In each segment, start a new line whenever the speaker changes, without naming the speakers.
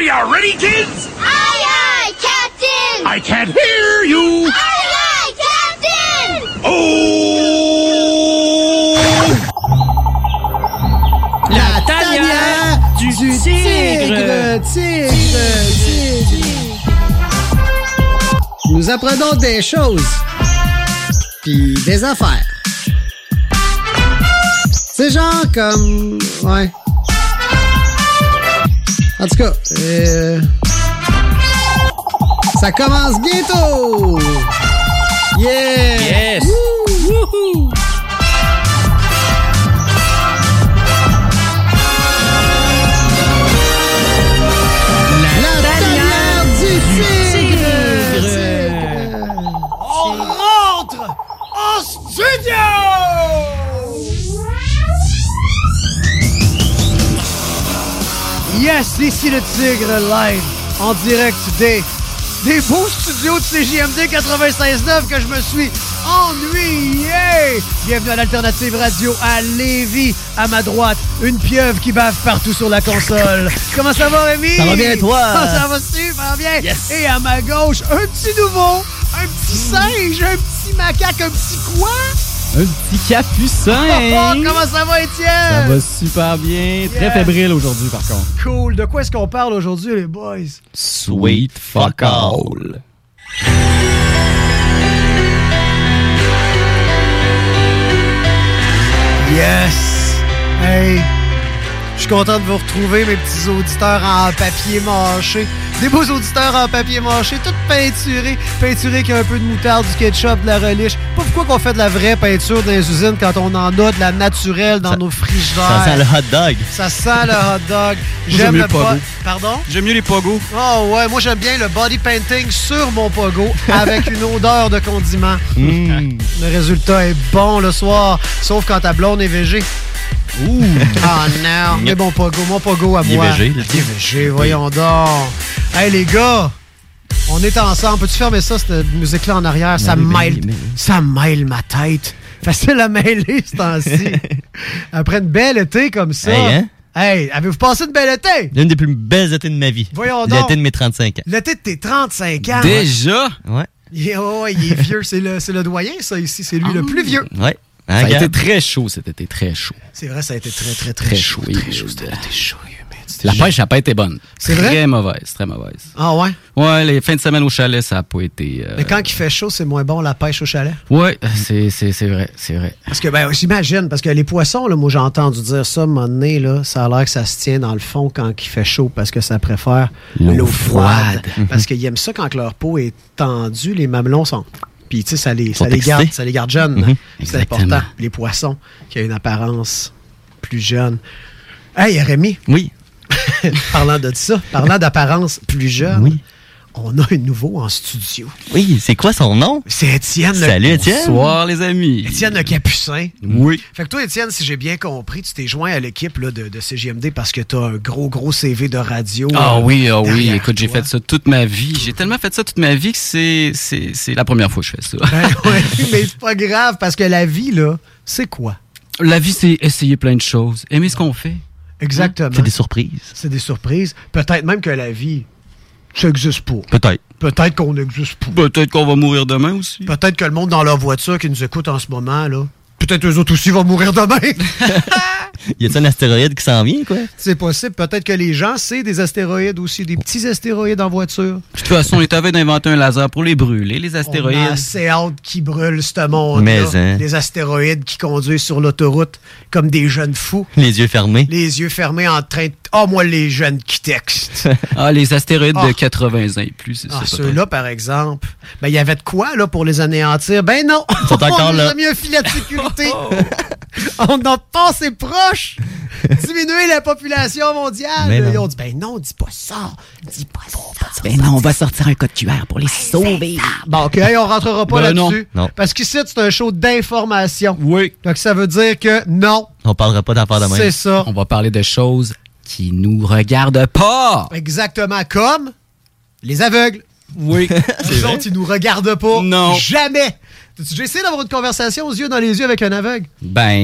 you ready, kids?
Aye, aye, Captain!
I can't hear you!
Aye, aye, Captain!
Oh!
La tanière du
du
tigre.
tigre, tigre, tigre. Nous apprenons des choses, puis des affaires. C'est genre comme, ouais. En tout cas, euh, ça commence bientôt. Yeah.
Yes.
La tanière du
tigre.
tigre. tigre.
On rentre en studio! Yes, ici le Tigre live, en direct des, des beaux studios de CJMD 96.9 que je me suis ennuyé! Bienvenue à l'Alternative Radio à Lévis. À ma droite, une pieuvre qui bave partout sur la console. Comment ça va, Rémi?
Ça va bien, toi?
Ah, ça va super bien! Et à ma gauche, un petit nouveau, un petit singe, un petit macaque, un petit quoi?
Un petit capucin!
Oh, oh, comment ça va, Étienne?
Ça va super bien. Très
Yeah.
fébrile aujourd'hui, par contre.
Cool. De quoi est-ce qu'on parle aujourd'hui, les boys?
Sweet fuck all.
Yes! Hey! Je suis content de vous retrouver, mes petits auditeurs en papier mâché. Des beaux auditeurs en papier mâché, tout peinturé. Peinturé avec un peu de moutarde, du ketchup, de la relish. Pas pourquoi qu'on fait de la vraie peinture dans les usines quand on en a de la naturelle dans nos frigidaires.
Ça sent le hot dog.
Ça sent le hot dog.
j'aime
J'aime
le
le pot.
pogo.
Pardon?
J'aime mieux les pogos.
Oh ouais, moi j'aime bien le body painting sur mon pogo avec une odeur de condiment.
Mm.
Le résultat est bon le soir, sauf quand ta blonde est végé. Ouh! Ah non! Mais bon pogo, mon pogo à
Mm. Il est
moi.
végé, le
Il est végé, voyons donc. Hey les gars! On est ensemble. Peux-tu fermer ça, cette musique-là en arrière? Ça
oui, ben
mêle,
oui, ben oui.
ça mêle ma tête. Facile à mêler ce temps-ci. Après une belle été comme ça.
Hey, hein?
Hey, avez-vous passé une belle été?
L'une des plus belles étés de ma vie.
Voyons donc.
L'été de mes 35 ans.
L'été de tes 35 ans.
Déjà?
Ouais.
Il, oh, il est vieux, c'est le, c'est le doyen, ça, ici. C'est lui
Ah.
le plus vieux.
Ouais. Hein,
Ça a
Gab?
été très chaud cet été, très chaud.
C'est vrai, ça a été très, très, très,
Très
chaud.
chaud. La pêche, ça n'a pas été bonne.
C'est vrai?
Très mauvaise, très mauvaise.
Ah ouais?
Ouais, les fins de semaine au chalet, ça n'a pas été. euh,
Mais quand il fait chaud, c'est moins bon la pêche au chalet.
Ouais, c'est c'est- c'est vrai, c'est vrai.
Parce que, ben, j'imagine, parce que les poissons, là, moi, j'ai entendu dire ça, à un moment donné, là, ça a l'air que ça se tient dans le fond quand il fait chaud, parce que ça préfère
L'eau
l'eau froide.
froide.
Parce qu'ils aiment ça quand leur peau est tendue, les mamelons sont. Puis, tu sais, ça les, ça
sont
les,
excités. Mm-hmm.
garde, ça les garde jeunes. C'est
Exactement.
important. Les poissons, qui a une apparence plus jeune. Hey, Rémi,
Oui.
parlant de ça, parlant d'apparence plus jeune,
Oui.
on a un nouveau en studio.
Oui, c'est quoi son nom?
C'est Étienne le-
Salut, Étienne.
Bonsoir, les amis.
Étienne le Capucin.
Oui.
Fait que toi, Étienne, si j'ai bien compris, tu t'es joint à l'équipe là, de, de CGMD parce que t'as un gros, gros CV de radio.
Ah
euh,
oui, ah oui.
derrière
Écoute, j'ai
toi.
fait ça toute ma vie. J'ai tellement fait ça toute ma vie que c'est c'est- c'est la première fois que je fais ça.
Ben ouais, mais c'est pas grave parce que la vie, là, c'est quoi?
La vie, c'est essayer plein de choses, aimer ce qu'on fait.
Exactement.
C'est des surprises.
C'est des surprises. Peut-être même que la vie, ça existe pas.
Peut-être.
Peut-être qu'on n'existe pas.
Peut-être qu'on va mourir demain aussi.
Peut-être que le monde dans leur voiture qui nous écoute en ce moment, là, peut-être eux autres aussi vont mourir demain.
Y a-t-il un astéroïde qui s'en vient, quoi?
c'est possible. Peut-être que les gens, c'est des astéroïdes aussi, des petits astéroïdes en voiture.
De toute façon, on est avait d'inventer un laser pour les brûler, les
On a
astéroïdes.
assez hâte qui brûle ce monde.
Mais, hein.
Les astéroïdes qui conduisent sur l'autoroute comme des jeunes fous,
Les yeux fermés.
les yeux fermés en train de. Ah, moi, les jeunes qui textent.
Ah, les astéroïdes
Ah.
de 80 ans et plus, c'est
Ah,
ça.
ceux-là, par exemple. Ben, il y avait de quoi, là, pour les anéantir? Ben non!
sont encore
On nous
là. Oh.
a mis un filet de sécurité. On n'a pas ses proches. Diminuer la population mondiale.
Mais non.
Ils ont dit, ben non, dis pas ça. Dis pas ça.
Ben non, on va sortir un code QR pour les sauver.
Bon, OK, hey, on rentrera pas
Ben non.
là-dessus.
Non.
Parce qu'ici, c'est un show d'information.
Oui.
Donc, ça veut dire que non,
On parlera pas d'affaires de
c'est
même.
ça.
On va parler de choses qui nous regardent pas.
Exactement comme les aveugles.
Oui.
Les autres, ils nous regardent pas.
Non.
Jamais. J'ai essayé d'avoir une conversation aux yeux dans les yeux avec un aveugle.
ben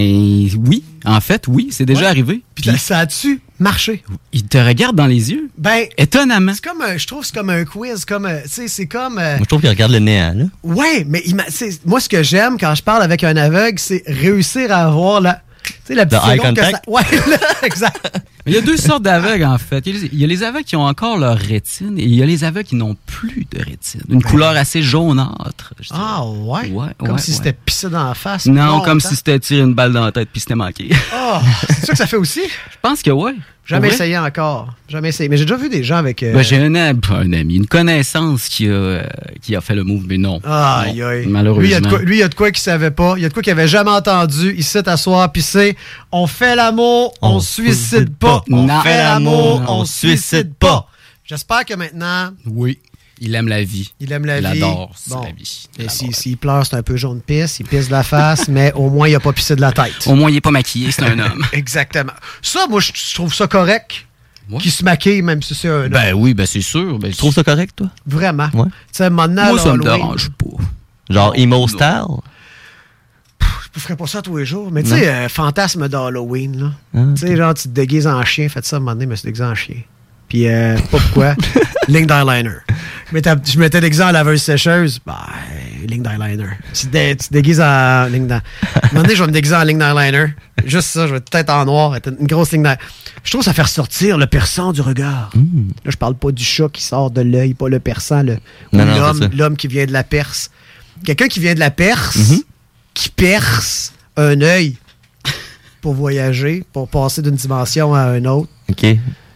oui, en fait, oui, c'est déjà arrivé.
Puis ça a dessus. Marcher.
Il te regarde dans les yeux.
Ben,
Étonnamment.
c'est comme, un- je trouve, que c'est comme un quiz, comme, euh, tu sais, c'est comme. euh,
Moi, je trouve qu'il regarde le néant, là.
Ouais, mais il m'a- c'est- moi, ce que j'aime quand je parle avec un aveugle, c'est réussir à avoir la, tu sais, la petite
Le eye
seconde que
contact.
ça- Ouais, là, exact.
Il y a deux sortes d'aveugles, en fait. Il y a les- il y a les aveugles qui ont encore leur rétine et il y a les aveugles qui n'ont plus de rétine. Une couleur assez jaunâtre. je dirais.
Ah ouais.
Ouais,
comme
ouais,
si
ouais.
c'était pissé dans la face.
Non,
longtemps.
comme si c'était tiré une balle dans la tête puis c'était manqué.
Ah, c'est ça que ça fait aussi.
Je pense que ouais.
Jamais
Pour vrai.
essayé encore. Jamais essayé. Mais j'ai déjà vu des gens avec. euh,
Ben, j'ai un, am- pas un ami, une connaissance qui a, euh, qui a fait le move, mais non.
Aïe,
Non,
aïe.
Malheureusement.
Lui, il y a de quoi- Lui, il y a de quoi qu'il savait pas. Il y a de quoi qu'il avait jamais entendu. Il s'est asseoir, puis c'est on fait l'amour, on,
On
suicide
suicide
pas.
pas.
On
Non.
fait l'amour, on
On
suicide
suicide
pas.
pas.
J'espère que maintenant,
Oui. Il aime la vie.
il aime la
il
vie.
adore c'est
Bon.
la vie. Il
Et si-
adore.
s'il pleure, c'est un peu jaune de pisse, il pisse de la face, mais au moins, il a pas pissé de la tête.
Au moins, il est pas maquillé, c'est un homme.
Exactement. Ça, moi, je je trouve ça correct.
Ouais.
Qu'il se maquille, même si c'est un homme.
Ben oui, ben c'est sûr. Ben,
Tu trouves ça correct, toi?
Vraiment.
Ouais.
Tu sais, maintenant,
Moi,
à
ça me
l'Halloween,
dérange pas.
Genre
non.
emo style?
Je ferais pas ça tous les jours. Mais tu sais, euh, fantasme d'Halloween, là.
Ah,
Hein?
Tu sais, genre, tu te déguises en chien, faites ça à un moment donné, je me suis déguisé en chien. Puis, euh, pas pourquoi? ligne d'eyeliner. Je mettais- Je mettais l'exemple à la laveuse sécheuse. Ben, ligne d'eyeliner. Tu te, dé- tu te déguises en ligne d'eyeliner. À un moment donné, je vais me déguiser en ligne d'eyeliner. Juste ça, je vais peut-être en noir, être une grosse ligne d'eyeliner. Je trouve ça fait ressortir le perçant du regard. Là, je parle pas du chat qui sort de l'œil, pas le perçant, le, ou
Non, non, c'est
l'homme,
ça.
l'homme qui vient de la Perse. Quelqu'un qui vient de la Perse,
Mm-hmm.
qui perce un œil pour voyager, pour passer d'une dimension à une autre.
Ok.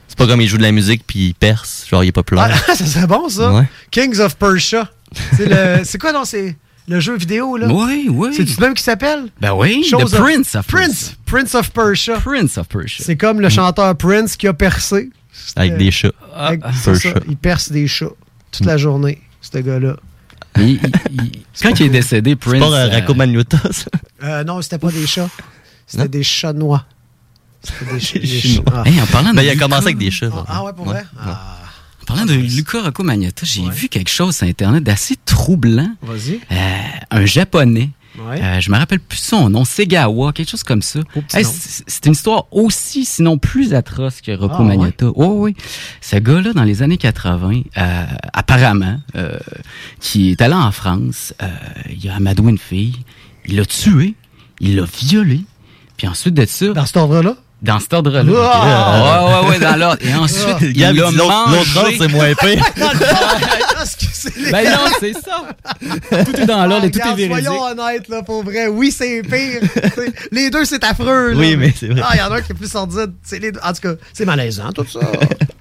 C'est pas comme il joue de la musique puis il perce, genre il est populaire.
Ah, ça serait bon, ça.
Ouais.
Kings of Persia. C'est le- c'est quoi, non? C'est le jeu vidéo, là?
Oui, oui.
C'est du même qui s'appelle?
Ben oui,
Chose
The Prince of
Prince. Prince of Persia.
Prince Mm. of Persia.
C'est comme le chanteur Prince qui a percé.
Avec des chats.
Avec-
ah,
c'est ça,
Persia.
il perce des chats toute
Mm.
la journée, ce gars-là.
Il- il- il- quand il est décédé,
C'est
Prince.
pas euh,
euh,
Racco Magnotta, ça.
Euh, non, c'était pas des chats. C'était
Non?
des chats noirs. C'était des, ch- des
Chinois.
chats. Ah.
hey, en parlant de
Ben, il a
Lucas-
commencé avec des chats.
Ah,
genre.
ah ouais, pour vrai? Ah,
En parlant de Luca Rocco Magnotta, j'ai vu quelque chose sur Internet d'assez troublant.
Vas-y.
Euh, un japonais.
Ouais.
Euh, je me rappelle plus son nom, Segawa, quelque chose comme ça.
Oh, petit
Hey,
nom.
c'est c'est une histoire aussi, sinon plus atroce que Rocco
Ah, ouais.
Magnotta. Oh, oui. Ce gars-là, dans les années 80, euh, apparemment, euh, qui est allé en France, euh, il a amadoué une fille, il l'a tuée, il l'a violée, puis ensuite de ça,
Dans cet ordre-là?
dans cet ordre-là.
Ah!
Ouais, ouais, ouais, dans l'ordre. Et ensuite, il
Gab,
l'a
dit l'autre l'autre ordre,
mangé.
c'est moins pire.
Ah,
Ben non, c'est ça. Tout est dans l'ordre et tout est
Ah, Regarde,
véridique.
Soyons honnêtes, là, pour vrai. Oui, c'est pire. T'sais, les deux, c'est affreux. là.
Oui, mais c'est vrai.
Ah, il y en a un qui est plus sordide. C'est les deux. En tout cas, c'est malaisant, tout ça.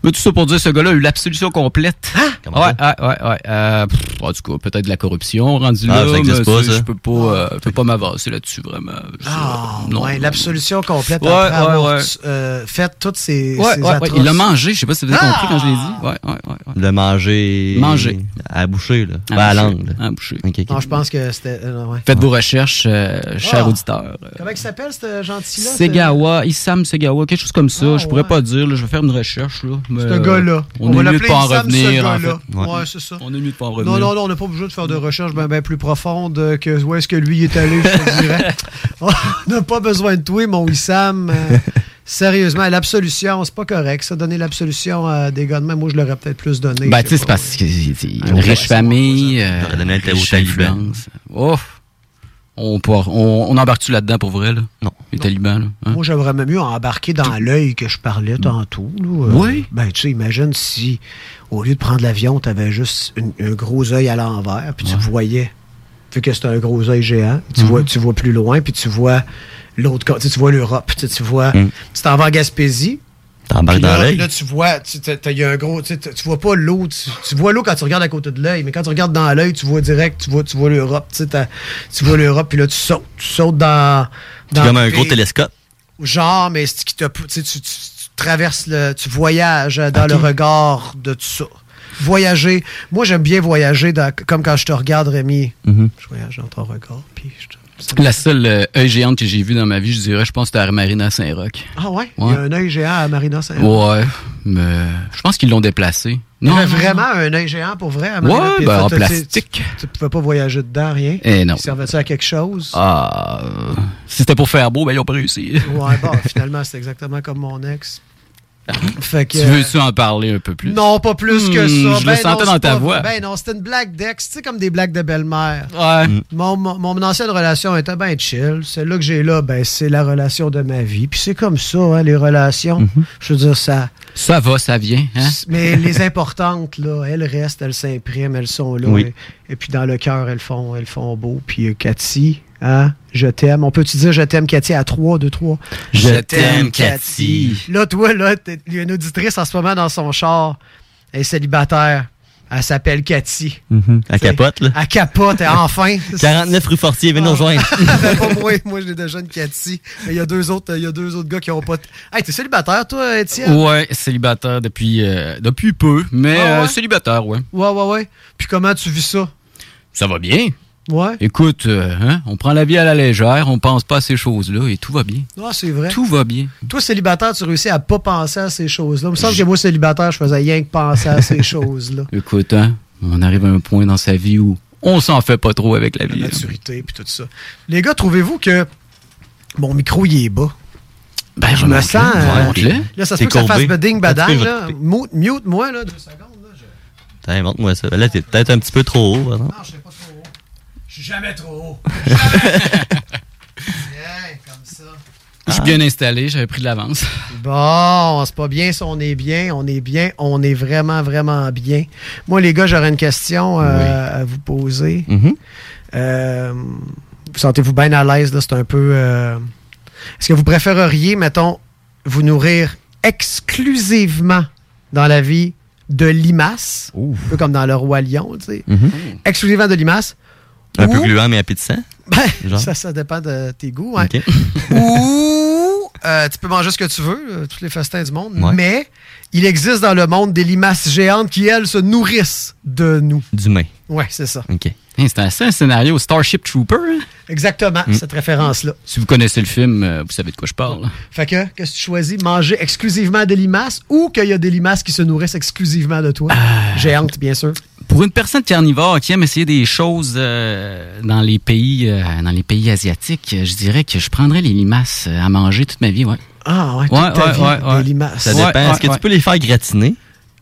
Mais tout ça pour dire, ce gars-là a eu l'absolution complète.
Hein? Comment
ouais, ouais, ouais, ouais. Euh, pff, en tout cas, peut-être de la corruption rendu
Ah,
là.
ça existe
mais
pas,
tu
ça.
sais,
Ah.
Je peux pas, euh, je peux pas m'avancer là-dessus, vraiment. Je-
Ah,
non.
ouais, l'absolution complète
Ouais,
après
ouais,
avoir
ouais.
euh, fait toutes ces,
Ouais,
ces
ouais, ouais.
atroces.
Il a mangé, je sais pas si vous avez
Ah!
compris quand je l'ai dit. Ouais, ouais, ouais. ouais.
Le manger.
Manger.
À boucher, là. Pas à
boucher,
langue, là.
à boucher.
Ok, ok.
Non, je pense que c'était... euh, ouais.
Faites vos recherches, euh, chers
Ah!
auditeurs. Euh,
Comment il s'appelle, ce gentil-là? ce-
Segawa, Issam Segawa, quelque chose comme ça.
Ah,
je pourrais
ouais.
pas dire, là, je vais faire une recherche. Là, mais,
Ce
euh,
gars-là.
On,
va
est mieux de
l'appeler
pas
Sam,
en
ce
revenir. en
gars-là.
fait.
Ouais,
Ouais.
c'est ça.
On est mieux de pas en revenir.
Non, non, non, on n'a pas besoin de faire de recherches bien plus profondes euh, que où est-ce que lui est allé, je te dirais. on n'a pas besoin de toi, mon Issam. Euh, sérieusement, l'absolution, c'est pas correct, ça. Donner l'absolution à des gars de même, moi, je l'aurais peut-être plus donné.
Ben,
je sais
tu sais, c'est
pas.
parce que c'est- c'est
Ah,
une
ouais,
riche
c'est bon,
famille. euh,
J'aurais donné un thé au
riche
Taliban.
influence. Oh! On, part- on, on embarque-tu là-dedans pour vrai, là?
Non.
Les talibans, là? hein?
Moi, j'aimerais même mieux embarquer dans l'œil que je
Mm.
parlais tantôt. là. Euh,
Oui.
Ben, tu sais, imagine si, au lieu de prendre l'avion, tu avais juste une- un gros œil à l'envers, puis tu voyais. Vu que c'est un gros œil géant,
Mm-hmm.
tu, vois, tu vois plus loin, puis tu vois l'autre côté, tu vois l'Europe, tu sais, tu vois. Tu t'en vas en Gaspésie,
Mm. T'embarques
puis
dans
là,
l'œil.
là, tu vois, tu, t'as- t'as- y a un gros, tu, sais, tu vois pas l'eau, tu, tu vois l'eau quand tu regardes à côté de l'œil, mais quand tu regardes dans l'œil, tu vois direct, tu vois, tu vois l'Europe, tu, sais, t'as- tu vois l'Europe, puis là tu sautes, tu sautes dans.
C'est
dans
comme
le
un gros
pays.
télescope.
Genre, mais c'est qui t'a, pou- tu, sais, tu, tu- tu traverses le, tu voyages euh, dans le regard de tout ça. Voyager, moi j'aime bien voyager, dans- comme quand je te regarde Rémi,
Mm-hmm.
je voyage dans ton regard, puis je te- ça me-
La seule euh, œil géante que j'ai vue dans ma vie, je dirais, je pense, c'était à la Marina Saint-Roch.
Ah ouais, il y a un œil géant à Marina Saint.
Ouais, mais je pense qu'ils l'ont déplacé.
Il y avait
non,
vraiment un œil géant pour vrai à
non.
Marina
Ouais,
puis
ben
ça,
en
tu- tu-
plastique.
Tu pouvais pas voyager dedans, rien.
Eh non.
Il servait-tu à quelque chose?
Ah, euh, si c'était pour faire beau, ben ils ont pas réussi.
bah, Ouais, bon, finalement, c'est exactement comme mon ex. Fait que, euh,
Tu veux-tu en parler un peu plus?
Non, pas plus que
Hmm,
ça.
je
Ben
le sentais
non, c'est
dans ta
pas
voix.
vrai. Ben non, c'était une blague d'ex, tu sais, comme des blagues de belle-mère. Hmm.
Ouais.
Mon, mon, mon ancienne relation était bien chill. Celle-là que j'ai là, ben, c'est la relation de ma vie. Puis c'est comme ça, hein, les relations.
Mhm.
Je veux dire, ça.
Ça va, ça vient. Hein?
Mais les importantes, là, elles restent, elles s'impriment, elles sont là.
Oui.
Et, et puis dans le cœur, elles font, elles font beau. Puis euh, Cathy, hein, je t'aime. On peut-tu dire je t'aime, Cathy, à 3, 2, 3?
Je t'aime, Cathy.
Là, toi, là, t'es- il y a une auditrice en ce moment dans son char. Elle est célibataire. Elle s'appelle Cathy.
À capote, là.
Elle Mhm. capote, elle- enfin.
49 rue Fortier, venez nous rejoindre.
Ben, pas moi, moi j'ai déjà une Cathy. Mais il y a deux autres, il y a deux autres gars qui ont pas. t- Hey, t'es célibataire, toi, Étienne?
Ouais, célibataire depuis, euh, depuis peu, mais
Ah ouais?
euh, célibataire, ouais.
Ouais, ouais, ouais. Puis comment tu vis ça?
Ça va bien.
Ouais.
Écoute, euh, hein, on prend la vie à la légère, on pense pas à ces choses-là et tout va bien.
Non, Ah, c'est vrai.
Tout va bien.
Toi, célibataire, tu réussis à pas penser à ces choses-là. Il me semble que moi, célibataire, je faisais rien que penser à ces choses-là.
Écoute, hein, on arrive à un point dans sa vie où on s'en fait pas trop avec la vie.
La
là.
maturité, puis tout ça. Les gars, trouvez-vous que mon micro, il est bas?
Ben,
Je me
remonte-le,
sens, euh,
remonte-le.
Là, ça se
T'es
peut que ça fasse
courbé.
bading
Attends,
badang,
je vais
là.
te couper.
Mute- Mute-moi, là, deux secondes, là. Je...
Attends, montre-moi ça. Là, t'es peut-être un petit peu trop haut, par exemple.
Non, je sais pas trop haut. Je suis jamais trop haut. Bien, comme ça.
Je suis bien installé, j'avais pris de l'avance.
Bon, c'est pas bien si on est bien, on est bien, on est vraiment, vraiment bien. Moi, les gars, j'aurais une question euh, à vous poser.
Mhm.
Euh, vous sentez-vous bien à l'aise, là? C'est un peu. euh, Est-ce que vous préféreriez, mettons, vous nourrir exclusivement dans la vie de limaces, un peu comme dans le Roi Lion, tu sais,
Mhm.
exclusivement de limaces,
Un
Ou-
peu gluant, mais appétissant.
ben,
Genre?
ça, ça dépend de tes goûts, hein.
Ok.
Ou euh, tu peux manger ce que tu veux, euh, tous les festins du monde,
Ouais.
mais il existe dans le monde des limaces géantes qui, elles, se nourrissent de nous.
D'humain.
Ouais, c'est ça.
OK.
Hein, C'est un, c'est un scénario Starship Trooper. hein?
Exactement, cette référence-là.
Si vous connaissez le film, euh, vous savez de quoi je parle.
Fait que, qu'est-ce que tu choisis? Manger exclusivement des limaces ou qu'il y a des limaces qui se nourrissent exclusivement de toi? Géantes, bien sûr.
Pour une personne carnivore qui aime essayer des choses euh, dans les pays euh, dans les pays asiatiques, euh, je dirais que je prendrais les limaces euh, à manger toute ma vie, ouais.
Ah, ouais, toute
Ouais,
ta
ouais,
vie,
ouais,
des
ouais.
limaces.
Ça
Ouais,
dépend.
ouais,
Est-ce que
ouais.
tu peux les faire gratiner?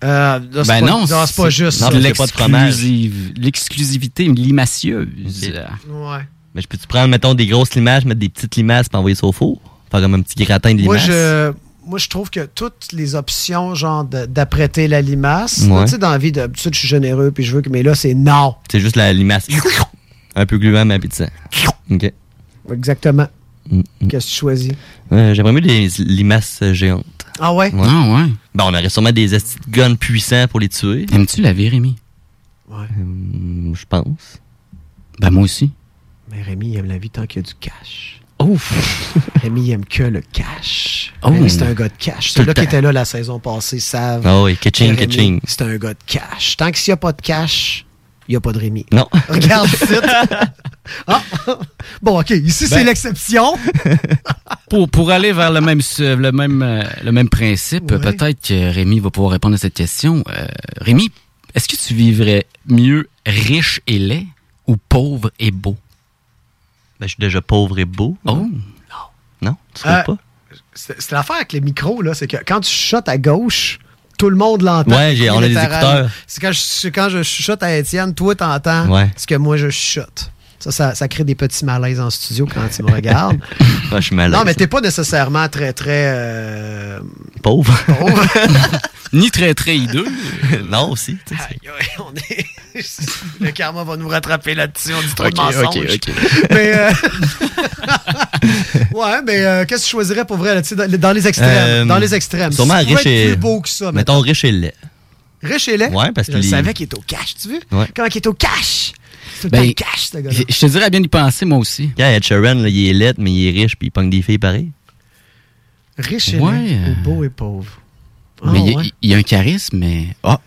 Euh, là, c'est
Ben
pas-
non,
c'est pas juste.
non,
ça.
parce qu'il y a pas de fromage.
L'exclusive- L'exclusivité limacieuse.
Ok.
Ouais.
Mais je peux-tu prendre, mettons, des grosses limaces, mettre des petites limaces puis envoyer ça au four? Faire comme un petit gratin de
Moi,
limaces?
je, moi, je trouve que toutes les options, genre de- d'apprêter la limace, là,
Ouais.
tu sais, dans la vie, d'habitude, je suis généreux, puis je veux que, mais là, c'est non.
C'est juste la limace. un peu gluant, mais appétissant. OK.
Exactement.
Mm, mm.
Qu'est-ce que tu choisis?
Euh, J'aimerais mieux des limaces euh, géantes.
Ah ouais?
Ouais.
Non, ouais.
Ben, on aurait sûrement des esti de guns puissants pour les tuer.
Aimes-tu la vie, Rémi?
Hum, je pense.
Ben moi aussi.
Mais Rémi, il aime la vie tant qu'il y a du cash.
Ouf!
Rémi, il aime que le cash.
Oh.
Rémi, c'est un gars de cash.
Tout le
Ceux-là qui
temps.
étaient là la saison passée savent.
Ah oui,
que
catching,
Rémi,
catching.
C'est un gars de cash. Tant que s'il n'y a pas de cash, il n'y a pas de Rémi.
Non.
Regarde c'est- Ah. Bon, OK. Ici, c'est
Ben.
l'exception.
Pour, pour aller vers le même, su- le même, euh, le même principe,
Ouais.
peut-être que Rémi va pouvoir répondre à cette question. Euh, Rémi, est-ce que tu vivrais mieux riche et laid ou pauvre et beau?
Ben, je suis déjà pauvre et beau.
Oh!
Non, tu trouves
Euh,
pas?
C'est c'est l'affaire avec les micros, là, c'est que quand tu chuchotes à gauche, tout le monde l'entend.
Ouais, j'ai- on a des écouteurs.
C'est quand, je- c'est quand je chuchote à Étienne, toi, t'entends
Ouais.
ce que moi, je chuchote. Ça, ça, ça crée des petits malaises en studio quand tu me regardes.
Ah, je suis malade.
non, mais t'es pas nécessairement très, très... euh,
pauvre.
pauvre.
Ni très très hideux.
non, aussi. tu sais,
Aïe, aïe, on est- Le karma va nous rattraper là-dessus, on dit trop
Ok,
de mensonges.
ok, ok.
Mais, euh, ouais, mais euh, qu'est-ce que tu choisirais pour vrai, là, tu sais, dans dans les extrêmes?
Euh,
dans les extrêmes.
sûrement
Si tu pouvais
riche
être
et-
plus beau que ça,
Mettons riche et laid.
Riche et laid?
Ouais, parce
Je
qu'il
le
est-
savais qu'il est au cash, tu veux?
Ouais.
Comment qu'il est au cash? C'est tout le
Ben,
temps le cash, ce gars-là.
Je je te dirais à bien y penser, moi aussi.
Quand Ed Sheeran, là, il est laid, mais il est riche, puis il pogne des filles pareil.
Riche et
Ouais,
laid,
euh,
ou beau et pauvre. Ah,
mais il y a-
ouais.
il y, a un charisme, mais. Ah!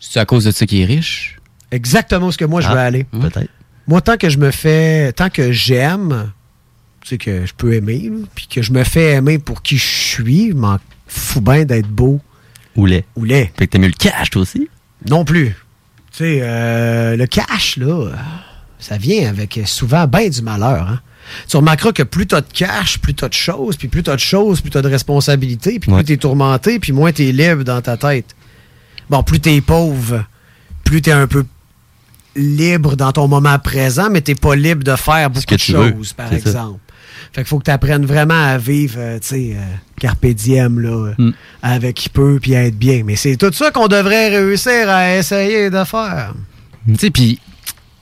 C'est à cause de ça qu'il est riche? Hein?
Exactement ce que moi, je
Ah.
veux aller.
Peut-être.
Moi, tant que je me fais... Tant que j'aime, tu sais, que je peux aimer, là, puis que je me fais aimer pour qui je suis, je m'en fous bien d'être beau
Ou laid.
ou laid.
Fait que t'as mieux le cash, toi aussi.
Non plus. Tu sais, euh, le cash, là... euh, ça vient avec euh, souvent bien du malheur. Hein? Tu remarqueras que plus t'as de cash, plus t'as de choses, puis plus t'as de choses, plus t'as de responsabilités, puis
Ouais.
plus t'es tourmenté, puis moins t'es libre dans ta tête. Bon, plus t'es pauvre, plus t'es un peu libre dans ton moment présent, mais t'es pas libre de faire beaucoup
que
de
tu veux,
choses, par
c'est ça.
exemple. Fait qu'il faut que tu apprennes vraiment à vivre, euh, tu sais, euh, carpe diem, là, euh,
Mm.
avec qui peut, puis à être bien. Mais c'est tout ça qu'on devrait réussir à essayer de faire.
Tu sais, puis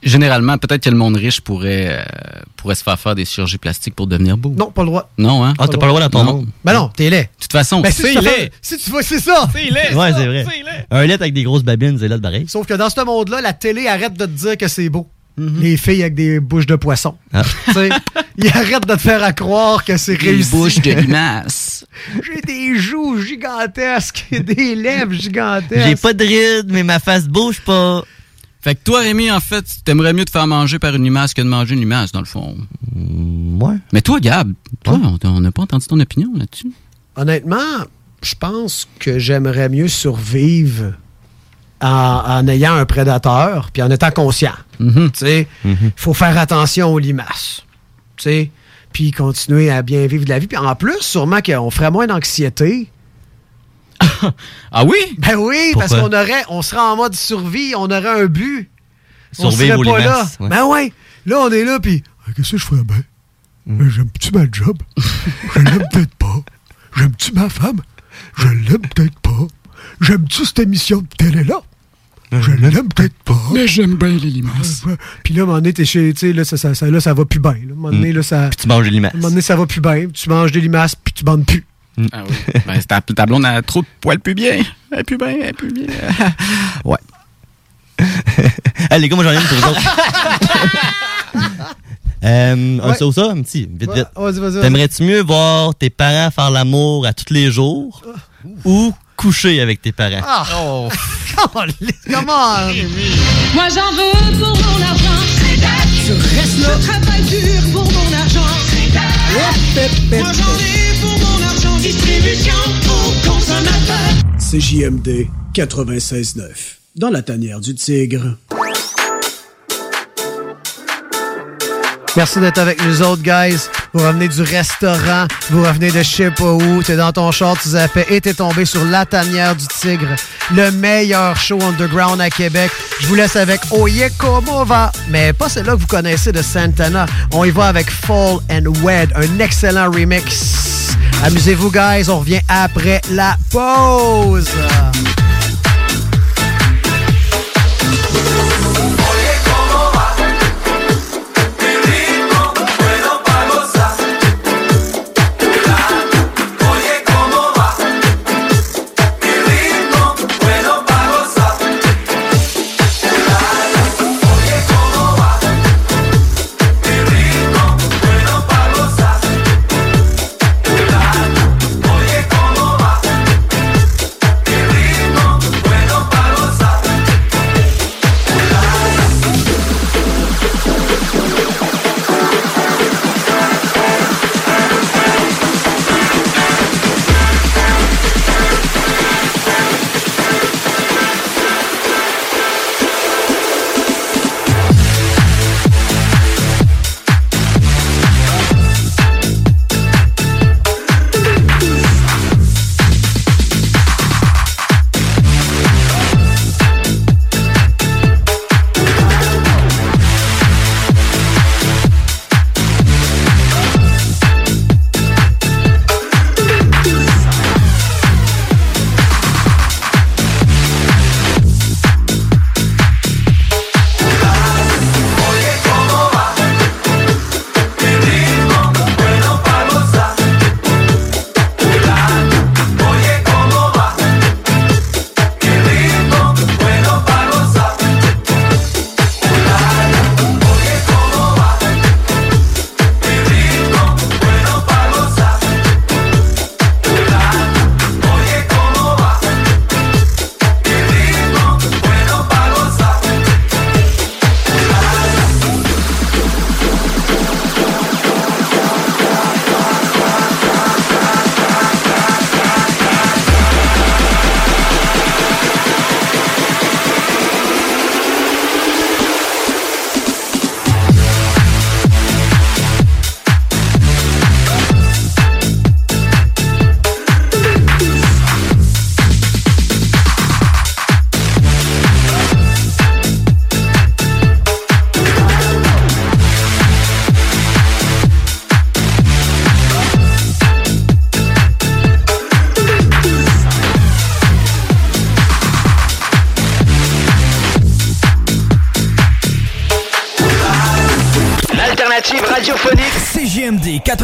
généralement, peut-être que le monde riche pourrait, euh, pourrait se faire faire des chirurgies plastiques pour devenir beau.
Non, pas le droit.
Non, hein?
Ah, t'as pas le droit dans ton
Non.
monde.
Ben non, t'es laid.
De toute façon,
Ben, si tu te fais- Si tu vois, c'est ça.
Ouais, c'est vrai. Un lait avec des grosses babines, c'est là de pareil.
Sauf que dans ce monde-là, la télé arrête de te dire que c'est beau. Les filles avec des bouches de poisson.
Mm-hmm. Ah.
Tu sais, Ils arrêtent de te faire à croire que c'est
les
réussi.
bouches de limaces.
J'ai des joues gigantesques, des lèvres gigantesques.
J'ai pas de rides, mais ma face bouge pas.
Fait que toi, Rémi, en fait, t'aimerais mieux te faire manger par une limace que de manger une limace, dans le fond.
Mm,
Ouais.
Mais toi, Gab, toi, on- on n'a pas entendu ton opinion là-dessus.
Honnêtement, je pense que j'aimerais mieux survivre en, en ayant un prédateur puis en étant conscient.
Mhm.
Tu sais, faut faire attention aux limaces. Tu sais, puis continuer à bien vivre de la vie. Puis en plus, sûrement qu'on ferait moins d'anxiété.
Ah oui?
Ben oui, parce qu'on
Pourquoi?
aurait, on serait en mode survie, on aurait un but. On
Survivre
serait
aux
pas là.
limaces. ouais.
Ben oui, là on est là puis Ah, qu'est-ce que je ferais bien Euh, J'aime-tu ma job Je l'aime peut-être pas. J'aime-tu ma femme Je l'aime peut-être pas. J'aime-tu cette émission de télé là Je l'aime peut-être pas.
Mais j'aime bien les limaces.
Ouais. Puis là, à un moment donné, t'es chez, tu sais, là, ça, ça, ça- là, ça va plus bien. là. À un moment donné, là, ça, à
Mm. Tu manges des limaces.
un moment donné, ça va plus bien. Tu manges des limaces, puis tu bandes plus.
Ah oui. ben, c'est ta, ta blonde a trop de poils plus bien. Elle pue bien, elle pue bien. ouais.
Allez, les gars, moi j'en ai une pour vous autres. euh, on
Ouais.
sait où ça, un petit, vite, vite.
Ouais, vas-y, vas-y, vas-y.
T'aimerais-tu mieux voir tes parents faire l'amour à tous les jours ou coucher avec tes parents?
Ah! Comment?
Moi j'en veux pour mon argent. Je reste là. Je travaille dur pour mon argent. Moi j'en ai pour mon argent. Distribution oh. pour consommateurs.
C'est JMD 96.9. Dans la tanière du tigre.
Merci d'être avec nous autres, guys. Vous revenez du restaurant, vous revenez de je sais pas où, t'es dans ton char, tu zappais et t'es tombé sur La Tanière du Tigre, le meilleur show underground à Québec. Je vous laisse avec Oye Como va, mais pas celle-là que vous connaissez de Santana. On y va avec Fall and Wed, un excellent remix. Amusez-vous, guys, on revient après la pause.
Oye, ¿cómo va? Mi ritmo
l'alternative radiophonique.
CGMD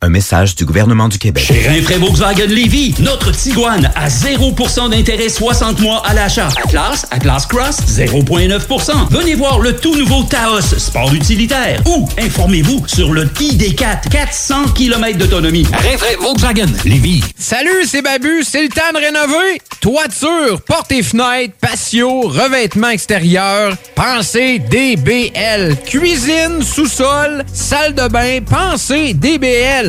Un message du gouvernement du Québec.
Chez Rainfray Volkswagen Lévy, notre Tiguan à 0% d'intérêt 60 mois à l'achat. Atlas, Atlas Cross, 0,9%. Venez voir le tout nouveau Taos, sport utilitaire. Ou informez-vous sur le ID4, 400 km d'autonomie. Rainfray Volkswagen Lévy.
Salut, c'est Babu, c'est le temps de rénover. Toiture, portes et fenêtres, patio, revêtement extérieur, pensez DBL. Cuisine, sous-sol, salle de bain, pensez DBL.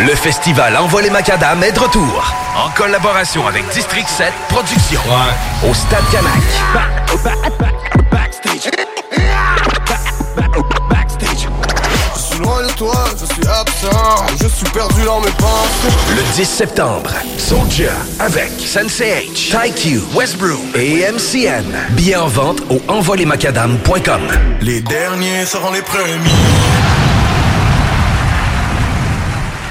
Le festival Envoi les Macadam est de retour. En collaboration avec District 7 Productions. Au Stade Canac.
suis loin de toi, je suis absent, je suis perdu dans mes pensées.
Le 10 septembre, Soldier avec Sensei H, TyQ, Westbrook et MCN. Billets en vente au envolemacadam.com.
Les derniers seront les premiers.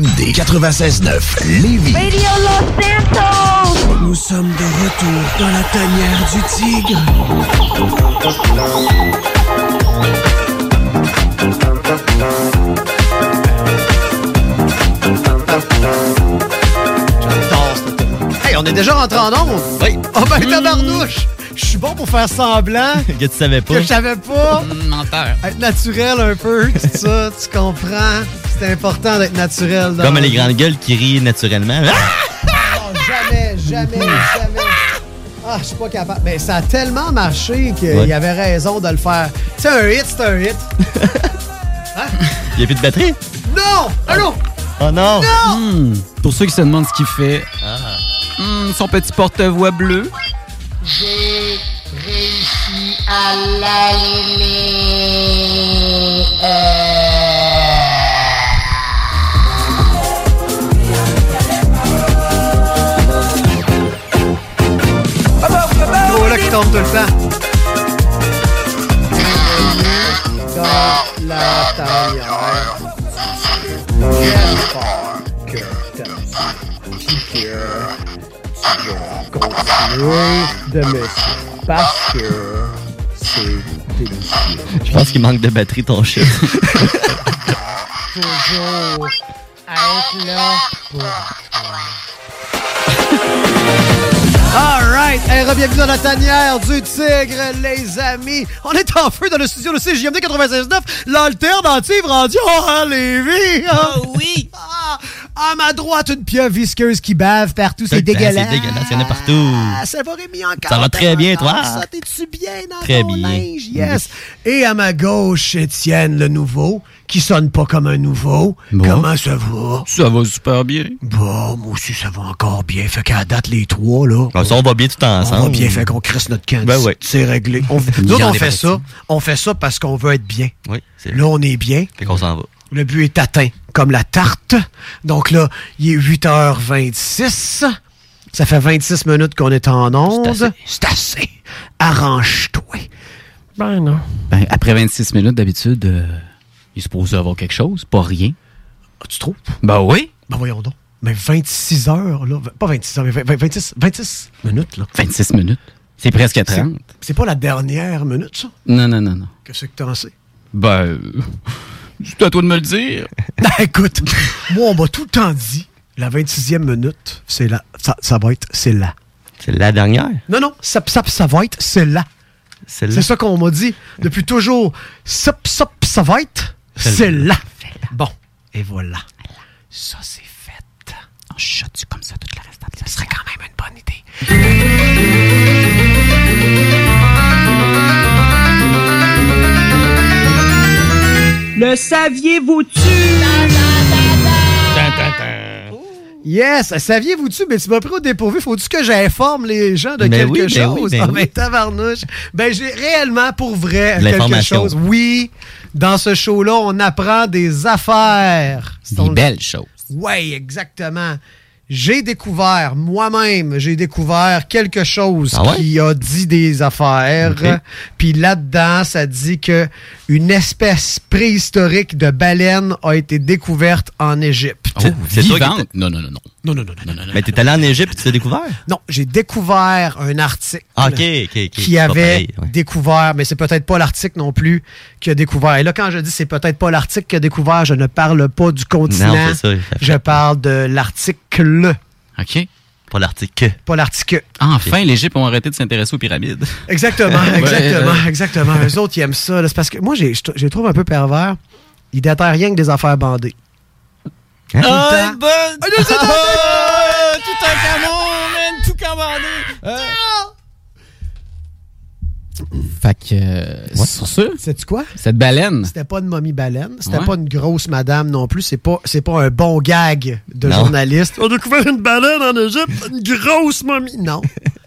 CJMD 96.9 Lévis.
Radio Los Santos.
Nous sommes de retour dans la tanière du tigre.
Hey, on est déjà rentré en onde.
Oui.
Oh ben, tabarnouche! Je suis bon pour faire semblant
que tu savais pas.
que je savais pas.
Menteur.
Être naturel un peu, tout ça, tu comprends? C'est important d'être naturel. dans
Comme
la
les
vie.
grandes gueules qui rient naturellement.
Ah!
Non, jamais, jamais, jamais. Ah, je suis pas capable. Mais ça a tellement marché qu'il
Ouais.
y avait raison de le faire. C'est un hit, c'est un hit.
Il y a plus de batterie.
Non! Allô?
Oh
Ah
non.
Hmm. Pour ceux qui se demandent ce qu'il fait, hmm, son petit porte-voix bleu.
J'ai réussi à l'allumer.
Oh là qui tombe tout le temps.
Batailleur. Bien fort que t'as piqué. Je vais continuer de me suivre parce que c'est délicieux.
Je pense qu'il manque de batterie, ton chien.
Toujours être là pour toi.
Alright! Hey, bienvenue dans la tanière du tigre, les amis! On est en feu dans le studio de CJMD 96.9, l'alternative radio à Lévis! Oh oui! Ah, à ma droite, une pieuvre visqueuse qui bave partout, c'est dégueulasse!
C'est dégueulasse, il y en a partout.
Ah, ça va Rémi encore?
Ça va très bien, toi?
Ça, t'es-tu bien dans
Très
ton
bien.
linge? Yes! Et à ma gauche, Étienne, le nouveau, qui sonne pas comme un nouveau.
Bon.
Comment ça va?
Ça va super bien.
Bon, moi aussi, ça va encore bien. Fait qu'à date, les trois, là...
Ah,
Comme Ah, ça, on va bien tout ensemble.
On va bien fait qu'on crisse notre camp.
Ben oui.
C'est réglé. On, nous autres, on fait ça. On fait ça parce qu'on veut être bien.
Oui, c'est
Là, on est bien.
Fait qu'on s'en va.
Oh,
Le but est atteint, comme la tarte. Donc là, il est 8h26. Ça fait 26 minutes qu'on est en onde. C'est assez. Arrange-toi. Ben non.
Ben, après 26 minutes, d'habitude, euh, il est supposé avoir quelque chose, pas rien.
Ah, Tu trouves?
Ben oui.
Ben voyons donc. Mais 26 heures, là. Pas 26 heures, mais vingt- vingt- 26, 26 minutes, là.
26 minutes. C'est presque à 30.
C'est- C'est pas la dernière minute, ça?
Non, non, non, non.
Qu'est-ce que t'en sais?
Ben, euh, c'est à toi de me le dire.
Ben, écoute, moi, on m'a tout le temps dit, la 26e minute, c'est là. Ça, ça va être, c'est là.
C'est la dernière.
Non, non, ça, ça, ça va être, c'est là.
C'est
C'est ça qu'on m'a dit depuis toujours. Ça, ça, ça va être, c'est là. Bon, et voilà. Ça, c'est fait. On chute comme ça toute la restante. Ça serait quand même une bonne idée.
Le saviez-vous-tu?
Yes, saviez-vous-tu, mais tu m'as pris au dépourvu. Faut-tu que j'informe les gens de
Mais
quelque
oui, ben
chose?
oui, ben
Ah,
oui.
ben, tabarnouche. Ben, j'ai réellement, pour vrai,
De
quelque
l'information.
chose. Oui, dans ce show-là, on apprend des affaires.
Des belles choses.
Oui, exactement. J'ai découvert, moi-même, j'ai découvert quelque chose
Ah ouais?
qui a dit des affaires.
Ok.
Puis là-dedans, ça dit que une espèce préhistorique de baleine a été découverte en Égypte.
Oh,
c'est toi qui
vivante?
t'es-
Non, non, non, non.
Non, non, non, non.
Mais t'es allé en Égypte et tu t'es découvert?
Non, j'ai découvert un article
Ah, ok, ok, ok.
qui
Pas
avait
pareil, ouais.
découvert, mais c'est peut-être pas l'article non plus qui a découvert. Et là, quand je dis c'est peut-être pas l'article qui a découvert, je ne parle pas du continent.
Non, c'est ça, ça fait-
je parle de l'article.
OK.
Pas l'article.
Pas l'article.
Ah, Enfin, l'Égypte ont arrêté de s'intéresser aux pyramides.
Exactement,
Ouais,
exactement,
euh.
exactement. Eux autres, ils aiment ça. là. C'est parce que moi, j'ai- je je les trouve un peu pervers. Ils déterrent rien que des affaires bandées.
Hein?
Tout le
Ah,
temps. Oh,
bonne! tout
un camion, man! Tout commandé!
Fait que, euh, sur ça,
Sais-tu quoi?
cette baleine,
C'était pas une momie baleine, c'était
Ouais.
pas une grosse madame non plus, c'est pas c'est pas un bon gag de
Non.
journaliste. On a découvert une baleine en Égypte, une grosse momie. Non,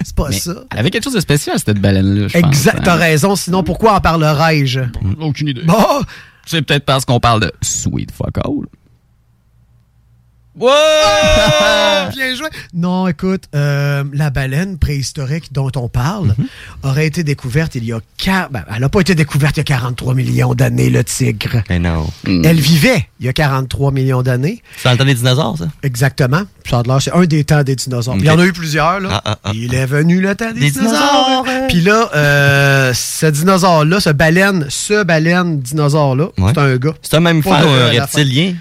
c'est pas
Mais
ça.
elle avait quelque chose de spécial, cette baleine-là, je pense,
Exact,
hein.
t'as raison, sinon pourquoi en parlerais-je?
Aucune idée.
Bon!
C'est peut-être parce qu'on parle de sweet fuck all.
Bien joué! Non, écoute, euh, la baleine préhistorique dont on parle
Mm-hmm.
aurait été découverte il y a... quar- ben, elle n'a pas été découverte il y a 43 millions d'années, le tigre.
Mais non.
Mm.
Elle vivait il y a 43 millions d'années.
C'est dans le temps des dinosaures, ça?
Exactement. Ça a de l'air, c'est un des temps des dinosaures. Puis Il y en a eu plusieurs, là. Il est venu le temps des,
Ah, Des
dinosaures.
dinosaures.
Puis là, euh, ce dinosaure-là, ce baleine, ce baleine dinosaure-là,
Ouais.
c'est un gars.
C'est un mammifère
Pas
ou un
la fin.
reptilien?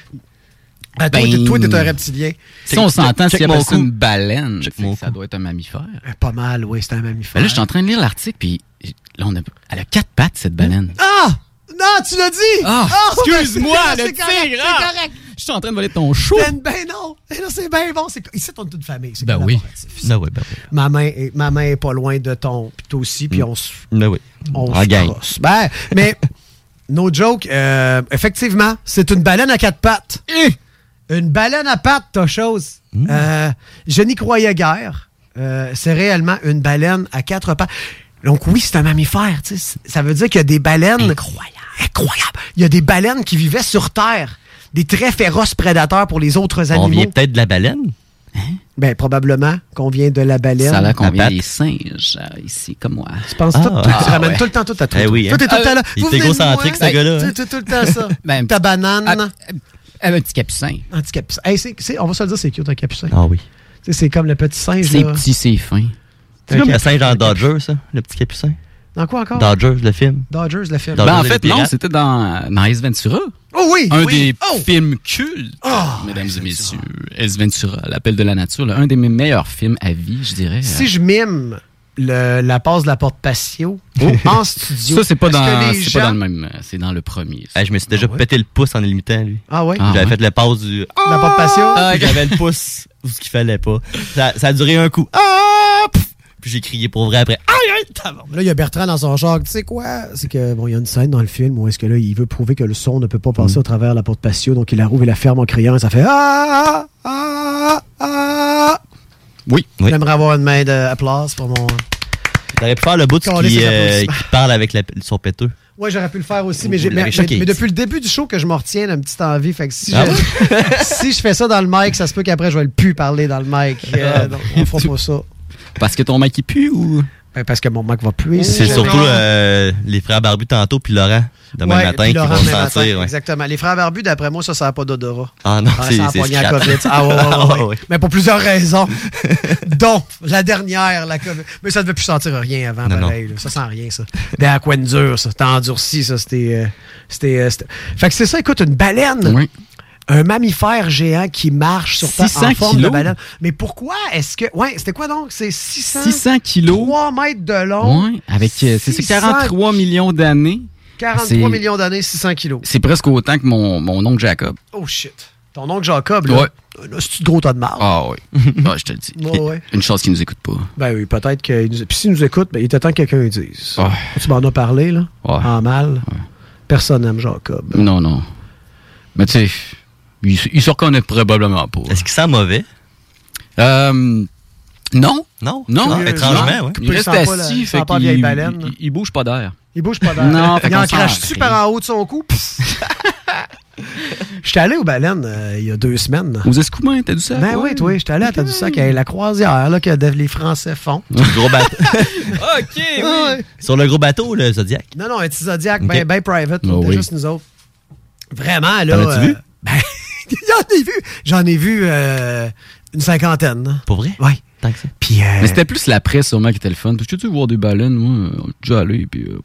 Ah, toi, t'es- toi, t'es un reptilien.
Ben- Si on s'entend, si
Check
elle
mon
appelle ça
coup.
une baleine, c'est que ça doit être un mammifère.
Pas mal, oui, c'est un mammifère.
Ben là, je suis en train de lire l'article, puis là, on a, elle a quatre pattes, cette baleine.
Ah! Non, tu l'as dit!
Ah, excuse-moi,
ben, c'est
le
correct,
tigre,
C'est
ah!
correct!
Je suis en train de voler ton chou.
Ben, ben non! Ben non, c'est bien bon! c'est- Ici, on est toute famille. c'est
Ben oui.
Ben oui, ben oui.
Ma main, est, ma main est pas loin de ton, puis toi aussi, puis on se.
Ben oui.
On
En
se
gang.
crosse. Ben, mais, no joke, euh, effectivement, c'est une baleine à quatre pattes.
Hein?
Une baleine à pattes, ta chose.
Hmm.
Euh, je n'y croyais guère. Euh, c'est réellement une baleine à quatre pattes. Donc, oui, c'est un mammifère. tu sais. Ça veut dire qu'il y a des baleines. Incroyable. Incroyable. Il y a des baleines qui vivaient sur Terre. Des très féroces prédateurs pour les autres
On
animaux.
vient peut-être de la baleine?
Ben, probablement qu'on vient de la baleine.
Ça a l'air qu'on vient des singes euh, ici, comme moi.
Tu penses
Ah.
tout, tu ramènes tout le temps tout à toi.
Ah. Eh oui,
Toi,
hein.
t'es tout le temps là.
Ah, il
Vous
était
venez de
égocentrique,
moi.
ce gars-là,
Tout-
hein.
Tout tout le temps ça. Ta banane.
Un petit capucin.
Un petit capucin. Hey, c'est- c'est- On va se le dire, c'est cute un capucin.
Ah oui.
Tu sais, C'est comme le petit singe.
C'est
là.
petit, c'est fin.
C'est comme le singe dans Dodger, ça, le petit capucin.
Dans quoi encore?
Dodgers, le film.
Dodgers, le film.
Dodgers
Ben, en
et
fait,
les
non,
pirates.
c'était dans, euh, dans Ace Ventura.
Oh Ah, oui!
Un
oui.
des films cultes, mesdames et messieurs. Ace Ventura, L'Appel de la Nature, là, un des meilleurs films à vie, je dirais.
Si je mime le- la passe de la porte patio en studio.
Oh. Ça, c'est pas,
est-ce que
dans,
les
c'est pas
gens-
dans le même. euh, C'est dans le premier.
Eh, je me suis déjà pété le pouce en l'imitant, lui.
Ah ouais?
J'avais
Ah ouais?
fait le passe du.
La porte patio?
Ah, puis j'avais le pouce où ce qu'il fallait pas. Ça, ça a duré un coup. Ah! Pff! Puis j'ai crié pour vrai après. Ah! Aïe, aïe, tabarnak.
Là, il y a Bertrand dans son genre. Tu sais quoi? C'est que, bon, il y a une scène dans le film où est-ce que là, il veut prouver que le son ne peut pas
Mm.
passer au travers la porte patio. Donc, il la rouvre et la ferme en criant et ça fait Ah! Ah! Ah!
Oui.
J'aimerais avoir une main d'applause pour mon.
T'aurais pu faire le bout qui,
Calais, c'est
euh,
applaudissements.
qui parle avec la, son péteux.
Ouais, j'aurais pu le faire aussi, mais,
Vous
j'ai-
l'avez
mais-
choqué.
mais depuis le début du show que je m'en retiens d'une petite envie. Fait que si,
Ah
je, si je fais ça dans le mic, ça se peut qu'après, je vais le plus parler dans le mic.
Ah.
Euh, donc, on fera pas ça.
Parce que ton mec, il pue ou.
Ben, parce que mon mec va puer.
C'est surtout euh, les frères Barbu tantôt, puis Laurent, demain
Ouais,
matin,
puis
qui
Laurent,
vont
demain matin,
sentir. ouais.
Exactement. Les frères barbus, d'après moi, ça, ça n'a pas d'odorat.
Ah non, c'est-
ça a
c'est
pogné la
scrap.
COVID. Ah ouais, ouais, ouais,
Ah
ouais.
ouais.
Mais pour plusieurs raisons. dont la dernière, la COVID. Mais ça ne devait plus sentir rien avant,
Non,
pareil. là. Ça sent rien, ça. Des aquendures, ça. T'as endurci, ça. C'était. euh, c'était, euh, c'était- fait que c'est ça, écoute, une baleine. Un mammifère géant qui marche sur terre
600
en forme de
kilos.
baleine. Mais pourquoi est-ce que. Ouais, c'était quoi donc? C'est 600,
600 kilos.
3 mètres de long.
Ouais, avec euh, c'est- c'est
600
43 millions d'années.
43
C'est-
millions d'années, 600 kilos.
C'est presque autant que mon, mon oncle Jacob.
Oh shit. Ton oncle Jacob, là, là c'est-tu de gros tas de marde?
Ah oui. Ah, je te le dis.
Ouais, ouais.
Une chose qui nous écoute pas.
Ben oui, peut-être que. Puis s'il nous écoute, ben, il était temps que quelqu'un le dise.
Ouais.
Tu m'en as parlé, là?
Ouais.
En mal. Personne n'aime Jacob.
Non, non. Mais tu sais, il, se- il se reconnaît probablement pas.
Est-ce qu'il sent mauvais?
Euh, non.
Non.
Non.
Non,
Euh,
étrangement,
non.
ouais.
Il
Il
reste
sent pas la-
assis,
il sent
fait
pas la
qu'il
vieille baleine.
il- il bouge pas d'air.
Il bouge pas d'air.
Non, fait
il
qu'on
en
s'en
crache-tu
rit.
par en haut de son cou? J'étais allé aux baleines euh, il y a deux semaines.
Aux escoumins, t'as du sac?
Ben oui, toi, j'étais allé à T'as du sac à la croisière là, que les Français font.
Sur le gros bateau.
OK,
oui.
Sur le gros bateau, le Zodiac.
Non, non, un petit Zodiac,
Ok.
ben, ben private, là,
Oh
c'était
oui.
juste nous autres. Vraiment, là.
T'en as-tu
euh,
vu?
ben, j'en ai vu, j'en ai vu euh, une cinquantaine.
Pour vrai?
Oui.
Tant que ça.
Puis, euh,
Mais c'était plus l'après sûrement qui était le fun. Parce que tu veux voir des baleines, moi, on est déjà allé, puis... euh,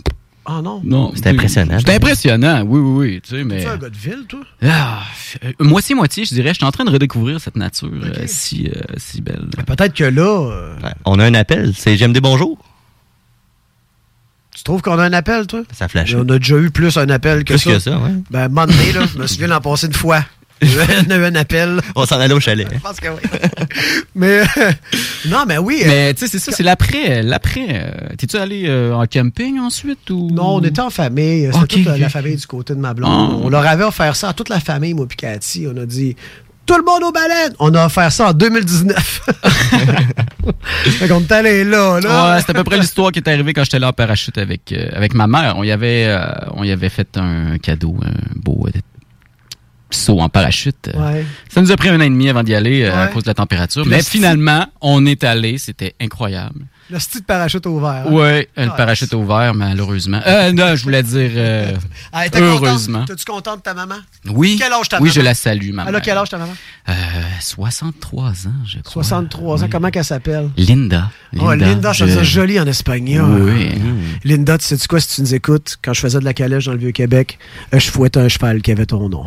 Ah non.
non.
C'était impressionnant. hein?
C'était impressionnant, oui, oui, oui, tu sais, mais...
Tu un gars de ville, toi?
Ah, euh, moitié-moitié, je dirais. Je suis en train de redécouvrir cette nature euh, si, euh, si belle.
Peut-être que là, euh,
On a un appel. C'est GMD Bonjour.
tu trouves qu'on a un appel, toi?
Ça flash.
On a déjà eu plus un appel que
Plus
ça.
que ça, ouais.
Ben, un moment donné, là, je me souviens d'en passer une fois. On a eu un appel.
On s'en allait au chalet. hein.
Je pense que oui. Mais, euh, non, mais oui. euh,
Mais tu sais, c'est ça, c'est l'après. L'après. euh, T'es-tu allé euh, en camping ensuite ou.
Non, on était en famille. C'était
Ok,
toute euh,
ok.
la famille du côté de ma blonde.
Ah.
On leur avait offert ça à toute la famille, moi puis Cathy. On a dit tout le monde aux baleines. On a offert ça en 2019. fait qu'on est allé là, là.
Ouais, Ah, c'est à peu près l'histoire qui est arrivée quand j'étais là en parachute avec, euh, avec ma mère. On y avait, euh, on y avait fait un cadeau, un beau euh, saut en parachute. Euh,
Ouais.
Ça nous a pris un an et demi avant d'y aller euh, à
Ouais.
cause de la température.
Puis
Mais
le sti-
finalement, on est allé. C'était incroyable.
Le style de parachute ouvert. hein.
Ouais, euh, le
Ah,
parachute ouvert, malheureusement. Euh, non, je voulais dire euh,
Ah, t'es contente?
heureusement.
T'es-tu content de ta maman?
Oui.
Quel âge ta
Oui,
maman?
je la salue, ma
Elle a
mère.
quel âge ta maman?
Euh, 63 ans, je crois.
63 ans. Comment qu'elle s'appelle?
Linda.
Oh, Linda, ça
je-
veut dire joli en espagnol.
Oui.
Linda, tu sais-tu quoi, si tu nous écoutes, quand je faisais de la calèche dans le Vieux-Québec, euh, je fouettais un cheval qui avait ton nom.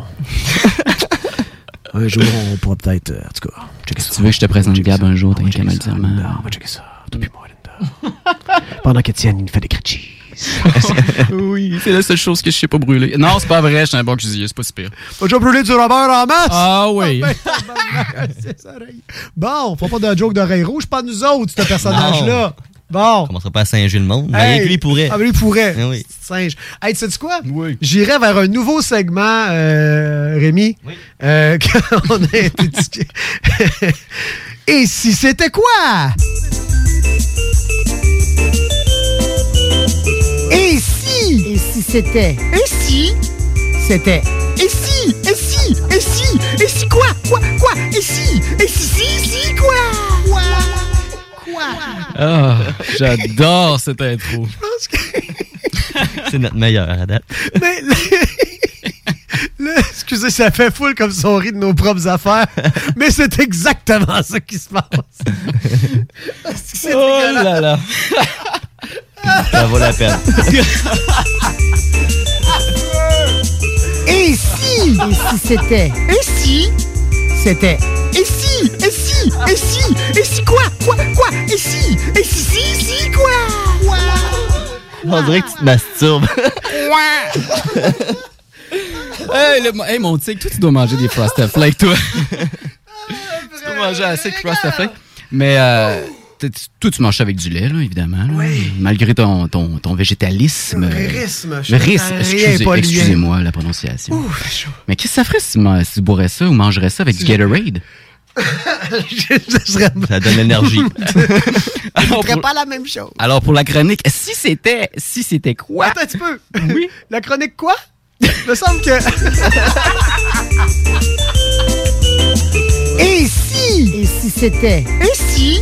un jour, on pourra peut-être... euh, en tout cas, checker
Si
ça.
tu veux que je te présente Gab un jour, t'as qu'à me le dire, man.
Linda, on va checker ça. Toi puis moi, Linda. Pendant que Tiane, il fait des cris de cheese.
oui, c'est la seule chose que je sais pas brûler. Non, c'est pas vrai, je suis un bon cuisinier, c'est pas si pire.
T'as déjà brûlé du Robert en masse? ben,
Ah oui.
bon, faut pas de joke d'oreille rouge, pas de nous autres, ce personnage-là. Bon.
On ne pas à singer le monde. Mais
Hey!
rien que lui pourrait.
Ah, mais lui pourrait.
Ben
Eh oui.
Petit Singe. Hey, tu sais quoi? J'irai vers un nouveau segment, euh, Rémi, euh, qu'on a été discuté. Et si c'était quoi? Et si? Et si c'était? Et si? C'était. Et si? Et si? Et si? Et si quoi?
Quoi? Quoi? Et si? Et si, si, si, quoi? Quoi? Quoi?
Ah, j'adore cette intro. C'est notre meilleure à date.
Mais le- le- excusez, ça fait full comme si on rit de nos propres affaires, mais c'est exactement ça qui se passe. Est-ce que c'est
Oh
dégueulasse?
là là. Ça vaut la peine.
Et si? Et si c'était? Et si? C'était. Et si? Et si? Et si? Et si quoi? Quoi? Quoi? Et si? Et si, si, si, quoi? Quoi?
On dirait que tu te masturbes.
hey, le- hey, mon tic, toi, tu dois manger des Frosted Flakes, toi. tu dois manger assez de Frosted Flakes. Mais euh, t'es- tu- toi, tu manges ça avec du lait, là, évidemment. là. Malgré ton, ton, ton végétalisme. euh,
Le risme, je
Le risme,
comprends rien,
excusez,
pas le lien.
excusez-moi la prononciation.
Ouf, chaud.
Mais qu'est-ce que ça ferait si tu, man- si tu boirais ça ou mangerais ça avec du Gatorade?
Ça donne l'énergie.
On ferait pas la même chose.
Alors, pour la chronique, si c'était si c'était quoi?
Attends un petit peu. Oui. La chronique quoi? me semble que.
Et si? Et si c'était? Et si?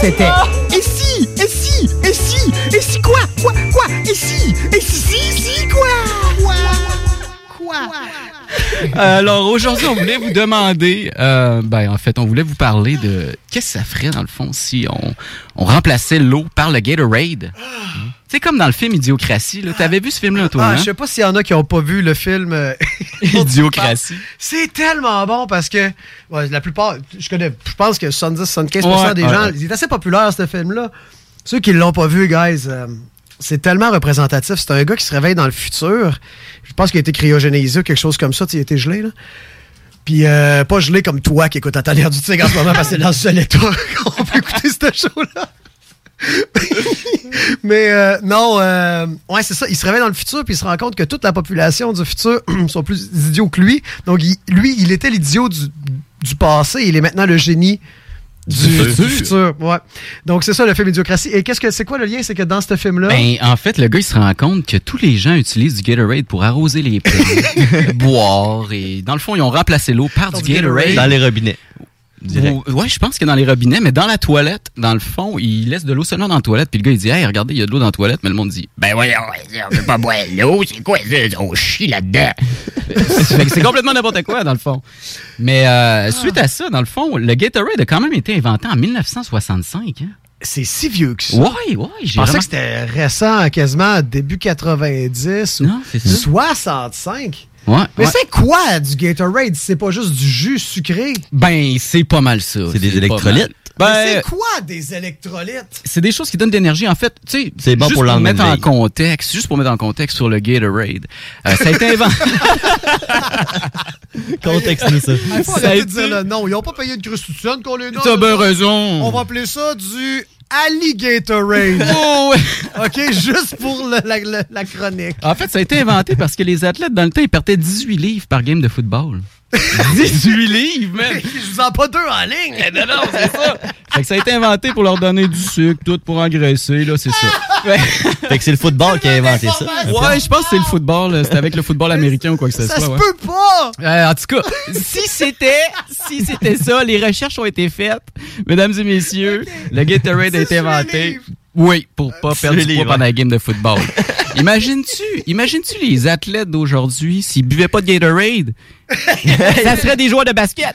C'était. Et si? Et si? Et si? Et si quoi? Quoi? Quoi? Et si? Et si, si, si, quoi? Quoi? Quoi?
Alors aujourd'hui, on voulait vous demander, euh, ben en fait, on voulait vous parler de qu'est-ce que ça ferait dans le fond si on, on remplaçait l'eau par le Gatorade. C'est comme dans le film Idiocratie, là. T'avais vu ce film-là, toi,
Ah,
hein?
je sais pas s'il y en a qui ont pas vu le film euh,
Idiocratie.
C'est tellement bon parce que ouais, la plupart, je connais, je pense que 70-75%
Ouais,
des
ouais,
gens,
ouais.
il est assez populaire ce film-là. Ceux qui l'ont pas vu, guys, euh, c'est tellement représentatif. C'est un gars qui se réveille dans le futur. Je pense qu'il a été cryogénéisé ou quelque chose comme ça. tu sais, Il a été gelé, là. Puis euh, pas gelé comme toi qui écoute à l'air du tigre en ce moment parce que c'est dans le seul état qu'on peut écouter cette show-là. Mais euh, non, euh, ouais, c'est ça. Il se réveille dans le futur puis il se rend compte que toute la population du futur sont plus idiots que lui. Donc, il- lui, il était l'idiot du, du passé. Il est maintenant le génie du,
Du
du
futur.
futur. Ouais. Donc, c'est ça le film Idiocratie. Et qu'est-ce que c'est quoi le lien? C'est que dans ce film-là.
Ben, en fait, le gars, il se rend compte que tous les gens utilisent du Gatorade pour arroser les plantes, boire, et dans le fond, ils ont remplacé l'eau par du Gatorade.
Dans les robinets.
Ou- ouais, je pense que dans les robinets, mais dans la toilette, dans le fond, il laisse de l'eau seulement dans la toilette, puis le gars, il dit, hey, regardez, il y a de l'eau dans la toilette, mais le monde dit, ben voyons, on veut pas boire l'eau, c'est quoi ça, on chie là-dedans. Fait que c'est complètement n'importe quoi, dans le fond. Mais
Ah.
euh, suite à ça, dans le fond, le Gatorade a quand même été inventé en 1965. Hein?
C'est si vieux que ça.
Ouais, ouais,
Je
j'ai
pensais
vraiment-
que c'était récent, quasiment début 90 ou 65.
Ouais,
Mais
ouais.
c'est quoi du Gatorade? C'est pas juste du jus sucré?
Ben, c'est pas mal ça. C'est des
électrolytes.
Mais
Ben,
c'est quoi des électrolytes?
c'est des choses qui donnent de l'énergie. En fait, tu sais,
C'est bon
juste
pour le lendemain
mettre
de
en
veille.
contexte, juste pour mettre en contexte sur le Gatorade, euh, ça a été inventé.
Contexte-nous ça.
Il faut
Ça a
arrêter de
été-
dire le nom. Ils ont pas payé une crustuccione qu'on les nomme.
T'as bien raison.
On va appeler ça du Alligatorade.
Oh,
OK, juste pour le- la, la- la chronique.
En fait, ça a été inventé parce que les athlètes, dans le temps, ils perdaient 18 livres par game de football. 18 livres, man!
Je vous en pas deux en ligne.
Eh,
non, non, c'est ça. Fait que ça a été inventé pour leur donner du sucre, tout pour engraisser, là, c'est ça. Fait-
Fait que c'est le football qui a inventé ça.
Ouais, je pense que c'est le football, là. c'est avec le football américain ou quoi que ce soit. ouais.
pas!
Euh, en tout cas, si c'était si c'était ça, les recherches ont été faites, mesdames et messieurs, le Gatorade a été inventé. Oui, pour pas perdre
les
du poids
livres,
pendant la game de football. imagines-tu, imagines-tu les athlètes d'aujourd'hui s'ils buvaient pas de Gatorade, ça serait des joueurs de basket.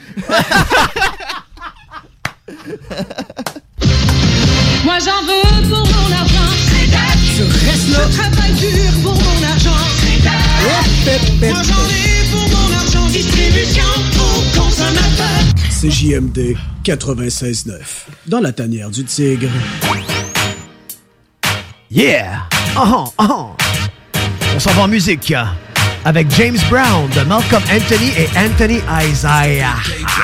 Moi j'en veux pour mon argent. Je reste là. Je travaille dur pour mon argent. Moi j'en ai pour mon argent. Distribution pour consommateurs.
C'est JMD 96.9. Dans la tanière du tigre.
Yeah! Oh, oh, oh. On s'en va en musique hein, avec James Brown de Malcolm Anthony et Anthony Isaiah. Ah.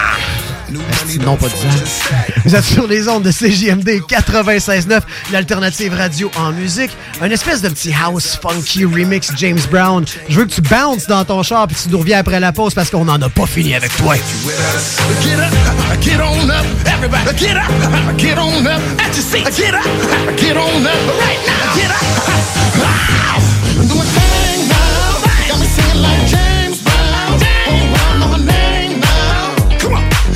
Esti, Non, pas de ça. Vous êtes sur les ondes de CJMD 96.9, l'alternative radio en musique. Un espèce de petit house funky remix James Brown. Je veux que tu bounces dans ton char puis tu nous reviens après la pause parce qu'on n'en a pas fini avec toi.
Get up, get on up, everybody. Get up, get on up, at your seat. Get up, get on up, right now. Get up. Do a thing now. Got me singing like James Brown. Oh, I know her name now. Come on. Oh,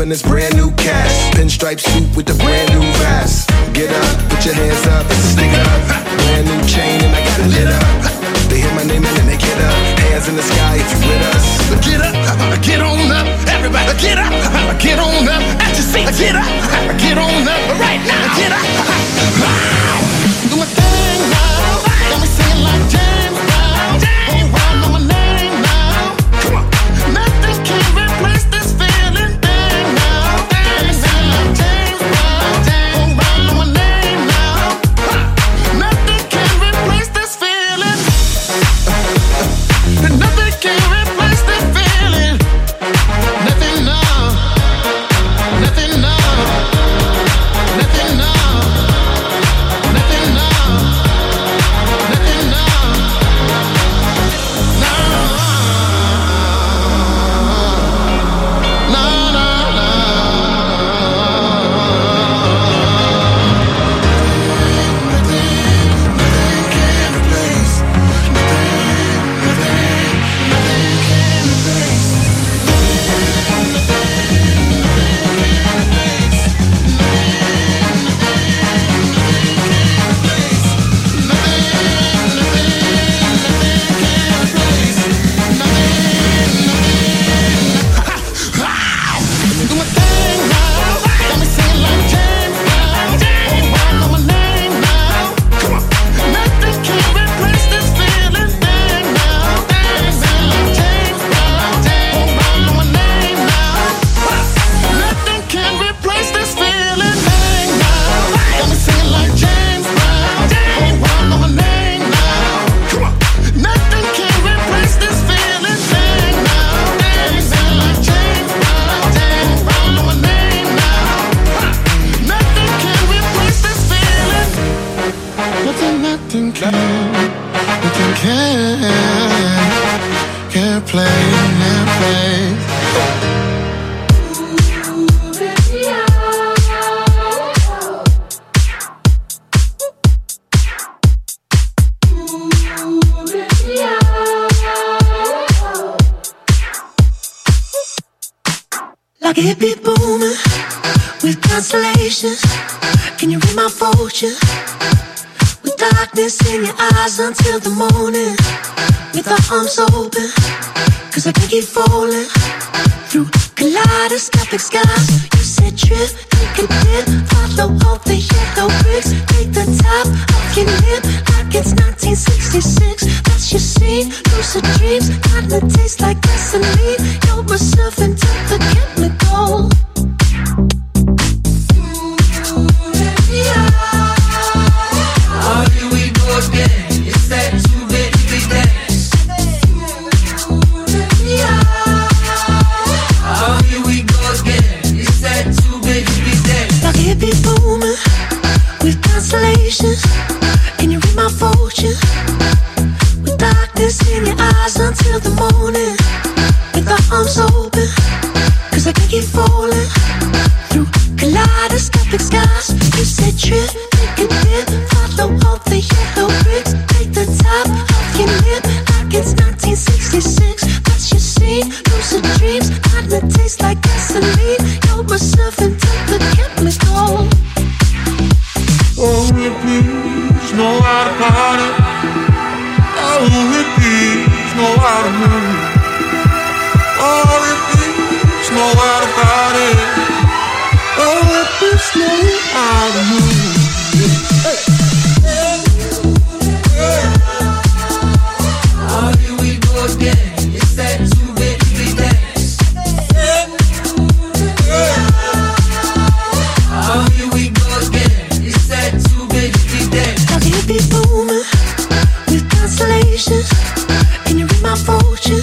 in this brand new cast. Pinstripe suit with the brand new vest. Get up, put your hands up, and stick it up. Brand new chain and I got it lit up. They hear my name and then they get up. Hands in the sky if you with us. Get up, get on up, everybody. Get up, get on up, at your seats. Get up, get on up, right now. Get up. Do my thing now. Got me singing like James Brown. Oh, I know my name now. Come on. Nothing can replace this feeling thing now. Got me singing like James Brown. Oh, I know my name now. Nothing can replace this feeling. Nothing can replace this feeling. Nothing, no. Nothing, no. Nothing, no. Nothing, no. Nothing, no. No, no, no. Nothing can replace. Nothing can, nothing can, can't play, can't play.
Like a hippie boomer with constellations. Can you read my fortune? With darkness in your eyes until the morning. With our arms open, cause I can't keep falling. Through kaleidoscopic skies, you said trip and condemn. Follow all the yellow bricks, take the top off your lip like it's 1966. That's your scene, lucid dreams, kinda taste like gasoline. You're a servant of the chemical. Mm,
How did we do again? Is that too late to dance? How did we go again? Is that too late to dance?
Like a hippie boomer with constellations. Can you read my fortune? With darkness in your eyes until the morning. With our arms open, cause I can't keep falling. Through kaleidoscopic skies, you said trip, take a dip. Follow all the yellow bricks, take the top off your lip. Like it's 1966, that's your scene. Lucid dreams, kinda taste like gasoline. You're a servant of the chemical.
Oh, hippies know how to party. Oh, hippies know how to move. Oh, hippies know how to party. Oh, hippies know how to move. How do we go again? Is that too late to be dance? How do we go again? Is that too late to be dance?
Like a hippie boomer with constellations. Can you read my fortune?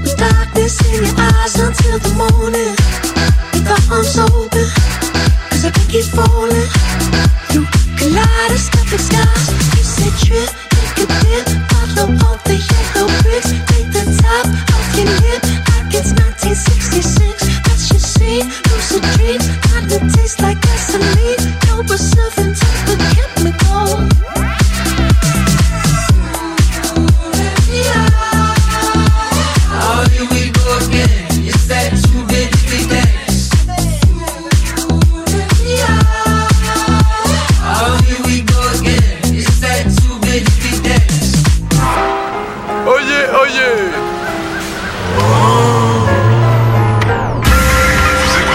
With darkness in your eyes until the morning. With our arms open, cause I can't keep falling. Through kaleidoscopic skies, you said trip, take a dip. Follow all the yellow bricks, take the top off your lip. Like it's 1966, that's your scene. Lucid dreams, kinda taste like gasoline. You're a servant of the chemical.
How do we go again? Is that too late to dance?
Oh yeah!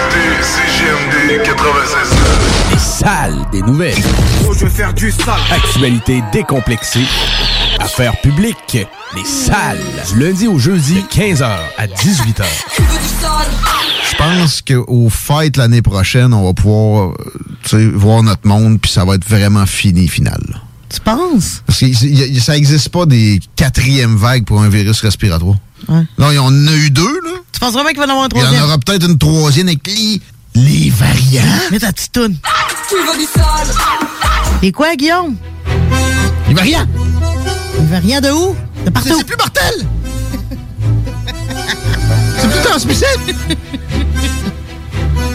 Vous écoutez CGMD 96.
Les salles des nouvelles.
Oh,
je veux faire du sale.
Actualité décomplexée. Affaires publiques. Les salles. Du lundi au jeudi, 15h à 18h.
Je pense qu'au fight l'année prochaine, on va pouvoir euh, tu sais, voir notre monde, puis ça va être vraiment fini, final.
Tu penses?
Parce que y- y- ça n'existe pas des quatrièmes vagues pour un virus respiratoire.
Ouais.
Non, il y en a eu deux, là.
Tu penses vraiment qu'il va y en avoir un
Il y
troisième?
en aura peut-être une troisième avec les, les variants.
Mets ta petite toune.
Tu veux du sale
Et quoi, Guillaume?
Il va rien.
Il va rien de où? De partout. C'est
plus mortel! C'est plus transmissible!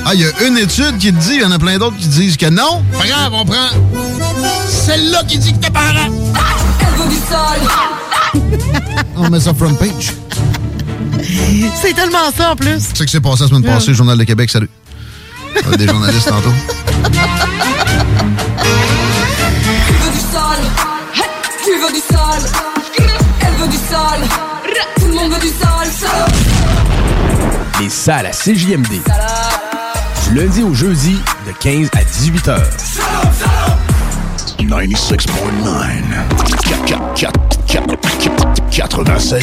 Ah, il y a une étude qui te dit, il y en a plein d'autres qui disent que non. Pas grave, on prend celle-là qui dit que t'es parent.
Elle veut du sale
On met ça front page.
C'est tellement ça en plus.
C'est ce qui s'est passé la semaine passée, le Journal de Québec, salut. On a des journalistes tantôt.
Tu veux du sale Tu veux du sale Elle veut du sale Tout le monde veut du sale sale.
Les salles à CJMD. Du lundi au jeudi, de 15 à 18h.
96.9.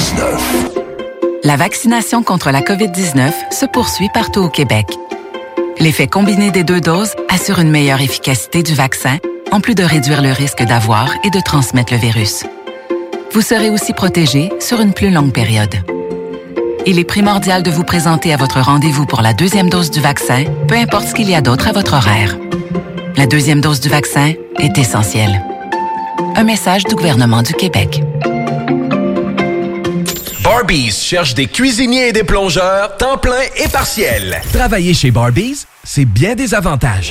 La vaccination contre la COVID-19 se poursuit partout au Québec. L'effet combiné des deux doses assure une meilleure efficacité du vaccin, en plus de réduire le risque d'avoir et de transmettre le virus. Vous serez aussi protégé sur une plus longue période. Il est primordial de vous présenter à votre rendez-vous pour la deuxième dose du vaccin, peu importe ce qu'il y a d'autre à votre horaire. La deuxième dose du vaccin est essentielle. Un message du gouvernement du Québec.
Barbies cherche des cuisiniers et des plongeurs, temps plein et partiel. Travailler chez Barbies, c'est bien des avantages.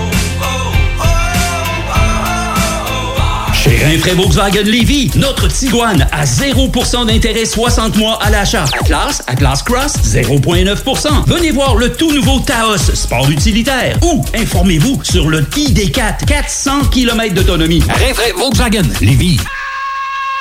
Chez Rinfraie Volkswagen Lévy, notre Tiguan à 0% d'intérêt 60 mois à l'achat. Atlas, Atlas Cross, 0,9%. Venez voir le tout nouveau Taos, sport utilitaire. Ou informez-vous sur le ID4, 400 km d'autonomie. Rinfraie Volkswagen Lévy.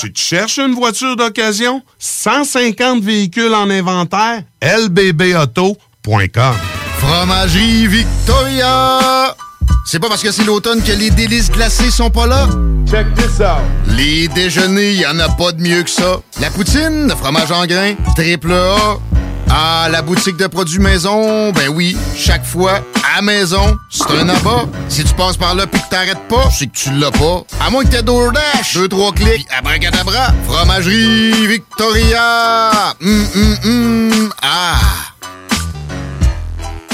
Tu te cherches une voiture d'occasion? 150 véhicules en inventaire? lbbauto.com
Fromagerie Victoria! C'est pas parce que c'est l'automne que les délices glacées sont pas là? Check this out! Les déjeuners, y en a pas de mieux que ça. La poutine, le fromage en grains, triple A. Ah, la boutique de produits maison, ben oui, chaque fois, à maison, c'est un abat. Si tu passes par là puis que t'arrêtes pas, c'est que tu l'as pas. À moins que t'aies DoorDash, deux, trois clics, puis abracadabra, fromagerie Victoria! Hum, hum, hum, ah!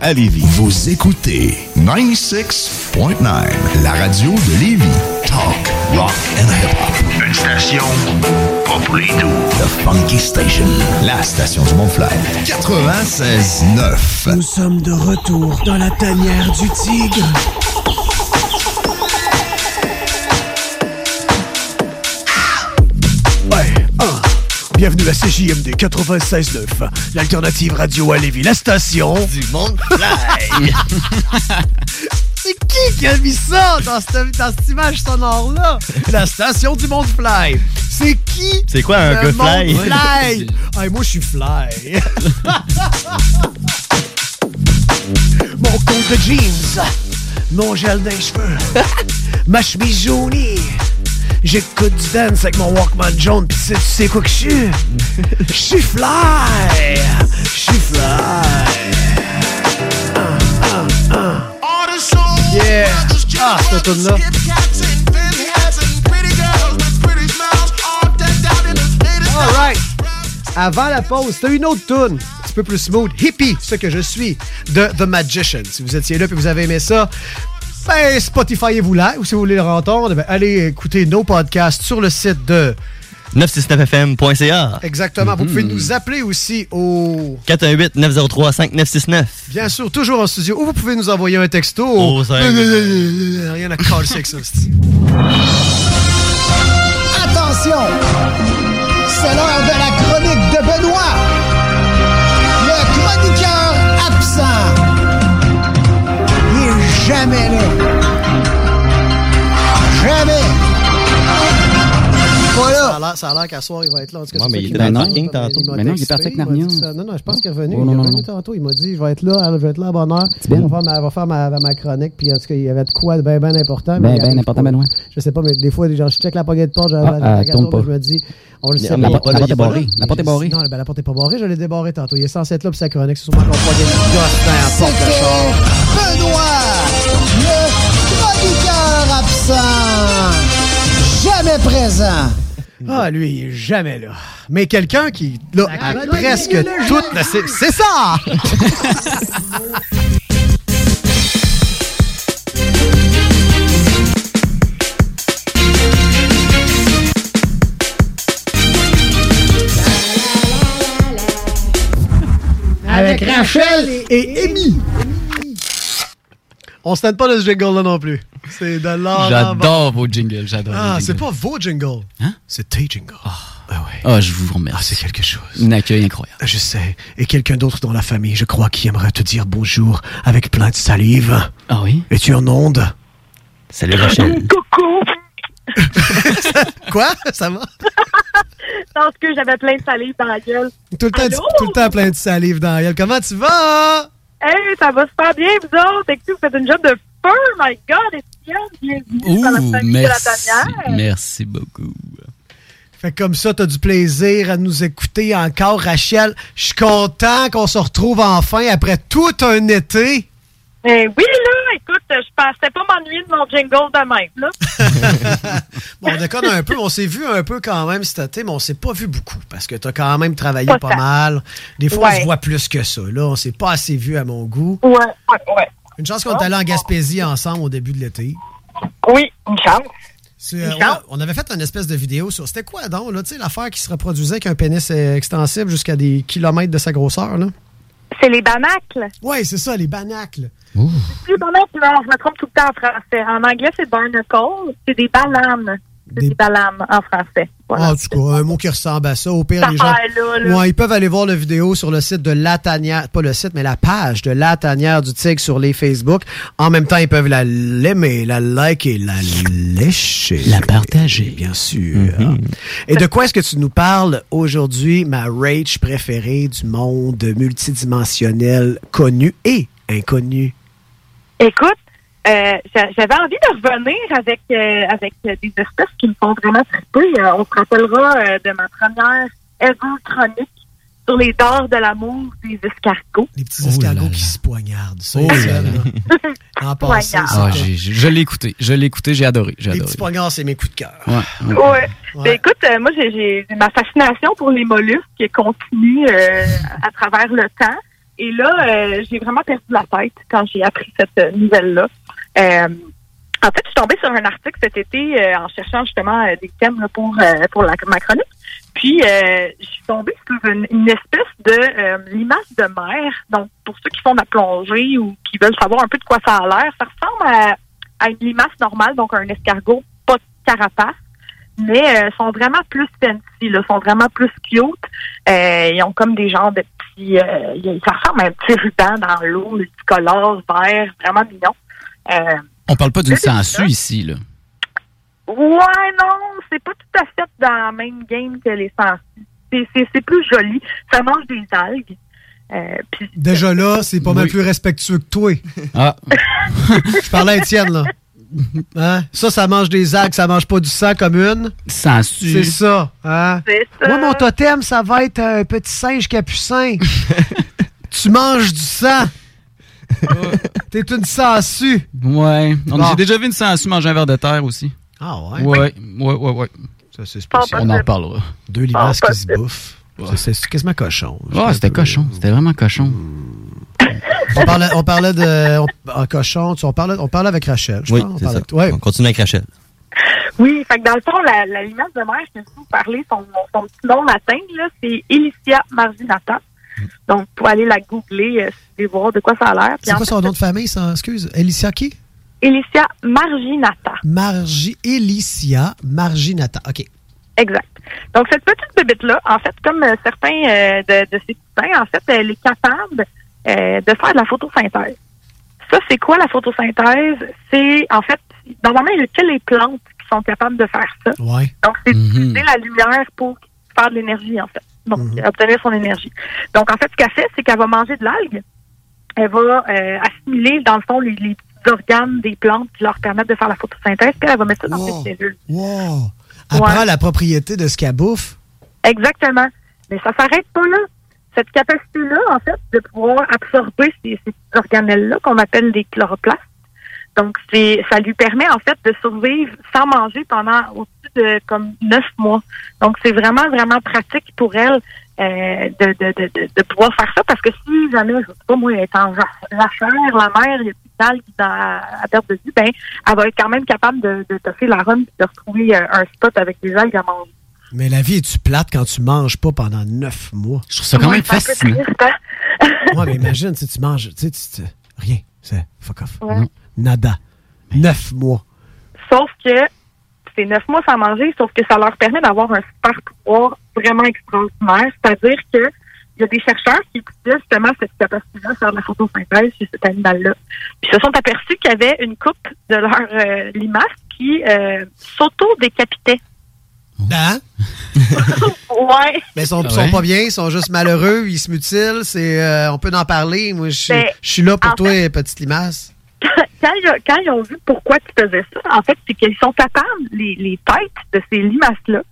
à Lévis. Vous écoutez 96.9, la radio de Lévis. Talk, rock and hip-hop. Une station pas pour les The Funky Station, la station du Mont-Flair. 96.9.
Nous sommes de retour dans la tanière du tigre.
Ouais, ah. Bienvenue à CJMD 96.9, l'alternative radio à Lévis, la station du monde fly.
C'est qui qui a mis ça dans cette, dans cette image sonore-là? La station du monde fly. C'est qui?
C'est quoi un
le
gars fly?
monde fly? Ah, et moi, je suis fly.
Mon compte de jeans, mon gel d'un cheveux, ma chemise jaunie. J'écoute du dance avec mon Walkman jaune, pis tu sais- tu sais quoi que je suis? Je suis fly! Je suis fly!
Yeah. Ah, cette tune-là. All right. Avant la pause, t'as une autre tune, un petit peu plus smooth, hippie, ce que je suis, de The Magician. Si vous étiez là et vous avez aimé ça, ben Spotify-vous là, ou si vous voulez le entendre, ben, allez écouter nos podcasts sur le site de...
969fm.ca.
Exactement. Vous pouvez nous appeler aussi au...
418-903-5969.
Bien sûr, toujours en studio, ou vous pouvez nous envoyer un texto. au-
Oh, ça-
Rien à casser avec ça, c'est-
Attention! C'est l'heure de la chronique de Benoît! Le chroniqueur absent! Il est jamais là! Jamais!
Ça a l'air- Ça a l'air qu'à soir, il va être là. En tout cas,
Ouais,
c'est
mais
ça
il
qu'il
était
m'a
dans le
dit.
parking tantôt.
Il m'a
Mais non, il est
texté,
parti avec
m'a dit
Narnia.
que ça- Non, non, je pense qu'il est revenu.
Oh,
il est
non,
revenu
non,
tantôt. Il m'a dit, je vais être là, elle va être là à bonne heure. Elle va faire ma, elle va faire ma, ma chronique. Puis en tout cas, il y avait de quoi de bien, bien important.
Ben,
mais
ben,
il-
important, Benoît.
Je sais pas, mais des fois, genre, je check la poignée de porte, je
Ah,
la
elle tombe pas.
je me dis, on le
La
sait.
porte-
mais il
la
est pas là,
porte
il
est
pas
barrée,
là.
la porte est barrée.
Non, ben, la porte est pas barrée, je l'ai débarrée tantôt. Il est censé être là pour sa chronique. C'est sûrement qu'on poignée de gosse dans la porte de char.
Benoît, le chroniqueur absent! Jamais présent!
Ah, lui, il est jamais là. Mais quelqu'un qui, là,
La
a
chronique
presque
de Jean.
toute la... C'est c'est ça! Avec Rachel et Amy. On se tente pas de ce jingle-là non plus. C'est de
Oh,
l'or.
J'adore vos jingles, j'adore.
Ah,
vos
c'est
jingles.
pas vos jingles.
Hein?
C'est tes jingles.
Ah, je vous remercie. Ah, c'est
quelque chose.
Un accueil incroyable.
Je sais. Et quelqu'un d'autre dans la famille, je crois, qui aimerait te dire bonjour avec plein de salive.
Ah oui?
Es-tu en onde?
Salut Rachel.
Quoi? Ça va?
Parce que j'avais plein de salive dans la gueule.
Tout le, temps,
Allô?
tout le temps plein de salive dans la gueule. Comment tu vas?
Hey, ça va super bien, vous autres. Écoutez, vous faites une job de feu, my God, Étienne. Bienvenue dans la
Ouh,
famille de
merci.
la tanière.
Merci beaucoup.
Fait que comme ça, t'as du plaisir à nous écouter encore, Rachel. Je suis content qu'on se retrouve enfin après tout un été.
Eh oui, là, écoute, je pensais pas m'ennuyer de mon jingle de même, là.
Bon, on déconne un peu, on s'est vu un peu quand même cet été, mais on s'est pas vu beaucoup parce que t'as quand même travaillé
Pas
pas,
tant.
mal. Des fois, on
Ouais.
se voit plus que ça. Là, on s'est pas assez vu à mon goût.
Ouais, ouais, ouais.
Une chance qu'on est allé en Gaspésie ensemble au début de l'été.
Oui, une chance.
C'est, euh, ouais, on avait fait une espèce de vidéo sur. C'était quoi donc, là? Tu sais, l'affaire qui se reproduisait avec un pénis euh, extensible jusqu'à des kilomètres de sa grosseur, là?
C'est les banacles.
Oui, c'est ça, les banacles.
Les banacles, non, je me trompe tout le temps en français. En anglais, c'est barnacle. C'est des bananes. C'est des balames en français.
Ah, En tout cas, un mot qui ressemble à ça. Au pire,
Cette
les gens.
affaire-là, Ah, là.
Ouais, ils peuvent aller voir la vidéo sur le site de La Tanière. Pas le site, mais la page de La Tanière du Tigre sur les Facebook. En même temps, ils peuvent la l'aimer, la liker, la lécher. La partager. Bien sûr. Et de quoi est-ce que tu nous parles aujourd'hui, ma rage préférée du monde multidimensionnel connu et inconnu?
Écoute, euh, j'a- j'avais envie de revenir avec, euh, avec euh, des espèces qui me font vraiment triper. Euh, on se rappellera euh, de ma première ever chronique sur les dards de l'amour des escargots.
Les petits escargots qui se poignardent.
Oh
Ça, ils aiment, hein. En passé,
Ah,
Poignards.
c'était-
j'ai- j'ai- je l'ai écouté. Je l'ai écouté, j'ai adoré. J'ai
Les
adoré.
petits poignards, c'est mes coups de cœur.
Ouais.
Ouais. Ben, écoute, euh, moi, j'ai- j'ai j'ai ma fascination pour les mollusques qui continue euh, à travers le temps. Et là, euh, j'ai vraiment perdu la tête quand j'ai appris cette euh, nouvelle-là. Euh, en fait, je suis tombée sur un article cet été euh, en cherchant justement euh, des thèmes là, pour, euh, pour la, ma chronique. Puis, euh, je suis tombée sur une, une espèce de euh, limace de mer. Donc, pour ceux qui font de la plongée ou qui veulent savoir un peu de quoi ça a l'air, ça ressemble à, à une limace normale, donc un escargot, pas de carapace mais euh, sont vraiment plus fancy, là, sont vraiment plus cute. Euh, ils ont comme des genres de petits, euh, ils ça ressemble à un petit ruban dans l'eau, multicolore, vert, vraiment mignon. Euh,
On parle pas d'une sangsue ici, là.
ouais, non, c'est pas tout à fait dans la même game que les sangsues. C'est- C'est c'est plus joli. Ça mange des algues. Euh, puis
Déjà là, c'est pas mal plus respectueux que toi.
Ah.
Je parlais à Étienne, là. Hein? Ça, ça mange des algues, ça mange pas du sang comme une.
Sangsue.
C'est ça. Hein?
C'est
ça. Moi, mon totem, ça va être un petit singe capucin. tu manges du sang. T'es une sangsue.
Ouais. On-
Bon.
J'ai déjà vu une sangsue manger un verre de terre aussi.
Ah
Ouais, ouais, ouais, ouais.
Ça, c'est
On en parlera.
Deux limaces qui se bouffent. C'est c'est quasiment cochon.
Ouais, c'était cochon. C'était vraiment cochon.
On parlait, on parlait de. on- en cochon, tu- on parlait, on parlait avec Rachel, je
Oui,
pense. Ah, On
c'est
parlait
ça.
avec toi. Ouais.
On continue avec Rachel.
Oui, fait que dans le fond, la, la limace de mer, je vais vous parler, son, son petit nom latin, là, c'est Elicia marginata.
Mm.
Donc, pour aller la googler, euh, si vous voulez voir de quoi ça a l'air. Puis
C'est
en
quoi
fait,
son nom de famille, sans excuse? Elicia qui?
Elicia marginata.
Margi, Elicia Marginata. OK.
Exact. Donc, cette petite bébête-là, en fait, comme euh, certains euh, de, de ces cousins, en fait, elle est capable euh, de faire de la photosynthèse. Ça, c'est quoi la photosynthèse? C'est, en fait, normalement, il n'y a que les plantes qui sont capables de faire ça.
Ouais.
Donc, c'est utiliser la lumière pour faire de l'énergie, en fait. Donc,
Mhm.
obtenir son énergie. Donc, en fait, ce qu'elle fait, c'est qu'elle va manger de l'algue. Elle va euh, assimiler, dans le fond, les, les petits organes des plantes qui leur permettent de faire la photosynthèse, puis elle va mettre ça dans
Wow.
ses cellules.
Wow! Apprends la propriété de ce qu'elle bouffe.
Exactement. Mais ça s'arrête pas là. Cette capacité-là, en fait, de pouvoir absorber ces, ces petits organelles-là qu'on appelle des chloroplastes. Donc, c'est, ça lui permet, en fait, de survivre sans manger pendant au-dessus de comme neuf mois. Donc, c'est vraiment, vraiment pratique pour elle euh, de, de, de, de, de pouvoir faire ça parce que si jamais, je sais pas, moi, elle est en jachère, la mère, il y a plus d'algues dans- à perte de vue, ben, elle va être quand même capable de, de toffer la run et de retrouver euh, un spot avec des algues à manger.
Mais la vie est-tu plate quand tu manges pas pendant neuf mois? Je trouve
ça quand Ouais, même c'est un peu fascinant. triste,
ouais, mais imagine, si tu manges, tu sais, tu- tu- rien. C'est fuck off.
Ouais.
Non. Nada. Neuf mois.
Sauf que c'est neuf mois sans manger, sauf que ça leur permet d'avoir un super pouvoir vraiment extraordinaire. C'est-à-dire que il y a des chercheurs qui étudiaient justement cette capacité-là à faire de la photosynthèse chez cet animal-là. Puis ils se sont aperçus qu'il y avait une coupe de leur euh, limace qui euh, s'auto-décapitait.
Hein?
Ouais.
Mais ils sont,
Ah
sont
ouais?
pas bien, ils sont juste malheureux, ils se mutilent. C'est, euh, on peut en parler. Moi, je suis-
Ben,
je suis là pour
en
toi, petite limace.
quand, ils ont- quand ils ont vu pourquoi tu faisais ça, en fait, c'est qu'ils sont capables, les, les têtes de ces limaces-là,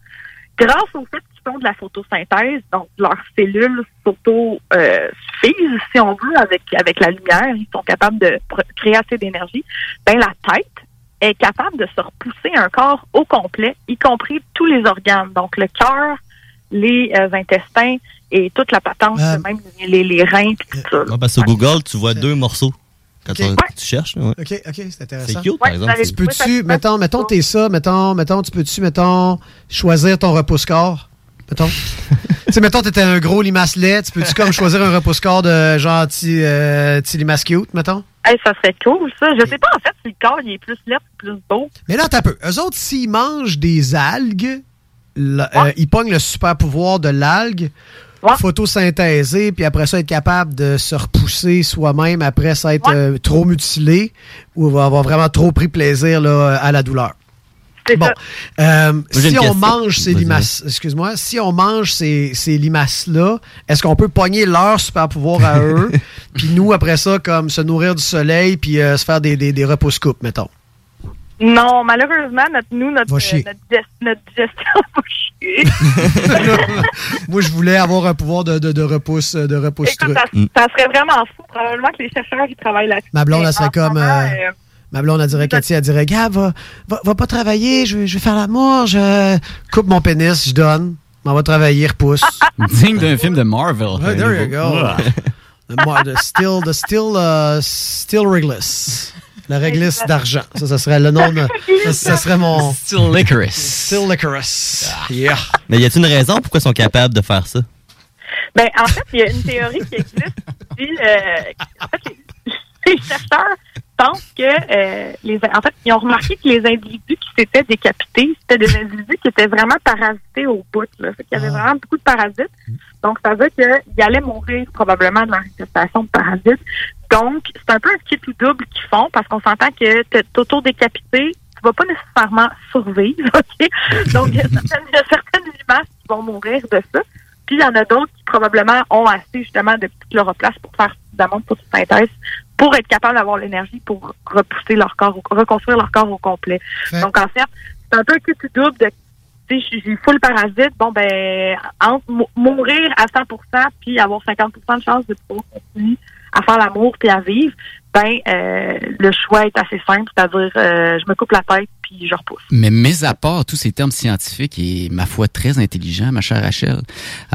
grâce au fait qu'ils font de la photosynthèse, donc leurs cellules s'auto-suffisent, si on veut, avec, avec la lumière, ils sont capables de pr- créer assez d'énergie, ben la tête est capable de se repousser un corps au complet, y compris tous les organes, donc le cœur, les euh, intestins et toute la patente,
Euh.
même les, les reins, puis tout ça. là.
Ouais, parce
Ah,
que sur Google, tu vois deux morceaux quand
Ok.
on-
Ouais.
tu cherches. ouais.
OK, OK, c'est intéressant.
C'est cute, par Ouais, exemple. vous allez
Tu
trouver
peux-tu, mettons, mettons, t'es ça, mettons, mettons, tu peux-tu, mettons, choisir ton repousse-corps? Mettons. Tu sais, mettons, t'étais un gros limace laid, tu peux-tu comme choisir un repousse-corps de genre petit euh, petit limace cute, mettons?
Hey, ça serait cool, ça. Je sais pas, en fait, si le corps il est plus laid ou plus beau.
Mais là, t'as peu. Eux autres, s'ils mangent des algues, la- euh, ils pognent le super pouvoir de l'algue, photosynthésée, puis après ça, être capable de se repousser soi-même après s'être euh, trop mutilé ou avoir vraiment trop pris plaisir là, à la douleur. Bon, Euh,
j'ai
si
une
on
question.
mange ces
Vas-y,
limaces, excuse-moi, si on mange ces, ces limaces-là, est-ce qu'on peut pogner leur super pouvoir à eux, puis nous après ça comme se nourrir du soleil, puis euh, se faire des, des, des repousses-coupes, mettons.
Non, malheureusement, notre, nous, notre,
Va
euh,
chier.
notre, digest- notre digestion va chier.
Moi, je voulais avoir un pouvoir de, de, de repousse, de repousse
Écoute, ça,
Mm.
ça serait vraiment fou. Probablement que les chercheurs qui travaillent là-dessus.
Ma blonde,
mais
elle serait
en ce
comme.
moment,
euh,
euh,
ma blonde, elle dirait, Cathy, elle dirait, gars, va, va, va pas travailler, je, vais- je vais faire l'amour, je coupe mon pénis, je donne, m'en va travailler, repousse.
Digne d'un film de Marvel.
Ouais, there you go. The mo- the still, the still, uh, still réglisse. La réglisse d'argent. Ça, ça serait le nom de. Ça, ça serait mon.
Still licorice.
Still licorice. Yeah.
Mais y a-t-il une raison pourquoi ils sont capables de faire ça?
Ben, en fait, il y a une théorie qui existe qui dit, euh, en fait, les, les chercheurs pensent que euh, les, en fait, ils ont remarqué que les individus qui s'étaient décapités, c'était des individus qui étaient vraiment parasités au bout. Là. Fait qu'il y avait vraiment beaucoup de parasites. Donc, ça veut dire qu'ils allaient mourir probablement de l'infestation de parasites. Donc, c'est un peu un kit ou double qu'ils font parce qu'on s'entend que t'es auto-décapité, tu vas pas nécessairement survivre. ok? Donc, il y a certaines, il y a certaines limaces qui vont mourir de ça. Puis il y en a d'autres qui probablement ont assez justement de petits chloroplasts pour faire suffisamment de photosynthèse pour être capable d'avoir l'énergie pour repousser leur corps, au- reconstruire leur corps au complet.
Fait-
Donc en fait, c'est un peu que tu double de tu sais, j'ai- j'ai full parasite, bon ben entre mou- mourir à 100% puis avoir 50% de chance de pouvoir continuer à faire l'amour puis à vivre, ben euh, le choix est assez simple, c'est-à-dire euh, je me coupe la tête puis je repousse.
Mais mis à part tous ces termes scientifiques et ma foi très intelligent, ma chère Rachel,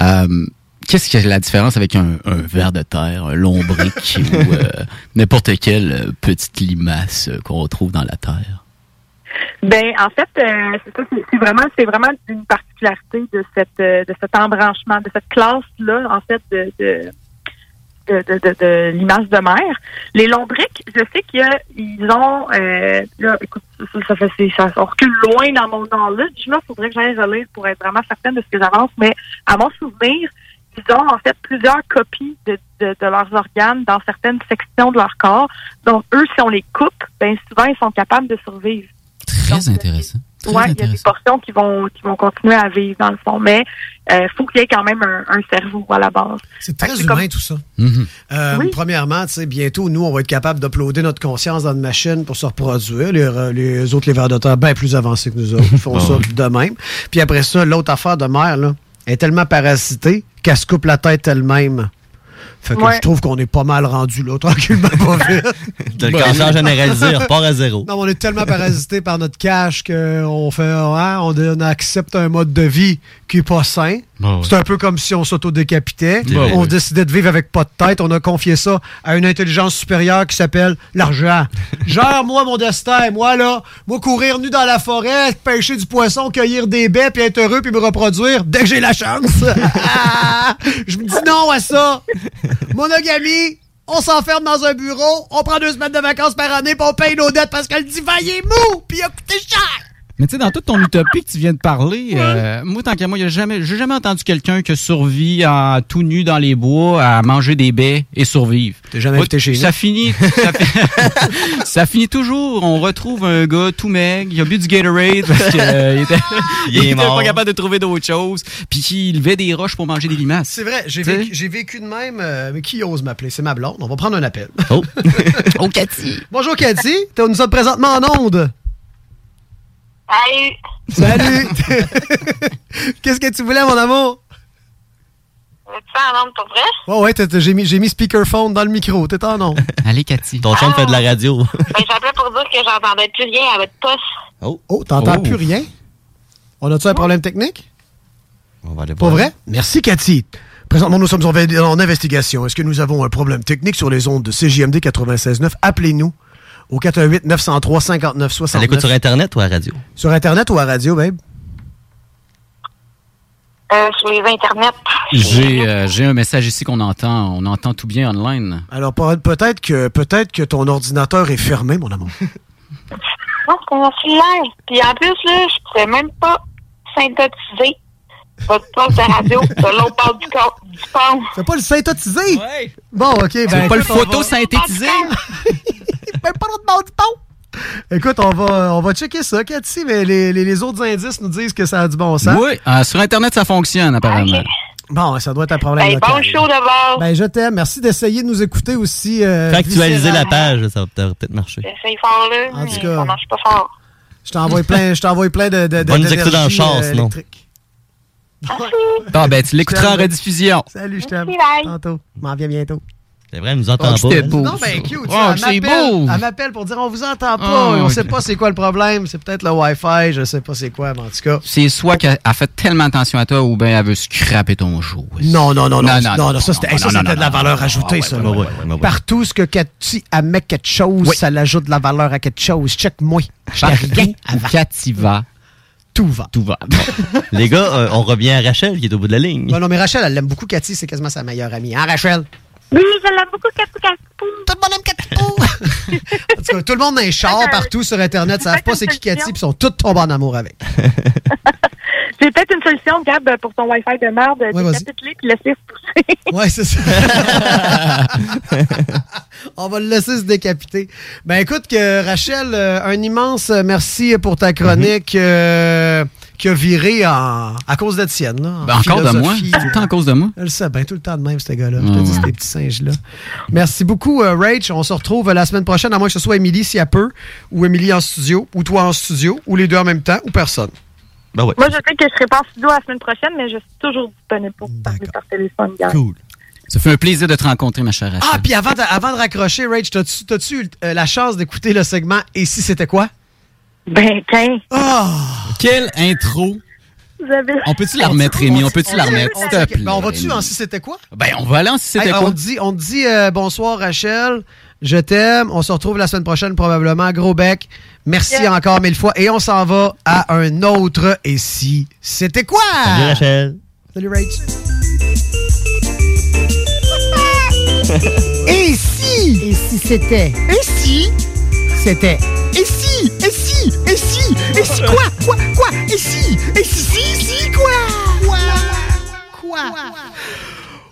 euh, qu'est-ce que la différence avec un, un ver de terre, un lombric ou euh, n'importe quelle euh, petite limace euh, qu'on retrouve dans la terre?
Ben, en fait, euh, c'est ça, c'est- c'est vraiment, c'est vraiment une particularité de cette, euh, de cet embranchement, de cette classe-là, en fait, de, de, de, de, de- de l'image de mer. Les lombrics, je sais qu'ils ont, euh, là, écoute, ça, ça fait, c'est- ça, on recule loin dans mon knowledge, là, faudrait que j'aille relire pour être vraiment certaine de ce que j'avance, mais à mon souvenir, ils ont en fait plusieurs copies de, de- de leurs organes dans certaines sections de leur corps. Donc, eux, si on les coupe, ben souvent, ils sont capables de survivre.
Très intéressant. Très
Oui, il y a des portions qui vont qui vont continuer à vivre dans le fond, mais euh, faut qu'il y ait quand même un, un cerveau à la base.
C'est très humain tout ça.
Mhm.
Euh, Premièrement, tu sais, bientôt, nous, on va être capable d'uploader notre conscience dans une machine pour se reproduire. Les, re- les autres, les vers de terre, bien plus avancés que nous autres, font
Bon.
ça de même. Puis après ça, l'autre affaire de mère, là, est tellement parasitée qu'elle se coupe la tête elle-même. Fait que
Ouais.
je trouve qu'on est pas mal rendu là, tranquillement, pas vite.
Le cancer généralisé, il repart à zéro.
Non, mais on est tellement parasité par notre cash qu'on fait, hein, on, on accepte un mode de vie qui est pas sain.
Bah ouais.
C'est un peu comme si on s'autodécapitait.
Bah
on
ouais.
décidait de vivre avec pas de tête. On a confié ça à une intelligence supérieure qui s'appelle l'argent. Genre, moi, mon destin, moi, là, moi, courir nu dans la forêt, pêcher du poisson, cueillir des baies, puis être heureux, puis me reproduire dès que j'ai la chance. Je me dis non à ça. Monogamie, on s'enferme dans un bureau, on prend deux semaines de vacances par année, puis on paye nos dettes parce que le divan, il est mou, puis il a coûté cher.
Mais tu sais, dans toute ton utopie que tu viens de parler, euh, moi, tant qu'à moi, y a jamais- j'ai jamais entendu quelqu'un qui survit en tout nu dans les bois à manger des baies et survivre.
T'es jamais
Moi,
invité chez
ça
nous.
finit, ça, fi- ça finit toujours. On retrouve un gars tout meg, il a bu du Gatorade parce qu'il était,
Il est
il était
mort.
pas capable de trouver d'autre chose, puis qui levait des roches pour manger des limaces.
C'est vrai, j'ai
Tu sais?
vécu, j'ai vécu de même. euh, mais qui ose m'appeler? C'est ma blonde. On va prendre un appel.
Oh. oh, Cathy.
Bonjour, Cathy. T'es- Nous sommes présentement en onde.
Salut!
Salut. Qu'est-ce que tu voulais, mon amour?
Veux-tu faire un homme hein, pour vrai?
Ouais, ouais, t'as- t'as- j'ai mis, j'ai mis speakerphone dans le micro. T'es en onde.
Allez, Cathy.
Ton chum fait de la radio.
Ben, j'appelais pour dire que j'entendais plus rien à votre poste.
Oh,
T'entends
Oh.
plus rien? On a-tu un problème technique?
On va aller
Pas
voir.
vrai? Merci, Cathy. Présentement, nous sommes en, veille- en investigation. Est-ce que nous avons un problème technique sur les ondes de CJMD 96.9? Appelez-nous au 418-903-5969.
Ça l'écoute sur Internet ou à la radio?
Sur Internet ou à radio, babe?
Euh, euh, sur les internets.
J'ai euh, j'ai un message ici qu'on entend. On entend tout bien online.
Alors pe- peut-être que peut-être que ton ordinateur est fermé, mon amour.
Non, c'est mon cellulaire. Puis en plus, là, je pourrais même pas synthétiser votre poste de radio de l'autre bord du corps.
C'est pas le synthétisé? Bon, OK. Ben,
C'est pas le
écoute, on va-
photosynthétisé?
ben, pas l'autre bord du pont. Écoute, on va, euh, on va checker ça, Cathy, mais les, les- les autres indices nous disent que ça a du bon sens.
Oui, euh, sur Internet, ça fonctionne apparemment.
Bon, ça doit être un problème
Ben,
local.
bon show
d'abord.
Ben, je t'aime. Merci d'essayer de nous écouter aussi. euh,
Fait actualiser la
viscéralement.
page, ça va peut-être marcher.
J'essaye fort, là,
En
mais
tout cas.
ça marche pas fort.
Je t'envoie plein, je t'envoie plein de, de, de-
Va nous écouter dans le
d'énergie,
char,
euh,
sinon.
électrique.
Bon, ben, tu l'écouteras en
Salut.
rediffusion.
Salut, je t'aime. Tantôt. M'en viens bientôt.
C'est vrai, elle nous entend
Oh,
pas. hein.
c'était beau,
Non, ben, cute.
Oh,
ça, elle
c'est
m'appelle-
beau.
Elle m'appelle pour dire on vous entend
Ah,
pas. on
ok.
sait pas c'est quoi le problème. C'est peut-être le Wi-Fi. Je sais pas c'est quoi, mais en tout cas.
C'est soit qu'elle a fait tellement attention à toi ou bien elle veut scraper ton jour.
Non, non, non, non. Non, non, ça, c'était- hey, ça, c'était de la valeur ajoutée, ça, là. Partout ce que Cathy elle met quelque chose, ça l'ajoute de la valeur à quelque chose. Check-moi. Je
Partout
rien
où Cathy va.
Tout va.
Tout va.
Les gars, euh, on revient à Rachel qui est au bout de la ligne.
Non, non, mais Rachel, elle l'aime beaucoup, Cathy. C'est quasiment sa meilleure amie. Hein, Rachel?
Oui, je l'aime beaucoup, Cathy. Tout
le monde aime Cathy. en tout cas, tout le monde dans les chars, partout sur Internet, savent pas c'est qui Cathy, puis sont tous tombés en amour avec.
J'ai peut-être une solution, Gab, pour ton Wi-Fi de merde.
Ouais, vas-y.
Décapite-les puis laisse-les se pousser.
Ouais, c'est ça. On va le laisser se décapiter. Ben écoute, que Rachel, euh, un immense merci pour ta chronique
Mhm.
euh, qui a viré en, à cause de tienne. là, en
Ben, encore de moi?
philosophie.
Tout le temps à cause de moi?
Je le sais, ben tout le temps de même, ce gars-là. Je
Ah
te dis,
ouais.
ces petits singes-là. Merci beaucoup, euh, Rach. On se retrouve la semaine prochaine, à moins que ce soit Émilie, si elle peut, ou Émilie en studio, ou toi en studio, ou les deux en même temps, ou personne.
Ben ouais.
Moi, je sais que je serai pas en studio la semaine prochaine, mais je suis toujours disponible pour parler par téléphone, Gab.
Cool. Ça fait un plaisir de te rencontrer, ma chère Rachel.
Ah, puis avant de, avant de raccrocher, Rach, t'as-tu, t'as-tu eu euh, la chance d'écouter le segment Et si c'était quoi? Ah!
Ben, tiens.
Quelle intro!
Vous avez-
On peut-tu la remettre, Rémi? On peut-tu la remettre, s'il te plaît?
Ben, on va-tu
Rémi?
en si c'était quoi?
Ben, on va aller en si c'était
Hey,
quoi?
On te dit, on te dit euh, bonsoir, Rachel. Je t'aime. On se retrouve la semaine prochaine, probablement. Gros bec. Merci encore mille fois. Et on s'en va à un autre. Et si c'était quoi?
Salut, Rachel.
Salut, Rach. Et si? Et si c'était? Et si? C'était.
Et si, et si, et si, et si quoi, quoi, quoi, et si, et si, si, si, quoi, quoi, quoi,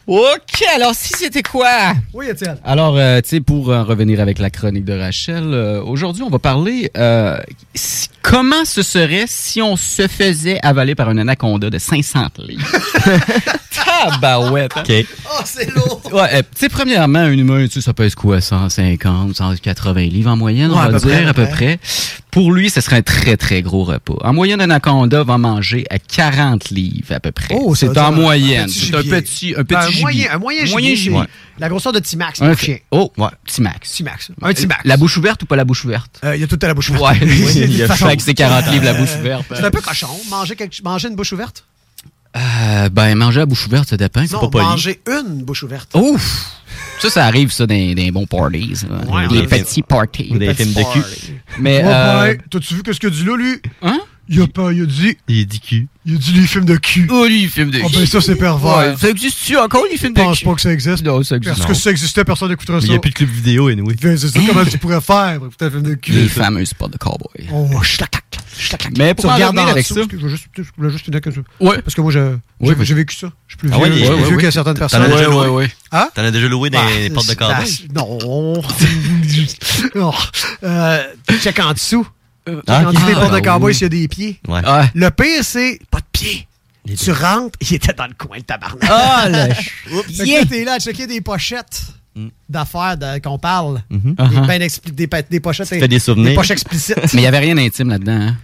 OK, alors si c'était quoi?
Oui, Étienne.
Alors, euh, tu sais, pour en revenir avec la chronique de Rachel, euh, aujourd'hui, on va parler euh, si- comment ce serait si on se faisait avaler par un anaconda de 500 livres. Tabarouette. hein?
Oh,
Mm.
c'est lourd.
Ouais, euh, tu sais, premièrement, un humain, tu sais, ça pèse quoi? 150, 180 livres en moyenne,
Ouais,
on
à
va
peu
dire,
près,
à peu
ouais.
près. Pour lui, ce serait un très, très gros repas. En moyenne, un anaconda va manger à 40 livres, à peu près.
Oh, ça
c'est
veut dire
en
un- un
moyenne.
petit
C'est un
gibier.
petit, un petit
Ben, un
gibier.
moyen- un moyen gibier,
gibier.
c'est La grosseur de T-Max,
Un
mon
fait-
chien.
Oh, ouais. T-Max.
T-Max. Un T-Max.
La bouche ouverte ou pas la bouche ouverte?
Il y a tout à la bouche ouverte.
Ouais, il y a
Façon.
fait que c'est 40 livres la bouche ouverte.
C'est un peu cochon. Manger, quelque- manger une bouche ouverte?
Euh, ben, manger à bouche ouverte, ça dépend. C'est
Non,
pas poli.
manger une bouche ouverte.
Ouf! Ça, ça arrive, ça, dans dans les bons parties. ça.
Ouais,
des
ouais.
petits parties.
Des Des films petits de cul. parties.
Mais,
Ouais,
euh,
ouais. T'as-tu vu qu'est-ce qu'il a dit là, lui?
Hein?
Il a pas, il a dit.
Il dit cul.
Il a dit les films de cul.
Oh, lui, il filme de
Ah, ben ça, c'est pervers.
Ouais, ça existe-tu encore, les films de cul?
Je pense pas que ça existe.
Non, ça
Parce que si ça existait, personne n'écouterait ça.
Il n'y a plus de club vidéo, anyway.
Ben, C'est ça, comment tu pourrais faire pour écouter un film de cul?
Les fameux spots de cowboy.
Oh, chlac, chlac, chlac.
Mais pour
Tu
en
regardes
revenir
en
avec
dessous,
ça-
parce que Je veux juste- je voulais juste te dire que
Ouais.
Parce que moi, je-
Ouais,
j'ai
mais-
j'ai vécu ça. Je suis plus
Ah
vieux
ouais,
je suis
ouais,
plus vieux
ouais,
que
ouais.
certaines
T'en
personnes.
as déjà loué.
Hein? Bah,
T'en as déjà loué dans les portes de cowboy.
Non. Non. Euh, check en dessous. Check
Ah,
en dessous des
ah,
portes de
bah
cowboy
oui.
s'il y a des pieds.
Ouais.
Le pire, c'est pas de pieds. Tu rentres, il était dans le coin, le tabarnak.
Ah, le
Oups. Fait que
Yeah.
là, t'es là à checker des pochettes d'affaires de- qu'on parle.
Mhm.
Des,
Uh-huh.
ben expli- des, pa- des pochettes.
Tu te fais des souvenirs.
Des poches explicites.
Mais il n'y avait rien d'intime là-dedans. Hein?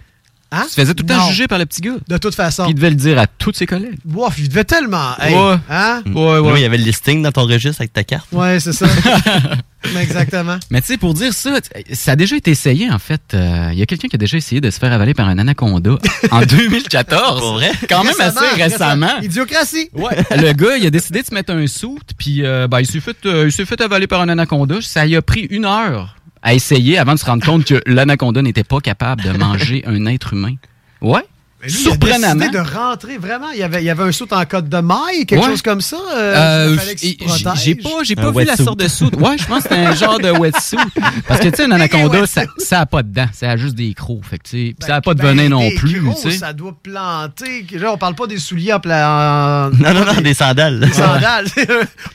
Hein?
Tu te faisais tout le temps
Non.
juger par le petit gars.
De toute façon.
Puis il devait le dire à tous ses collègues.
Ouf, il devait tellement. hey,
Ouais.
Hein?
Là, Mm. il y avait le listing dans ton registre avec ta carte.
Ouais, c'est ça. Mais exactement.
Mais tu sais, pour dire ça, t- euh, ça a déjà été essayé, en fait. Euh, Il y a quelqu'un qui a déjà essayé de se faire avaler par un anaconda en 2014.
Pour vrai?
Quand même assez récemment.
Idiocratie.
Ouais. Le gars, il a décidé de se mettre un soute, puis euh, ben, il s'est fait, euh, il s'est fait avaler par un anaconda. Ça y a pris une heure à essayer avant de se rendre compte que l'anaconda n'était pas capable de manger un être humain. Ouais.
lui, Il
surprenamment.
a décidé de rentrer vraiment. Il y avait, il y avait un saut en code de maille, quelque
Ouais.
chose comme ça.
Euh,
euh, fallait qu'il se
j-
protège.
j'ai pas, j'ai pas vu la sorte de soude. Ouais, je pense que c'était un genre de wetsuit. Parce que, tu sais, un anaconda, ça, ça a pas de dents. Ça a juste des crocs. Fait que, tu sais, puis ça a pas de
Ben,
venin non
des
plus,
gros,
tu sais.
Ça doit planter. Là, on parle pas des souliers en pla- en-
Non, non, non, des sandales.
Des sandales.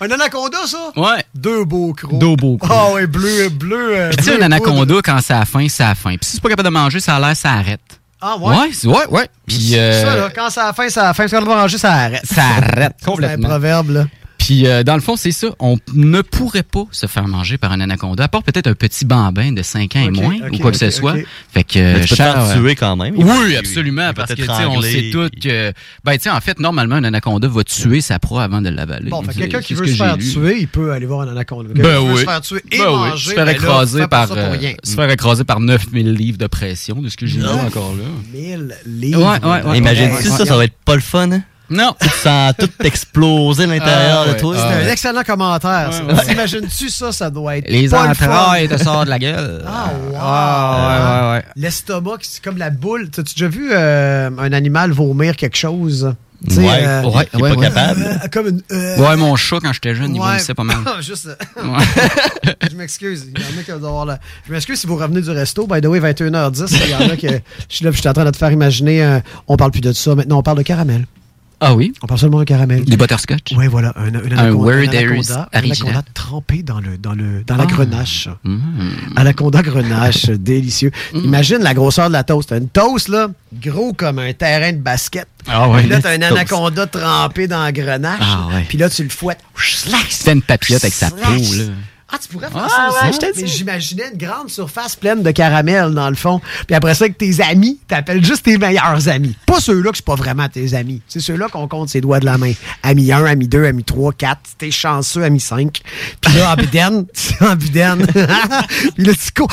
un anaconda, ça?
Ouais.
Deux beaux crocs.
Deux beaux crocs.
Ah ouais, bleu, bleu. euh,
Puis, tu sais,
bleu
un anaconda, quand ça a faim, ça a faim. Puis, si c'est pas capable de manger, ça a l'air, ça arrête.
Ah ouais?
Ouais, c'est- ouais, ouais. Puis, euh,
Ça, là, quand ça a faim, ça a faim. Parce qu'on va manger, ça arrête.
ça arrête
C'est un
complètement.
proverbe, là.
Puis, euh, dans le fond, c'est ça. On ne pourrait pas se faire manger par un anaconda, à part peut-être un petit bambin de 5 ans
Ok,
et moins,
ok,
ou quoi que
ok,
ce soit.
ok.
Fait que,
Mais tu peux te
Charles,
faire
euh,
tuer quand même.
Oui,
Il-
absolument,
il peut
parce que,
être
tu sais, on
anglais,
sait tous que... Ben, tu sais, en fait, normalement, un anaconda va tuer sa proie avant de l'avaler.
Bon, fait que
C'est-
quelqu'un
c'est
qui
ce
veut
que
se
j'ai
faire
lu.
tuer, il peut aller voir un anaconda. Quelqu'un
Ben
qui veut
oui.
se faire tuer et
Ben oui.
manger,
se
ben
faire
là,
écraser
fais pas
par
ça pour
euh,
rien.
se faire écraser par 9000 livres de pression de ce que j'ai lu
Neuf
encore là.
1000
Ouais, ouais, ouais.
Imagine-tu
Ouais,
ça,
ouais.
ça va être pas le fun. hein?
Non.
Tu te sens tout exploser l'intérieur
Ah,
de
ouais.
toi.
Ah,
C'est un
ouais.
excellent commentaire, ça.
Ouais, ouais.
T'imagines-tu ça, ça doit être.
Les
pas le fun.
entrailles te sortent de la gueule.
Ah, wow.
Ah, ouais, ouais, ouais.
L'estomac, c'est comme la boule. T'as-tu déjà vu euh, un animal vomir quelque chose? Tu sais,
Ouais, ouais, Il est ouais, pas ouais. capable.
Euh, comme une. euh,
Ouais, mon chat, quand j'étais jeune, il
ouais. Ah,
vomissait pas mal.
Juste. euh,
Ouais.
je m'excuse. Il y en a qui doivent avoir la- Je m'excuse si vous revenez du resto. By the way, 21h10. Il y en a que. Je suis là, puis je suis en train de te faire imaginer. euh, on parle plus de ça. Maintenant, on parle de caramel.
Ah oui?
On parle seulement de caramel.
Du butterscotch?
Oui, voilà. Un, un
Un
anaconda-
Where
un
There is
anaconda- un
original. Ah. Mm.
anaconda trempé dans, le, dans, le, dans la grenache. Anaconda grenache, délicieux. Imagine la grosseur de la toast. Une toast, là, gros comme un terrain de basket.
Ah ouais,
Puis là,
une
t'as un
petite toast.
anaconda trempé dans la grenache.
Ah ouais.
Puis là, tu le fouettes. Slash!
C'était une papillote avec sa peau,
Slash!
là.
Ah, tu pourrais faire
Ah
ça aussi.
ouais, je te le
Mais
dis.
J'imaginais une grande surface pleine de caramel, dans le fond. Puis après ça, que tes amis, t'appelles juste tes meilleurs amis. Pas ceux-là que c'est pas vraiment tes amis. C'est ceux-là qu'on compte ses doigts de la main. Ami 1, ami 2, ami 3, 4. Si T'es chanceux, ami 5. Puis là, en bidaine, tu en bidaine. Puis là, tu cours.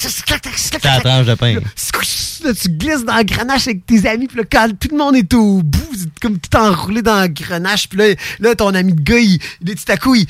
C'est
la tranche de pain.
Là, tu glisses dans le grenache avec tes amis, puis là, quand tout le monde est au bout, c'est comme tout enroulé dans le grenache, puis là, là, ton ami de gars, il, il est tout à coup, il,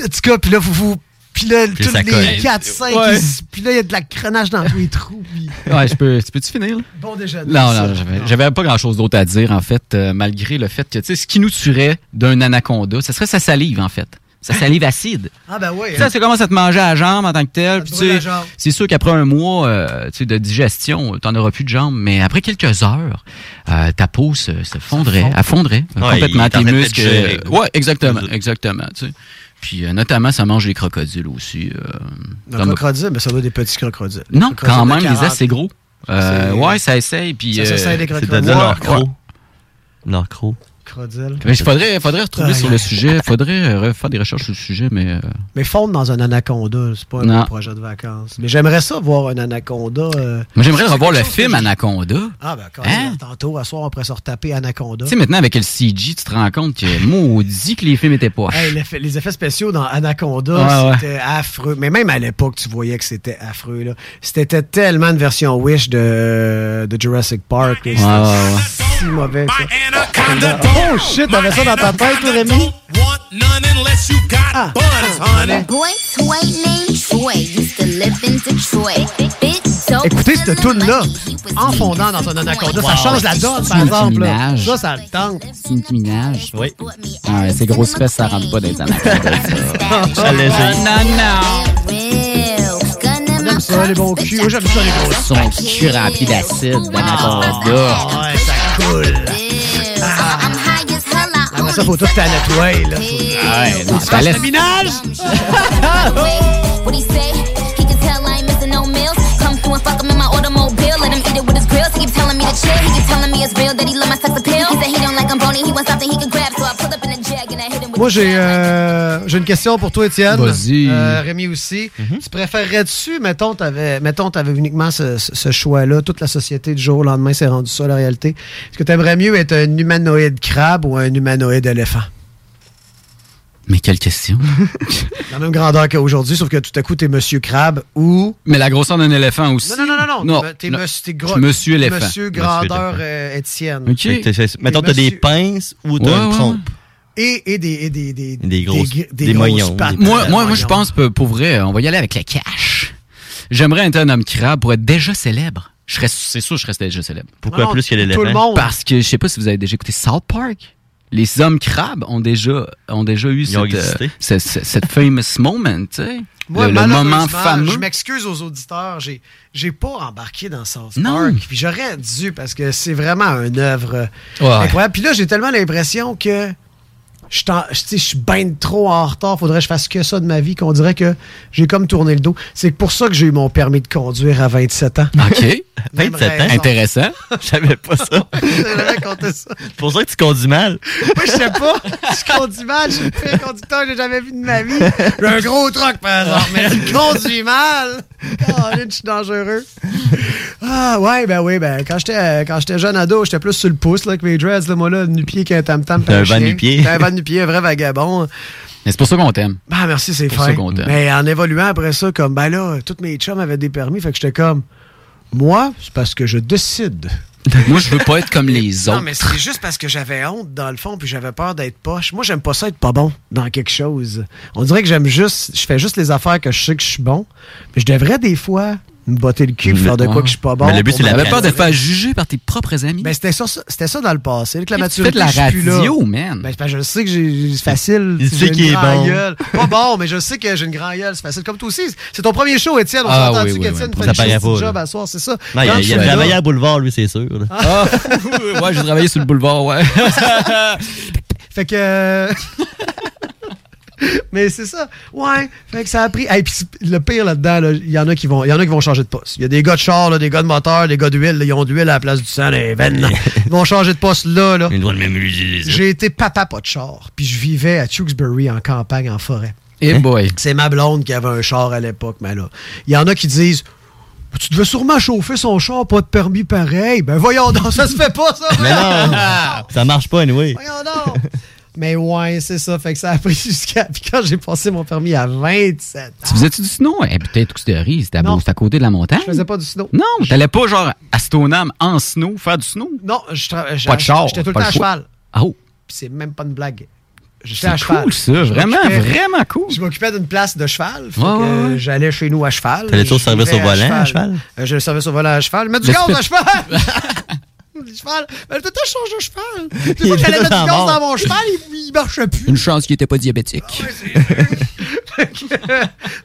en tout cas, puis là, vous, vous- puis là,
Puis
tous
ça
les
colle.
4, 5,
Ouais.
puis là, il y a de la grenache dans tous les trous. puis-
Ouais, je peux, tu peux-tu finir? là?
Bon déjeuner.
Non,
ça.
non, j'avais- j'avais pas grand-chose d'autre à dire, en fait, euh, malgré le fait que, tu sais, ce qui nous tuerait d'un anaconda, ce serait sa salive, en fait. Sa salive acide.
Ah ben oui.
Tu sais, ça commence à te manger à la jambe en tant que tel. puis
brûle
tu sais,
la jambe.
C'est sûr qu'après un mois euh, tu sais, de digestion, t'en auras plus de jambes, mais après quelques heures, euh, ta peau se, se fondrait, elle fondrait euh,
Ouais,
complètement
il
tes
t'arrêtait de
muscles.
gérer.
euh, ouais, exactement, exactement. tu sais. Puis euh, notamment, ça mange les crocodiles aussi. euh,
Un
dans ma-
crocodile, mais ça doit être des petits crocodiles.
non,
Des crocodiles
quand
de
même, les
40.
assez gros. Euh,
C'est-
ouais, ça essaye. Puis, euh,
Ça, ça, ça, des crocodiles.
c'est-à-dire
Ouais.
leur croc.
Leur croc.
Crocodile.
Mais il faudrait, faudrait retrouver
Ah,
sur le sujet, faudrait euh, faire des recherches sur le sujet, mais euh,
Mais fondre dans un anaconda, c'est pas un
Non.
bon projet de vacances. Mais j'aimerais ça voir un anaconda. euh,
mais j'aimerais
c'est
revoir le
quelque chose que
film
je-
Anaconda.
Ah ben quand
Hein?
même, tantôt, à soir, on pourrait se retaper Anaconda.
Tu sais, maintenant, avec le CG, tu te rends compte que maudit que les films étaient poches.
Hey, l'effet- les effets spéciaux dans Anaconda,
Ouais, ouais.
c'était affreux. Mais même à l'époque, tu voyais que c'était affreux. là. C'était tellement une version Wish de, de Jurassic Park. là. C'était
ouais, ouais.
si mauvais. ça. Oh shit, t'avais ça dans ta tête, toi, Rémi? Ah. Écoutez cette toune là en fondant dans un anaconda. Ça
Wow.
change la donne,
C'est
par
une
exemple. là.
image.
Ça, ça le tente.
C'est une minage. Oui. Ah, ouais, ces grosses fesses, ça rentre pas dans les anacondas.
Ah,
non, non.
On aime ça, les bons culs. Moi, j'aime ça, les grosses.
Son cul rempli d'acide d'anaconda.
Ouais, ça coule. Ah, Ah, mais ça, faut tout que t'as nettoyé, là. Faut-
Ah ouais, non,
Tu
ça
fasses
laisse-
le minage?
What he say? He can tell I ain't missing no meals. Come through and fuck him in my automobile. Let him eat it with his grills. He keep telling me to chill. He keep telling me it's real that he love my sex appeal. He said he don't like I'm bony. He wants something he can grab. So I pull up in a jag and I hit him with
Moi, j'ai euh, j'ai une question pour toi, Étienne.
Vas-y. Mhm.
Euh, Rémi aussi. Tu préférerais-tu, mettons, t'avais, mettons, t'avais uniquement ce, ce- ce choix-là, toute la société du jour au lendemain s'est rendue ça, la réalité. Est-ce que t'aimerais mieux être un humanoïde crabe ou un humanoïde éléphant?
Mais quelle question.
La même grandeur qu'aujourd'hui, sauf que tout à coup, t'es Monsieur Crabe ou...
Mais la grosseur d'un éléphant aussi.
Non, non, non, non, non.
Non,
T'es
non.
monsieur, t'es
Je
gros.
suis monsieur éléphant.
Monsieur grandeur euh, Étienne.
Ok.
Fait que t'es- c'est- Mettons,
T'es
t'as des
monsieur-
pinces ou t'as
Ouais,
une
ouais,
trompe.
Et, et des, et des, des,
Des grosses-
gr-
des
grosses
moignons,
pattes.
des-
Moi, moi, moi je pense, que pour vrai, on va y aller avec le cash. J'aimerais être un homme crabe pour être déjà célèbre. je serais, c'est sûr que je serais déjà célèbre.
Pourquoi Non, plus que l'éléphant? tout le monde.
Parce que je sais pas si vous avez déjà écouté South Park. Les hommes crabes ont déjà, ont déjà eu
ont
cette, euh,
existé.
ce- ce- cette famous moment, tu sais.
Moi,
le, le
malheureusement,
moment fameux.
Je m'excuse aux auditeurs, j'ai, j'ai pas embarqué dans South
Non.
Park. Puis j'aurais dû parce que c'est vraiment une œuvre euh,
Ouais.
incroyable. Puis là, j'ai tellement l'impression que je t'en- je tu sais, je suis ben trop en retard. Faudrait que je fasse que ça de ma vie qu'on dirait que j'ai comme tourné le dos. C'est pour ça que j'ai eu mon permis de conduire à 27 ans.
OK.
27 ans. Intéressant. J'avais pas ça. C'est pour ça que tu conduis mal.
Moi, je sais pas. Je conduis mal. Je suis le pire conducteur que j'ai jamais vu de ma vie. J'ai un gros truck, par exemple, Ah, mais je conduis mal. Caroline, je suis dangereux. Ah, ouais, ben oui, ben quand j'étais euh, quand j'étais jeune ado, j'étais plus sur le pouce, là, avec mes dreads, là, moi, là, nu-pied qu'un tam-tam. puis
T'es un
chien.
van-nu-pied.
J'étais un van nu-pied, un vrai vagabond.
Mais c'est pour ça qu'on t'aime.
Ah, merci, c'est
C'est pour ça
fin.
qu'on t'aime.
Mais en évoluant après ça, comme, ben là, tous mes chums avaient des permis, fait que j'étais comme, moi, c'est parce que je décide.
Moi, je veux pas être comme les autres.
Non, mais c'est juste parce que j'avais honte dans le fond, puis j'avais peur d'être poche. Moi, j'aime pas ça être pas bon dans quelque chose. On dirait que j'aime juste, je fais juste les affaires que je sais que je suis bon. Mais je devrais des fois me botter le cul, pour faire de quoi que je suis pas bon.
Mais le but,
pour
c'est la
me-
peur de te faire juger par tes propres amis.
Ben, c'était ça, c'était ça dans le passé. Avec la
Et tu
maturité,
fais de la
je suis plus là.
radio, man.
Ben, c'est parce que je sais que j'ai- c'est facile.
Il
j'ai
sait
une
qu'il est
grande
bon.
gueule. Pas bon, mais je sais que j'ai une grande gueule, c'est facile. Comme toi aussi, c'est ton premier show, Étienne. On
Ah,
s'est entendu
oui, oui,
qu'Étienne
oui.
fait
Ça
le show du
paraît pas,
job
là.
à soir, c'est ça.
Non, il
Quand
a,
je
il a
suis là-
travaillé à Boulevard, lui, c'est sûr. là.
Ah, ouais, j'ai travaillé sur le boulevard, ouais.
Fait que. euh, Mais c'est ça. Ouais. Fait que ça a pris. Et puis le pire là-dedans, là, il y en a qui vont. Il y en a qui vont changer de poste. Il y a des gars de char, là, des gars de moteur, des gars d'huile, là, ils ont de l'huile à la place du sang, les veines. Ils vont changer de poste là, là.
Ils doivent même utiliser ça.
J'ai été papa pas de char. Puis je vivais à Tewksbury en campagne, en forêt. Hein?
Eh boy.
C'est ma blonde qui avait un char à l'époque, mais là. Il y en a qui disent Tu devais sûrement chauffer son char, pas de permis pareil. Ben voyons donc, ça se fait pas, ça!
Mais non, ça marche pas, anyway.
Voyons donc! Mais ouais, c'est ça. Fait que ça a pris jusqu'à. Puis quand j'ai passé mon permis à 27
Tu faisais-tu du snow? Eh, peut-être Tuxtery, c'était à, Beauce, c'était à côté de la montagne.
Je faisais pas du snow.
Non, t'allais pas, genre, à Stoneham en snow, faire du snow?
Non, je travaillais.
Pas de char.
J'étais tout le
pas
temps à
choix.
cheval.
Ah, oh.
Puis c'est même pas une blague. J'étais
C'est
à cheval.
cool, ça.
Je
Vraiment,
m'occupais-
vraiment cool.
Je m'occupais d'une place de cheval. Fait
Ouais,
que,
ouais,
euh, J'allais chez nous à cheval.
T'allais-tu au
Je
service
vivais
au volant à cheval?
Euh, J'ai le service au volant à cheval. Mets du
Le
gaz à
spe-
cheval! Le cheval. Mais tout change de cheval. Tout
Il
le temps
est
que j'allais mettre
tout
du gaz
en
dans
mort.
mon cheval, il, il marchait plus. Ah
Une chance qu'il était pas diabétique.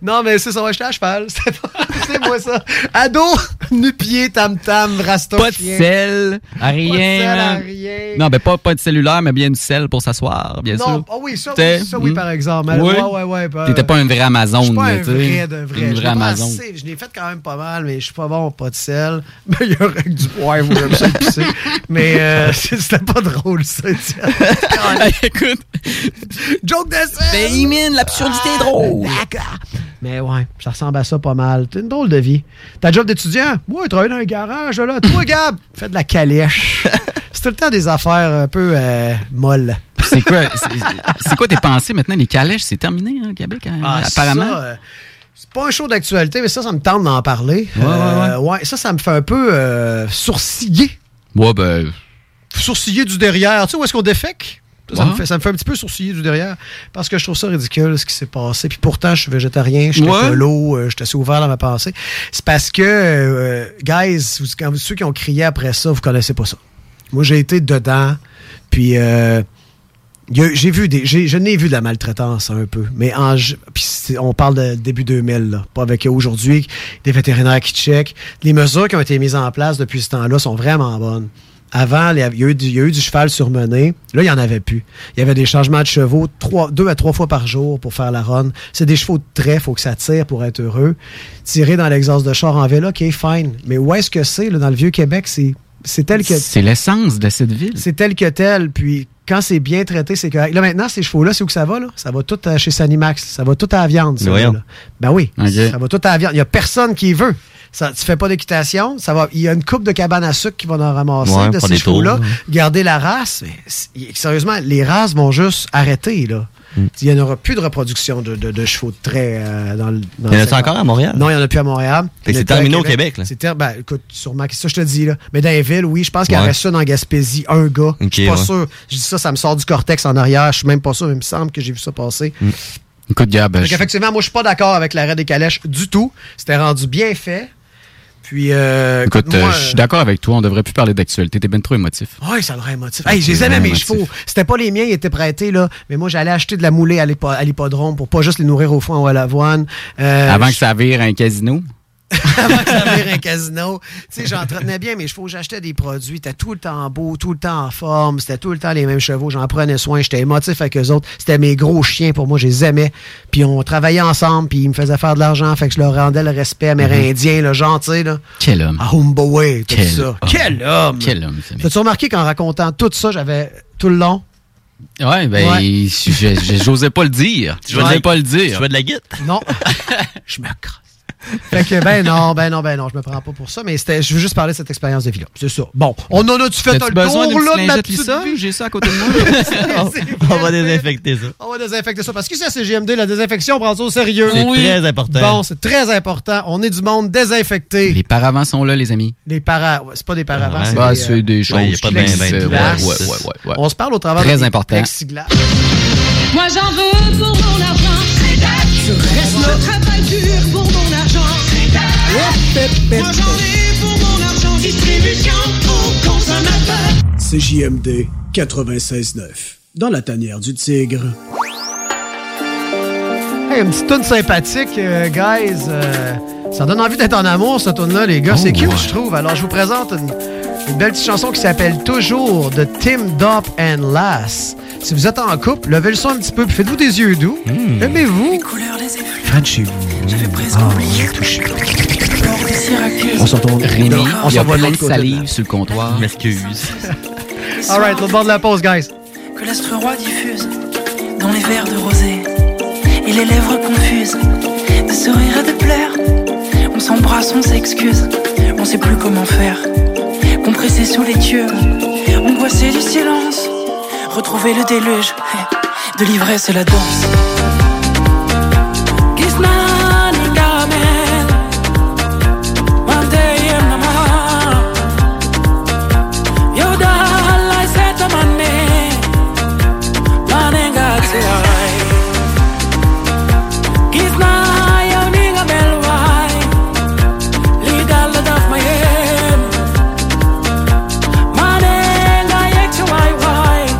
non, mais c'est ça, ouais, j'étais à cheval. C'était pas- C'est moi ça. Ado, nu-pied, tam-tam, rasto.
Pas de
chien.
sel, à rien.
Pas de sel, à
man.
rien.
Non, ben pas, pas de cellulaire, mais bien du sel pour s'asseoir, bien
non,
sûr.
ah oui, ça,
T'es-
oui, ça, oui,
hmm.
par exemple.
Oui.
Ouais, ouais, ouais, bah,
T'étais pas un vrai Amazon,
Je suis pas
là,
un
tu sais.
vrai de vrai.
Une
Je l'ai
vraie
pas
Amazon.
assez. Je l'ai fait quand même pas mal, mais je suis pas bon, pas de sel. Mais il y a avec du poivre, j'aime ça épicé. Mais euh, c'était pas drôle, ça, Étienne.
Écoute,
joke de Ah, sel!
Ben, Imine, l'absurdité est drôle.
Mais ouais, ça ressemble à ça pas mal. T'as une drôle de vie. Ta job d'étudiant? Moi, je travaille dans un garage, là. Toi, Gab, fais de la calèche. C'est tout le temps des affaires un peu euh, molles.
C'est quoi, c'est- c'est quoi tes pensées maintenant? Les calèches, c'est terminé, hein, au Québec, hein,
Ah,
apparemment.
ça, euh, c'est pas un show d'actualité, mais ça, ça me tente d'en parler.
Ouais, ouais,
Euh, ouais, ça, ça me fait un peu euh, sourciller.
Ouais, ben.
Sourciller du derrière. Tu sais où est-ce qu'on défèque? Ça, ça me
Ouais.
fait, ça me fait un petit peu sourciller du derrière parce que je trouve ça ridicule ce qui s'est passé. Puis pourtant, je suis végétarien, je suis
Ouais.
écolo, euh, je suis assez ouvert dans ma pensée. C'est parce que, euh, guys, vous- quand vous- ceux qui ont crié après ça, vous connaissez pas ça. Moi, j'ai été dedans, puis euh, il y a- j'ai vu des, j'ai- je n'ai vu de la maltraitance un peu, mais en, g- puis c'est- on parle de début 2000, là, pas avec aujourd'hui, des vétérinaires qui checkent. Les mesures qui ont été mises en place depuis ce temps-là sont vraiment bonnes. Avant, les- il y, a eu du- il y a eu du cheval surmené. Là, il n'y en avait plus. Il y avait des changements de chevaux trois, deux à trois fois par jour pour faire la run. C'est des chevaux de trait, faut que ça tire pour être heureux. Tirer dans l'exhaust de char en vélo, OK, fine. Mais où est-ce que c'est, là, dans le Vieux-Québec? C'est c'est tel que...
C'est l'essence de cette ville.
C'est tel que tel. Puis quand c'est bien traité, c'est correct. Là, maintenant, ces chevaux-là, c'est où que ça va? Là? Ça va tout à- chez Sanimax. Ça va tout à la viande. ça,
Mais voyons.
là. Ben oui.
Ok.
Ça va tout à la viande. Il n'y a personne qui veut. Ça, tu fais pas d'équitation. ça va. Il y a une coupe de cabane à sucre qui va en ramasser
Ouais,
de
faire
ces
des tours,
chevaux-là.
ouais.
Garder la race. mais c'est- sérieusement, les races vont juste arrêter. Là.
Mm.
Il n'y aura plus de reproduction de, de- de chevaux de trait euh, dans le. dans
Il y en
le
a-tu
secteur.
encore à Montréal?
Non, il n'y en a plus à Montréal.
Fait
Il y en
que
a
c'est
plus à
terminé au Québec, là.
C'est ter- ben, écoute, sûrement, c'est ça que je te dis, là. Mais dans les villes, oui, je pense qu'il y
Ouais.
avait ça dans Gaspésie, un gars.
Ok,
je suis pas
ouais.
sûr. Je dis ça, ça me sort du cortex en arrière. Je suis même pas sûr, mais il me semble que j'ai vu ça passer.
Écoute, Gab,
Donc,
Ah, ben, je-
effectivement, moi, je suis pas d'accord avec l'arrêt des calèches du tout. C'était rendu bien fait. Puis, euh,
Écoute,
écoute-moi,
euh, je suis d'accord avec toi, on devrait plus parler d'actualité. T'es ben trop émotif.
Ouais, ça devrait être émotif. Hey, je les
C'est
aimais,
vraiment
mes
émotif.
chevaux. C'était pas les miens, ils étaient prêtés, là. Mais moi, j'allais acheter de la moulée à l'hippo- à l'hippodrome pour pas juste les nourrir au foin ou à l'avoine. Euh,
Avant que ça vire un casino.
ouvrir un casino. Tu sais, j'entretenais bien mes chevaux. J'achetais des produits. T'es tout le temps beau, tout le temps en forme. C'était tout le temps les mêmes chevaux. J'en prenais soin. J'étais émotif avec eux autres. C'était mes gros chiens pour moi. Je les aimais. Puis on travaillait ensemble. Puis ils me faisaient faire de l'argent. Fait que je leur rendais le respect amérindien, le gentil, là.
Quel homme.
Ah, Humbaway, tout
Mm-hmm.
ça.
Quel homme.
Quel homme!
Quel homme, ce mec.
T'as-tu remarqué qu'en racontant tout ça, j'avais tout le long.
Ouais, ben,
Ouais.
je- je- je- j'osais pas le dire.
Tu vois de
J'osais
la-
pas le dire.
tu vois de la guite?
Non. je me crosse. Fait que, ben non, ben non, ben non, je me prends pas pour ça, mais c'était, je veux juste parler de cette expérience de vie-là. C'est ça. Bon, on en a-tu fait
T'as-tu
le
besoin
tour,
d'une
là,
petite
de ma
lingette
petite
lissole?
vie?
J'ai ça à côté de moi.
On va désinfecter ça.
On va désinfecter ça parce que c'est la CGMD, la désinfection, on prend ça au sérieux.
C'est très important.
Bon, c'est très important. On est du monde désinfecté.
Les paravents sont là, les amis.
Les paras, ouais, c'est pas des paravents, c'est
Bah,
des, euh,
c'est des choses.
ouais, y a pas
qui
de ben, ben,
existent.
de
Ouais,
glace.
ouais, ouais, ouais, ouais.
On se parle au travers
Très
des
important.
plexiglas.
Moi j'en veux pour mon argent. Je reste là. Je travaille dur pour mon argent.
Moi j'en ai pour mon argent, distribution au consommateur.
CJMD 96.9. Dans la tanière du tigre.
Hey, une petite toune sympathique, euh, guys. Euh, ça donne envie d'être en amour, cette toune-là, les gars. c'est cute, je trouve. Alors, je vous présente une, une belle petite chanson qui s'appelle Toujours de Tim Dop and Lass. Si vous êtes en couple, levez le son un petit peu, puis faites-vous des yeux doux. Aimez-vous. Hmm. Faites chez vous. Ah, touchez. On s'en tourne.
Rémi,
on
il y a
s'en va de
plein de
l'autre côté.
salive sur le comptoir. M'excuse.
All right, le bord de la pause, guys.
que l'astre roi diffuse dans les verres de rosée et les lèvres confuses de sourires et de pleurs. On s'embrasse, on s'excuse, on sait plus comment faire. Compressé sous les dieux, angoissé du silence, retrouver le déluge de l'ivresse et la danse.
Kiss my honey, darling. One day in the morning. You're the light set on my name. Morning, God's light. Kiss my yawning, I'm in wine. Lead all the dark my aim. Morning, I ate you, my wine.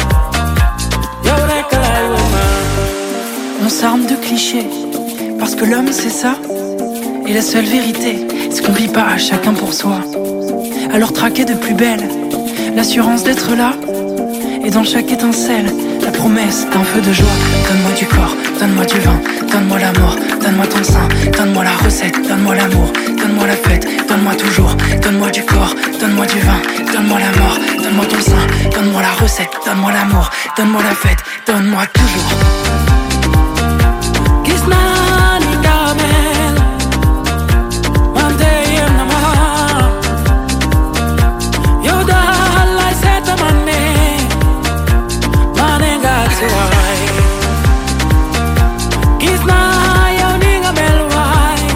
You're like a light woman.
On s'arme de clichés, parce que l'homme c'est ça. Et la seule vérité, c'est qu'on vit pas à chacun pour soi. Alors traquer de plus belle, l'assurance d'être là. Et dans chaque étincelle, la promesse d'un feu de joie. Donne-moi du corps, donne-moi du vin, donne-moi la mort, donne-moi ton sein, donne-moi la recette, donne-moi l'amour, donne-moi la fête, donne-moi toujours, donne-moi du corps, donne-moi du vin, donne-moi la mort, donne-moi ton sein, donne-moi la recette, donne-moi l'amour, donne-moi la fête, donne-moi toujours.
Kiss my honey, darling. One day in the morning. You're the light set on my name. Morning, God's wine. Kiss my yawning, I'm in wine.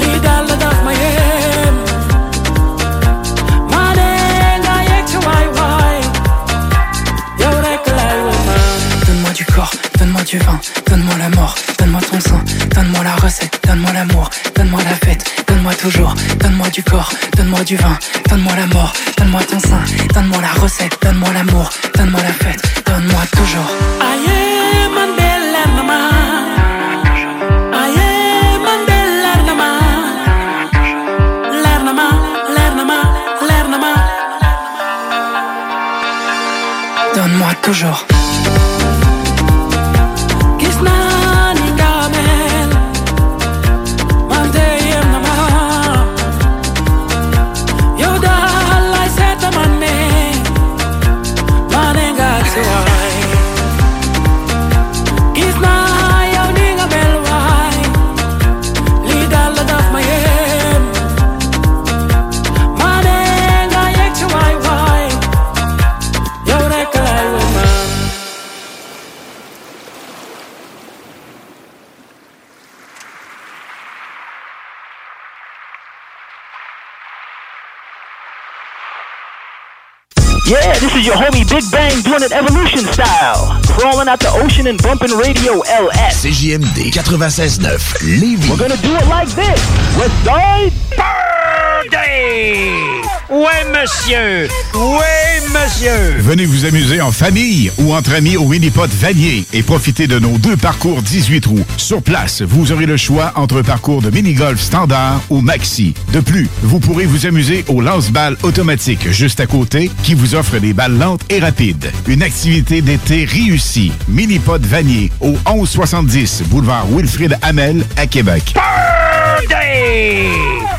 Lead all the dark my aim. Morning, I act to my wine. You're like a light woman.
Donne-moi du corps, donne-moi du vin, donne-moi la mort, donne-moi ton sein, donne-moi la recette, donne-moi l'amour, donne-moi la fête, donne-moi toujours, donne-moi du corps, donne-moi du vin, donne-moi la mort, donne-moi ton sein, donne-moi la recette, donne-moi l'amour, donne-moi la fête, donne-moi toujours.
I am a bella mama. I am a bella mama. La mama, la mama, la mama.
Donne-moi toujours.
Kiss my honey, darling. One day in the morning. You're the light set on my name. Morning, God's wine. Kiss my yawning, I'm in wine. Lead all the dark my aim. Morning, I act to my wine. You're like a light woman.
Yeah, this is your homie Big Bang doing it evolution style. Crawling out the ocean and bumping radio LS. CJMD 96.9 Levy. We're gonna do it like this. Let's die. Burn!
Regardez! Oui, monsieur! Oui, monsieur!
Venez vous amuser en famille ou entre amis au Minipod Vanier et profitez de nos deux parcours 18 trous. Sur place, vous aurez le choix entre un parcours de mini-golf standard ou maxi. De plus, vous pourrez vous amuser au lance-balles automatique juste à côté qui vous offre des balles lentes et rapides. Une activité d'été réussie. Minipod Vanier au 1170 boulevard Wilfrid Hamel à Québec.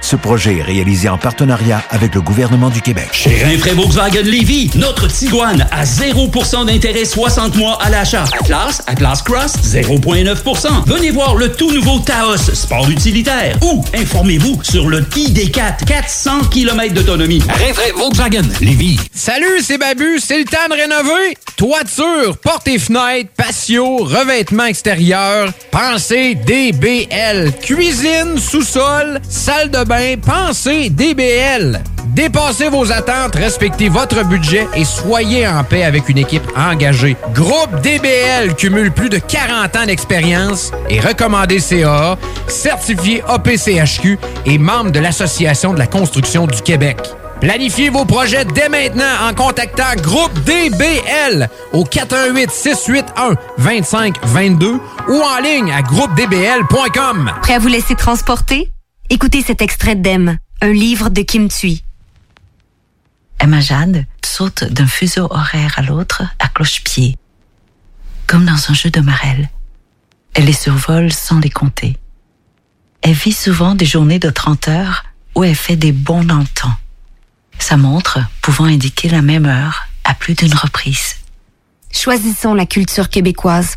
Ce projet est réalisé en partenariat avec le gouvernement du Québec.
Chez Rainfray Volkswagen Lévy, notre Tiguan à 0% d'intérêt 60 mois à l'achat. Atlas, Atlas Cross, 0,9%. Venez voir le tout nouveau Taos, sport utilitaire. Ou informez-vous sur le ID4, 400 km d'autonomie. Rainfray Volkswagen Lévy.
Salut, c'est Babu, c'est le temps de rénover. Toiture, portes et fenêtres, patio, revêtement extérieur, pensez DBL. Cuisine, sous-sol, salle de bain, pensez DBL. Dépassez vos attentes, respectez votre budget et soyez en paix avec une équipe engagée. Groupe DBL cumule plus de 40 ans d'expérience et recommandé CAA, certifié APCHQ et membre de l'Association de la construction du Québec. Planifiez vos projets dès maintenant en contactant Groupe DBL au 418 681 2522 ou en ligne à groupedbl.com.
Prêt à vous laisser transporter? Écoutez cet extrait d'Em, un livre de Kim Thuy.
Emma Jade saute d'un fuseau horaire à l'autre à cloche-pied, comme dans un jeu de marelle. Elle les survole sans les compter. Elle vit souvent des journées de 30 heures où elle fait des bons dans le temps, sa montre pouvant indiquer la même heure à plus d'une reprise.
Choisissons la culture québécoise.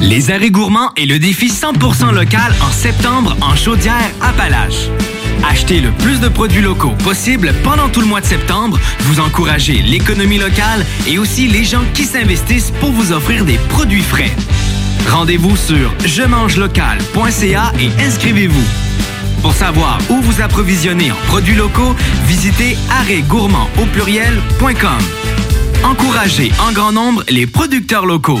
Les arrêts gourmands et le défi 100% local en septembre en chaudière Appalaches. Achetez le plus de produits locaux possible pendant tout le mois de septembre. Vous encouragez l'économie locale et aussi les gens qui s'investissent pour vous offrir des produits frais. Rendez-vous sur je mange-local.ca et inscrivez-vous. Pour savoir où vous approvisionner en produits locaux, visitez arrêtgourmand au pluriel.com. Encouragez en grand nombre les producteurs locaux.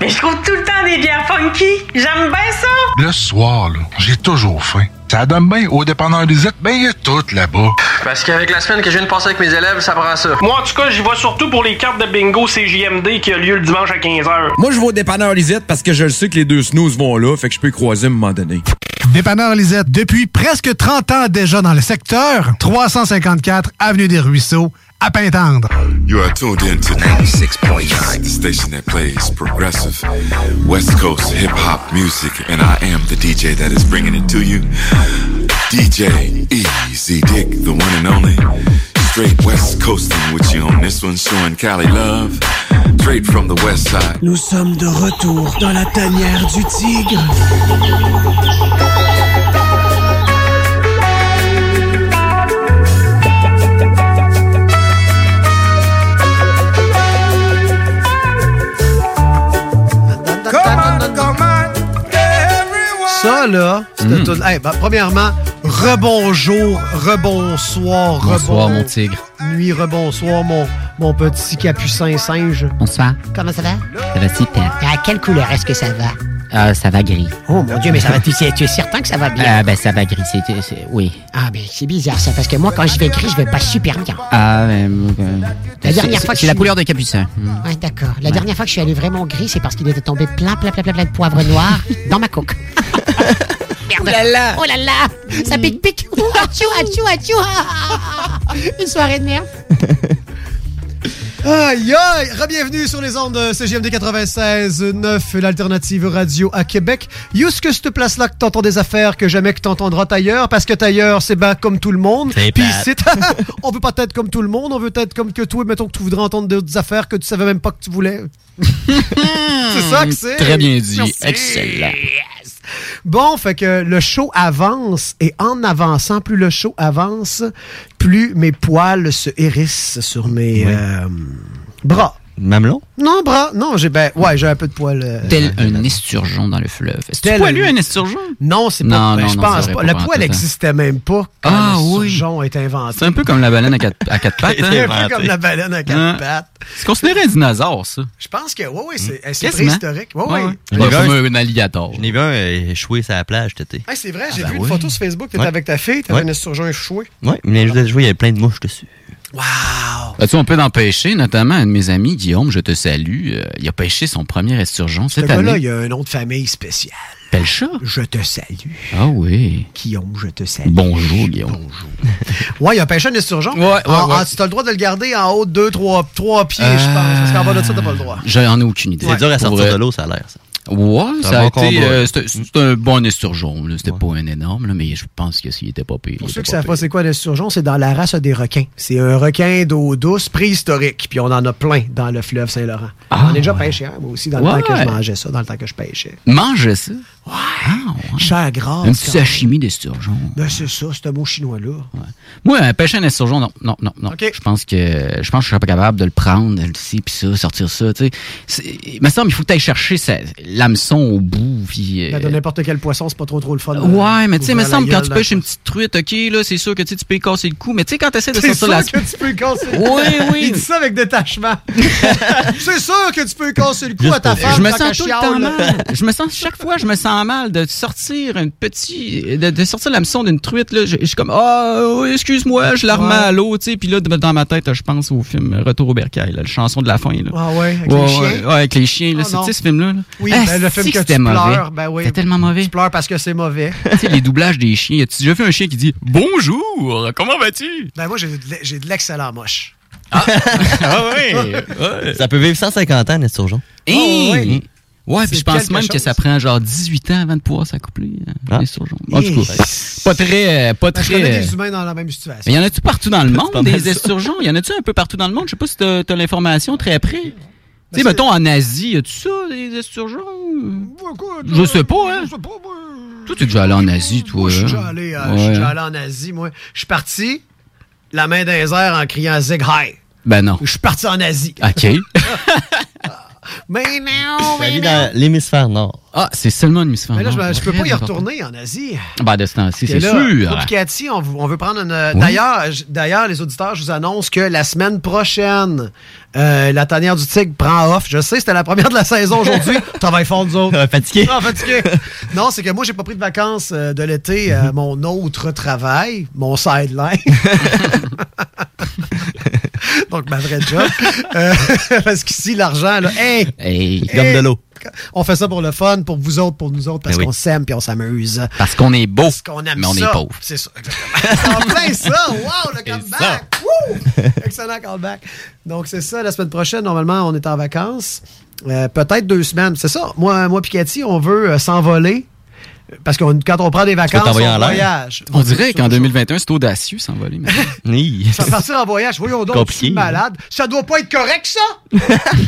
Mais je trouve tout le temps des bières funky. J'aime bien ça.
Le soir, là, j'ai toujours faim. Ça donne bien. Au dépanneur Lisette, ben, il y a tout là-bas.
Parce qu'avec la semaine que je viens de passer avec mes élèves, ça prend ça. Moi, en tout cas, j'y vais surtout pour les cartes de bingo CJMD qui a lieu le dimanche à 15h.
Moi, je vais au dépanneur Lisette parce que je le sais que les deux snooze vont là, fait que je peux y croiser à un moment donné.
Dépanneur Lisette, depuis presque 30 ans déjà dans le secteur, 354 Avenue des Ruisseaux, à Pintendre.
You are tuned in to 96.9, the station that plays progressive West Coast hip hop music, and I am the DJ that is bringing it to you. DJ Easy Dick, the one and only. Straight West Coasting with you on this one, showing Cali love. Straight from the West Side.
Nous sommes de retour dans la tanière du tigre.
ça, là, cette
Mm.
toune- hey, ben, premièrement, rebonjour, rebonsoir, rebon-
Bonsoir, mon tigre.
Nuit, rebonsoir, mon, mon petit capucin singe.
Bonsoir.
Comment ça va?
Ça va super.
À quelle couleur est-ce que ça va?
Ah, ça va gris.
Oh mon Dieu, mais ça va, tu, sais- tu es certain que ça va bien?
Ah, ben ça va gris, c'est- c'est- oui.
Ah, mais c'est bizarre ça, parce que moi, quand je vais gris, je vais pas super bien.
Ah, ben, euh,
La dernière
c'est-
fois que
C'est la
je-
couleur de capucin. Mm.
Ouais, d'accord. La dernière fois que je suis allé vraiment gris, c'est parce qu'il était tombé plein, plein, plein, plein, plein de poivre noir dans ma coke. Merde. Oh là là! Oh là là! Ça pique, pique! Achou, achou, achou! ah, ah, ah. Une soirée de merde. Aïe aïe! Bienvenue sur les ondes de CGMD 96.9, l'alternative radio à Québec. Yous que cette place-là que t'entends des affaires que jamais que t'entendras ailleurs, parce que t'ailleurs, c'est ben comme tout le monde.
C'est
Puis
plate.
c'est... on peut pas être comme tout le monde, on veut être comme que toi, mettons que tu voudrais entendre d'autres affaires que tu savais même pas que tu voulais. c'est ça que c'est!
Hmm. Très bien dit.
Merci.
Excellent.
Bon, fait que le show avance et en avançant, plus le show avance, plus mes poils se hérissent sur mes euh, bras.
Mamelon?
Non, bras. Non, j'ai ben ouais, j'ai un peu de poils. euh,
Tel un esturgeon dans le fleuve. Est-ce que
Tel-
tu poilu un esturgeon?
Non, c'est pas.
Non,
ben,
non,
je
non,
pense
c'est vrai,
pas.
pas
Le
pendant
poil
tout, hein.
n'existait même pas quand
Ah,
le
oui.
surgeon est inventé.
C'est un peu comme la baleine à quatre, à quatre pattes. C'est
un peu comme la baleine à quatre pattes.
C'est considéré un dinosaure, ça.
Je pense que oui, oui, c'est eh, c'est
Quasiment.
préhistorique. Oui, oui.
Je l'ai vu
Comme
un-
un alligator.
J'en ai vu un euh, échoué sur la plage cet été.
Hey, c'est vrai, j'ai
Ah, ben
vu une
oui.
photo sur Facebook, t'étais
Ouais.
avec ta fille, t'avais
Ouais.
un esturgeon échoué.
Oui, mais juste d'échouer, il y avait plein de mouches dessus.
Bah, tu sais, on peut en pêcher, notamment un de mes amis, Guillaume, je te salue. euh, il a pêché son premier esturgeon
Ce
cette année.
gars-là, il a un nom de famille spécial.
Pelcha?
Je te salue.
Ah oui.
Guillaume, je te salue.
Bonjour, Guillaume.
Ouais, il a pêché un esturgeon. Ouais, ouais,
ouais.
ah, Tu as le droit de le garder en haut de 2, 3, pieds, je pense. Parce qu'en bas de ça, t'as pas le droit.
J'en ai aucune idée.
C'est dur à
Pour
sortir
vrai.
de l'eau, ça a l'air, ça.
Ouais,
C'est un
ça
bon
a été.
combat,
euh,
là.
C'était c'était un bon esturgeon. là. C'était pas un énorme, là, mais je pense que s'il était pas pire.
Pour
il
ceux qui
était
savent pas c'est quoi l'esturgeon, c'est dans la race des requins. C'est un requin d'eau douce préhistorique. Puis on en a plein dans le fleuve Saint-Laurent. on a déjà pêché un, moi aussi, dans le
Ah, Ouais.
temps que je mangeais ça, dans le temps que je pêchais.
pas- Mange ça. Ah,
Cher gras.
Un petit sashimi d'esturgeon.
Ben, c'est ça, c'est un mot chinois-là.
Moi, euh, pêcher un esturgeon, non, non, non, non. Je pense que je pense que je serais pas capable de le prendre, ici, puis ça, sortir ça, tu sais. C'est- Il me semble qu'il faut que tu chercher ça- l'hameçon au bout, puis. euh,
Ben, de n'importe quel poisson, c'est pas trop trop le fun. de-
Ouais, mais tu sais, il me
d'ouvrir la
semble quand tu
gueule
pêches une petite truite, ok, là, c'est sûr que tu sais, tu peux y casser le cou, mais tu sais, quand tu essaies de
C'est
sortir
sûr
la.
que tu peux casser le cou.
Oui, oui.
Il dit ça avec détachement. c'est sûr que tu peux casser le cou
Juste
à ta
pour-
femme.
Je me
quand
sens
elle
tout le temps
chiale.
mal. Je me sens chaque fois, je me sens mal de sortir un petit, de, de sortir l'hameçon d'une truite là. Je, je suis comme ah oui, excuse-moi, je la remets à l'eau, tu sais. Puis là dans ma tête, je pense au film Retour au bercail, là, la chanson de la fin là.
Ah ouais, avec
ouais,
les chiens.
ouais, avec les chiens là,
Oh
c'est
non.
tu sais, ce film là.
Oui, ben, le film que tu
Ah, c'était mauvais.
pleures, ben oui.
C'était tellement mauvais.
Tu pleures parce que c'est mauvais.
Tu sais, les doublages des chiens. As-tu déjà vu un chien qui dit bonjour, comment vas-tu?
Ben moi, j'ai de l'e- j'ai de l'excellent moche.
Ah oui.
Ça peut vivre 150 ans, Nesturgeon.
Hey!
Oh, oui.
Mm. Ouais,
C'est
puis je pense
quelque
même que
chose.
ça prend genre 18 ans avant de pouvoir s'accoupler. euh, les surgeons. En tout cas,
Yes.
pas très. euh, Pas
Ben, je
très
connais
euh,
des humains dans la même situation.
Il y en a-tu partout dans le
pas
monde,
mal
des
ça.
esturgeons? Il y en a-tu un peu partout dans le monde? Je sais pas si t'as as, l'information très près. Tu sais, mettons, en Asie, y a-tu ça, des esturgeons? Je sais pas, hein? Toi, t'es déjà allé en Asie, toi.
Moi, je suis
hein?
déjà allé, euh, je suis
Ouais.
déjà allé en Asie, moi. Je suis parti, la main dans les airs en criant Zig High.
Ben non. Ah,
Je suis parti en Asie.
OK.
Mais non,
Ça
Ah mais
vit
non.
dans l'hémisphère nord.
Ah, c'est seulement une mission.
Mais là, je, me- je peux pas y retourner en Asie.
Ben, de ce temps-ci,
Parce que
c'est
là,
sûr.
moi puis Cathy, on, vou- on veut prendre une.
Oui.
D'ailleurs, je- D'ailleurs, les auditeurs, je vous annonce que la semaine prochaine, euh, la tanière du tigre prend off. Je sais, c'était la première de la saison Ah. aujourd'hui. Travaille fort, nous autres. Ah.
fatigué.
Non, fatigué. Non, c'est que moi, j'ai pas pris de vacances euh, de l'été.
Mhm.
à mon autre travail, mon sideline. Donc, ma vraie job. Euh, parce qu'ici, l'argent, là, hey!
Hey,
il gomme de l'eau.
On fait ça pour le fun, pour vous autres, pour nous autres, parce
Ben oui.
qu'on s'aime puis on s'amuse.
Parce qu'on est beau,
Parce qu'on aime
mais on
ça.
est pauvre.
C'est ça, exactement. en plein ça! Wow, le comeback! Woo! Excellent comeback. Donc, c'est ça, la semaine prochaine, normalement, on est en vacances. Euh, Peut-être deux semaines. C'est ça. Moi, moi Picati, on veut euh, s'envoler. euh, Parce que quand on prend des
peux
vacances, on
t'envoyer en l'air.
voyage.
On dirait qu'en 2021, c'est audacieux s'envoler.
Oui.
Ça va partir en voyage. Voyons donc,
Compliqué.
je suis malade. Ça doit pas être correct, ça!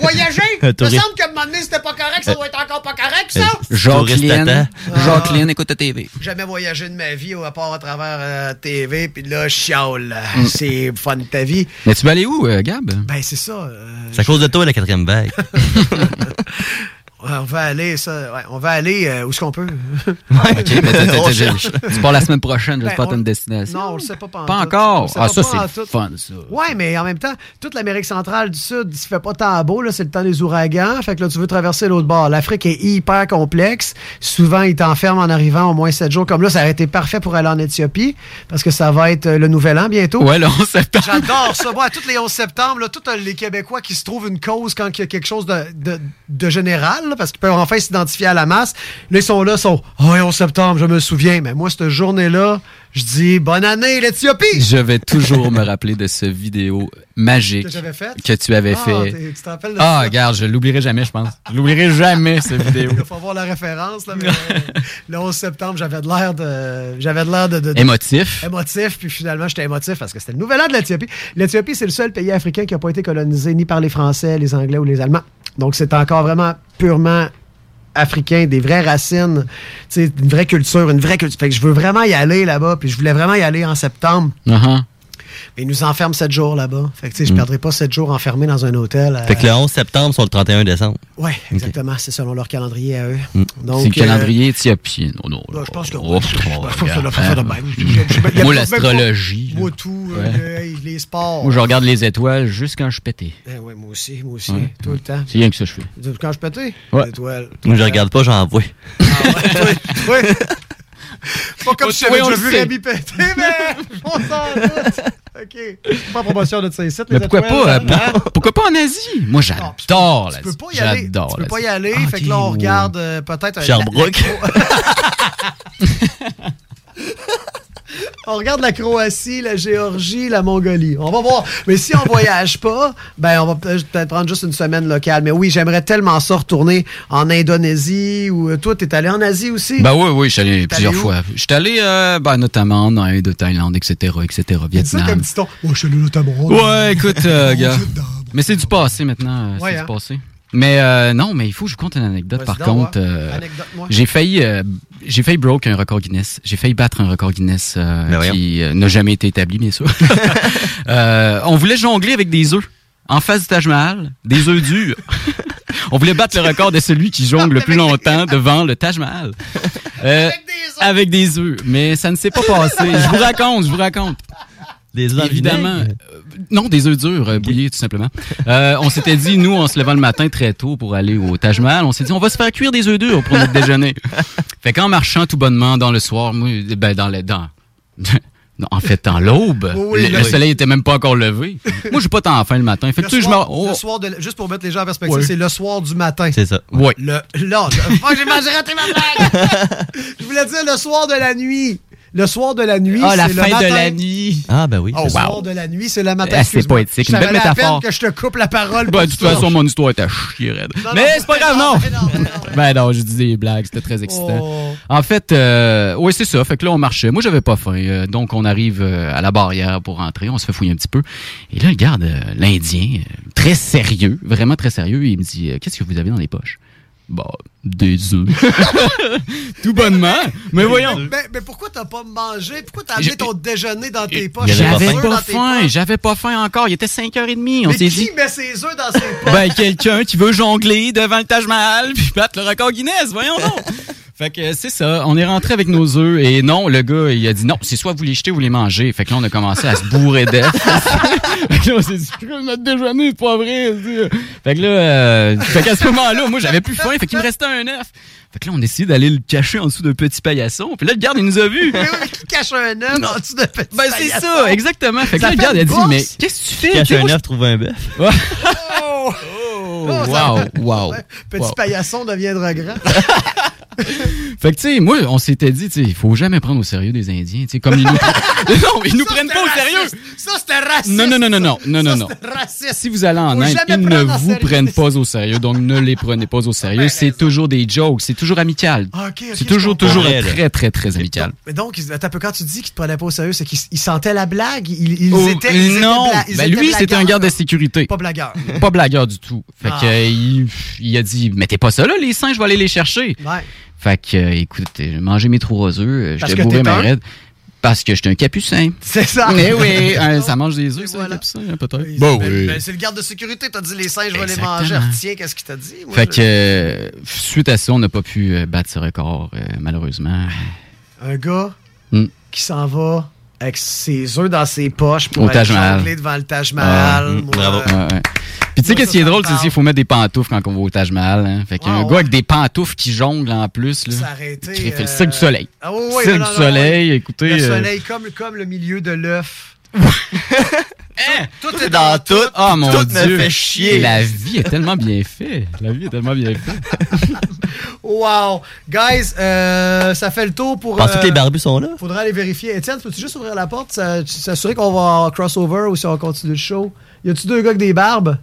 Voyager! Il me
Touriste. Euh,
semble qu'à un moment donné, c'était pas correct. Ça doit être encore pas correct, ça!
Euh,
Jacqueline,
Ah.
Jacqueline, écoute la TV.
Jamais voyagé de ma vie, à part à travers euh, TV, puis là, je chiale. C'est fun de ta vie.
Mais tu vas aller où, euh, Gab?
Ben, c'est ça. euh,
C'est à cause de toi, la quatrième vague.
Ouais, on va aller, ça. ouais, on va aller euh, où est-ce qu'on peut.
Ok, ben, mais t'as- t'as-
On
t'as-
cherche.
tu pars la semaine prochaine,
Ben,
j'espère que t'as
on-
une destination.
Non, on le sait pas pendant
Pas
tout.
encore.
On sait
Ah,
pas
ça, c'est
pendant tout.
fun, ça.
Ouais, mais en même temps, toute l'Amérique centrale du Sud, il fait pas tant beau, là, c'est le temps des ouragans. Fait que là, tu veux traverser l'autre bord. L'Afrique est hyper complexe. Souvent, ils t'enferment en arrivant au moins sept jours. Comme là, ça aurait été parfait pour aller en Éthiopie, parce que ça va être euh, le nouvel an bientôt.
Ouais, le 11 septembre.
J'adore ça. Moi, à tous les 11 septembre, là, tous euh, les Québécois qui se trouvent une cause quand il y a quelque chose de, de- de général, là, parce qu'ils peuvent enfin s'identifier à la masse. Là, ils sont là, ils sont « Oh, 11 septembre, je me souviens. » Mais moi, cette journée-là, je dis « Bonne année, l'Éthiopie! »
Je vais toujours me rappeler de ce vidéo magique
Que j'avais faite?
que tu avais
Ah,
fait.
t'es- tu te rappelles de
ah,
ça?
regarde, je l'oublierai jamais, je pense. Je l'oublierai jamais, cette vidéo.
Il faut avoir la référence, là, mais euh, le 11 septembre, j'avais de l'air de. J'avais de l'air de, de- de-
Émotif.
Émotif, puis finalement, j'étais émotif parce que c'était le nouvel an de l'Éthiopie. L'Éthiopie, c'est le seul pays africain qui n'a pas été colonisé ni par les Français, les Anglais ou les Allemands. Donc, c'est encore vraiment purement africain, des vraies racines, tu sais, une vraie culture, une vraie culture. Fait que je veux vraiment y aller là-bas, puis je voulais vraiment y aller en septembre.
Uh-huh.
Mais ils nous enferment sept jours là-bas. Fait que, tu
Mm.
sais, je perdrai pas sept jours enfermés dans un hôtel. euh,
Fait que le 11 septembre sur le 31 décembre.
Ouais, exactement. C'est selon leur calendrier à eux.
Mm.
Donc,
c'est le
euh,
calendrier éthiopien. Non, non.
je pense que
Oh,
oui.
oh,
Je pense que ça doit
regarde,
faire ça de
hein.
même. Je- je- je- je-
Moi,
je-
l'astrologie.
Moi, tout. euh,
Ouais.
le- les sports.
Moi, je regarde les étoiles juste quand je pétais.
Eh ouais, moi aussi, moi aussi.
Ouais.
Tout le temps.
C'est rien que ça, je fais.
Quand je pétais?
Ouais.
L'étoile.
Moi, je regarde pas, j'en vois.
Ah, Oui. Pas comme si j'avais
Oui, on
déjà
le
vu
sait.
Rémi péter, mais on s'en doute. OK. Pas en promotion de ces sites,
Mais
les
pourquoi
étoiles,
pas,
hein?
euh, pour- pourquoi pas en Asie? Moi, j'adore l'Asie.
Tu peux pas y aller.
J'adore
Tu peux pas
l'Asie.
y aller.
Ah,
fait que
ok,
là, on
ouais.
regarde euh, peut-être. euh, la-
Sherbrooke.
la- on regarde la Croatie, la Géorgie, la Mongolie. On va voir. Mais si on voyage pas, ben on va peut- peut-être prendre juste une semaine locale. Mais oui, j'aimerais tellement ça retourner en Indonésie ou euh, toi, t'es allé en Asie aussi.
Ben oui, oui, je suis allé
T'es
plusieurs
allé où?
fois. Je suis allé, euh, ben, notamment en Inde, Thaïlande, etc., etc.,
C'est ça comme
Vietnam.
petit ton. Oh, je suis allé là, t'as mon-
Ouais, écoute, euh,
Mon
gars.
Dieu, dedans.
Mais c'est du passé maintenant. euh,
Ouais,
c'est
hein.
du passé. Mais euh, non, mais il faut que je vous conte une anecdote.
Vas-y
Par
donc,
contre,
ouais.
euh,
Anecdote-moi.
j'ai failli, euh, j'ai failli broke un record Guinness. J'ai failli battre un record Guinness euh,
Ben voyons.
qui euh, n'a jamais été établi, bien sûr. Euh, on voulait jongler avec des œufs en face du Taj Mahal, des œufs durs. on voulait battre le record de celui qui jongle le plus longtemps devant le Taj Mahal. Euh, avec des œufs, mais ça ne s'est pas passé. Je vous raconte, je vous raconte.
Des œufs
Évidemment.
en vinaigre?
euh, non, des œufs durs, euh, bouillis tout simplement. Euh, on s'était dit, nous, on se levant le matin très tôt pour aller au Taj Mahal, on s'est dit, on va se faire cuire des œufs durs pour notre déjeuner. Fait qu'en marchant tout bonnement dans le soir, moi, ben, dans le, dans, non, en fait, dans l'aube,
Oui,
le,
là-
le soleil était même pas encore levé. Moi, j'ai pas tant faim le matin. Fait que
Le
tu sais, je
soir-
me- oh,
le soir de- juste pour mettre les gens en perspective,
Ouais.
c'est le soir du matin.
C'est ça.
Oui.
Le, là, je- oh, j'ai mangé raté ma blague. je voulais dire le soir de la nuit. Le soir de la nuit,
Ah, la
c'est
fin
le
de
matin. Oh,
la nuit.
Ah, ben oui.
Le soir de la nuit, c'est le matin.
Ah, c'est
Excuse-moi.
poétique,
Je
une belle
savais à
métaphore.
peine que je te coupe la parole.
Ben,
pour
de toute
ça.
façon, mon histoire était à chier raide.
Non, non,
Mais c'est pas grave, Ah, non!
mais Ah, non, mais non. Oh.
Ben non, j'ai dit des blagues, c'était très excitant. En fait, euh, oui, c'est ça. Fait que là, on marchait. Moi, j'avais pas faim. Euh, donc, on arrive euh, à la barrière pour rentrer. On se fait fouiller un petit peu. Et là, regarde, euh, l'Indien, euh, très sérieux, vraiment très sérieux, il me dit euh, Qu'est-ce que vous avez dans les poches Bah, des œufs. Tout bonnement. Mais voyons.
Mais, mais pourquoi t'as pas mangé? Pourquoi t'as amené ton déjeuner dans tes poches?
J'avais
Tes œufs dans
pas
tes
faim, j'avais pas faim encore. Il était 5h30. On
Mais qui
s'est dit.
met ses œufs dans ses poches?
Ben, quelqu'un qui veut jongler devant le Taj Mahal puis battre le record Guinness, voyons donc. Fait que euh, c'est ça, on est rentré avec nos œufs et non, le gars, il a dit non, c'est soit vous les jetez ou les mangez. Fait que là, on a commencé à se bourrer d'œufs. fait que là, on s'est dit, Crime, notre déjeuner, c'est pas vrai. c'est- Fait que là, euh, fait qu'à ce moment-là, moi, j'avais plus faim, fait qu'il me restait un œuf. Fait que là, on a essayé d'aller le cacher en dessous d'un petit paillasson. Puis là, le garde, il nous a vus.
Mais oui, mais qui cache un œuf en dessous de petit
Ben, c'est
paillasson?
ça, exactement. Fait que
Ça
là, le garde, il a
une
dit,
bourse?
mais qu'est-ce que tu fais?
Cache
Tu sais,
un
moi,
œuf, trouve un bœuf.
Oh!
Oh,
ça-
wow, wow,
Petit
wow.
paillasson deviendra grand.
Fait que, tu sais, moi, on s'était dit, tu sais, il faut jamais prendre au sérieux des Indiens, tu sais, comme ils nous... non, ils nous prennent pas au sérieux!
Ça, c'était raciste!
Non, non, non, non, non, non, non, non.
Raciste!
Si vous allez en
Faut
Inde,
jamais
ils ne
prendre en
vous
sérieux. ben,
prennent pas au sérieux, donc ne les prenez pas au sérieux. C'est toujours des jokes, c'est toujours amical.
Ah, ok, ok,
c'est toujours,
je comprends.
toujours
Ouais, là.
très, très, très amical.
Mais donc, ils- attends un peu, quand tu dis qu'ils te prenaient pas au sérieux, c'est qu'ils ils sentaient la blague? Ils, ils
Oh,
étaient. Ils étaient
non,
bla- ils
ben,
étaient
lui, c'était un
blagueurs.
garde de sécurité.
Pas blagueur.
Pas blagueur du tout. Fait
Ah.
que, euh, il, il a dit, mettez pas ça là, les singes, je vais aller les chercher.
Ouais.
Fait que, euh, écoute, j'ai mangé mes trois œufs, euh,
Parce
j'étais
que
bourré
t'es
ma
un?
raide. Parce que j'étais un capucin.
C'est Eh, ça.
Mais oui, hein, ça mange des œufs, ça, un capucin, hein, peut-être.
Ben, ben, c'est le garde de sécurité, t'as dit les singes, je vais les manger.
Exactement.
Tiens, qu'est-ce qu'il t'a dit? Moi,
Fait
je-
que, euh, suite à ça, on n'a pas pu euh, battre ce record, euh, malheureusement.
Un gars
Mm.
qui s'en va avec ses œufs dans ses poches pour
Au
aller
Taj Mahal.
jongler devant le Taj Mahal. euh,
Ah, mm,
moi.
bravo. Ouais, ouais. Puis tu sais, qu'est-ce qui est drôle, c'est qu'il faut mettre des pantoufles quand on va au Taj Mahal. hein. Fait qu'un gars avec des pantoufles qui jongle en plus, là.
S'arrêter,
qui fait le
euh,
cirque du soleil.
Ah oui, oui,
cirque
non, non,
du
non,
soleil,
oui.
écoutez.
Le
euh,
soleil, comme, comme le milieu de l'œuf. tout, tout est
dans tout. Oh mon
Tout me
dieu.
fait chier.
La vie est tellement bien faite. La vie est tellement bien faite.
Wow! Guys, euh, ça fait le tour pour.
Pensez que les barbus sont là?
Faudra aller vérifier. Étienne, peux-tu juste ouvrir la porte, ça- s'assurer qu'on va en crossover ou si on continue le show? Y a-tu deux gars avec des barbes?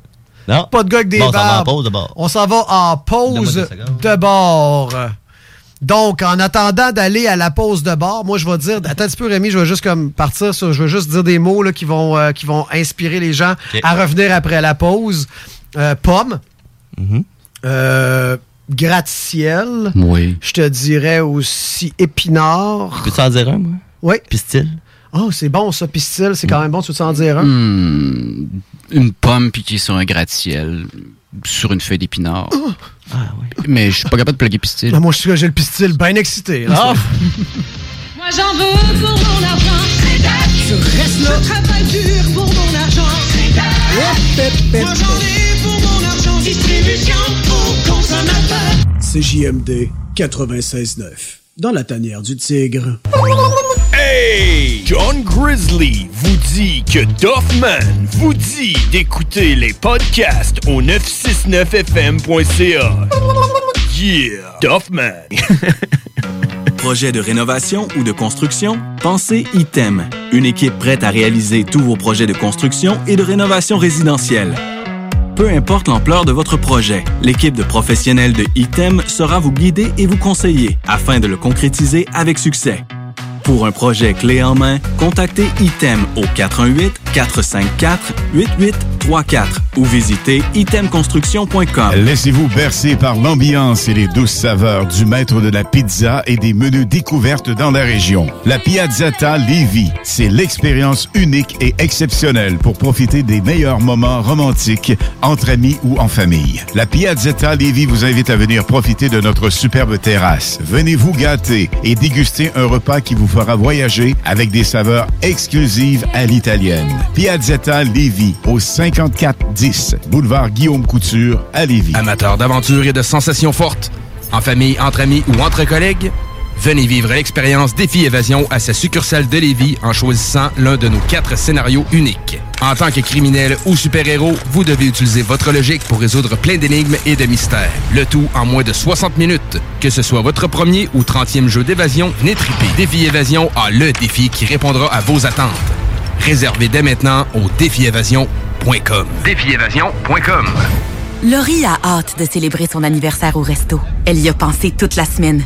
Non.
Pas de gars avec des
Bon, ça va en
barbes.
pause d'abord.
On s'en va en pause de bord. Donc, en attendant d'aller à la pause de bord, moi, je vais dire, attends un petit peu, Rémi, je vais juste comme partir sur, je vais juste dire des mots là, qui, vont, euh, qui vont inspirer les gens
Ok.
à revenir après la pause. Euh, pomme. Euh, gratte-ciel.
Oui.
Je te dirais aussi épinard.
Peux-tu en dire un, moi?
Oui.
Pistil.
Oh, c'est bon ça, pistil, c'est quand même bon, tu veux t'en dire un?
Mm. Hmm, une pomme piquée sur un gratte-ciel, sur une feuille d'épinard.
Oh!
Mais je suis pas capable de plugger pistil.
Là, Ah, moi, je suis j'ai le pistil bien excité. là. Ah!
Moi j'en veux pour mon argent. Je reste là. Je travaille dur pour mon argent. Moi j'en ai pour mon argent. Distribution pour consommateurs.
CJMD 96.9. Dans la tanière du tigre.
Hey! John Grizzly vous dit que Doffman vous dit d'écouter les podcasts au 969fm.ca. Yeah! Doffman!
Projet de rénovation ou de construction? Pensez ITEM, une équipe prête à réaliser tous vos projets de construction et de rénovation résidentielle. Peu importe l'ampleur de votre projet, l'équipe de professionnels de ITEM sera vous guider et vous conseiller afin de le concrétiser avec succès. Pour un projet clé en main, contactez ITEM au 418-454-8834 ou visitez itemconstruction.com.
Laissez-vous bercer par l'ambiance et les douces saveurs du maître de la pizza et des menus découvertes dans la région. La Piazzetta Lévis, c'est l'expérience unique et exceptionnelle pour profiter des meilleurs moments romantiques entre amis ou en famille. La Piazzetta Lévis vous invite à venir profiter de notre superbe terrasse. Venez vous gâter et déguster un repas qui vous fera voyager avec des saveurs exclusives à l'italienne. Piazzetta Lévis au 5410 boulevard Guillaume Couture à Lévis.
Amateur d'aventure et de sensations fortes, en famille, entre amis ou entre collègues, venez vivre l'expérience Défi Évasion à sa succursale de Lévis en choisissant l'un de nos quatre scénarios uniques. En tant que criminel ou super-héros, vous devez utiliser votre logique pour résoudre plein d'énigmes et de mystères. Le tout en moins de 60 minutes. Que ce soit votre premier ou 30e jeu d'évasion, venez triper. Défi Évasion a le défi qui répondra à vos attentes. Réservez dès maintenant au défiévasion.com. Défiévasion.com
Laurie a hâte de célébrer son anniversaire au resto. Elle y a pensé toute la semaine.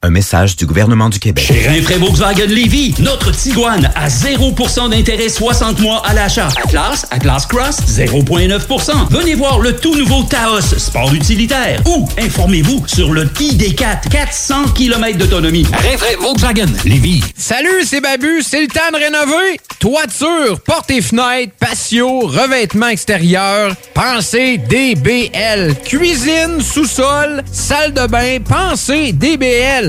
Un message du gouvernement du Québec.
Chez Rainfray Volkswagen Lévy, notre Tiguan à 0% d'intérêt 60 mois à l'achat. Atlas, Atlas Cross, 0,9%. Venez voir le tout nouveau Taos, sport utilitaire. Ou informez-vous sur le ID4, 400 km d'autonomie. Rainfray Volkswagen Lévy.
Salut, c'est Babu, c'est le temps de rénover. Toiture, portes et fenêtres, patio, revêtement extérieur, pensez DBL. Cuisine, sous-sol, salle de bain, pensez DBL.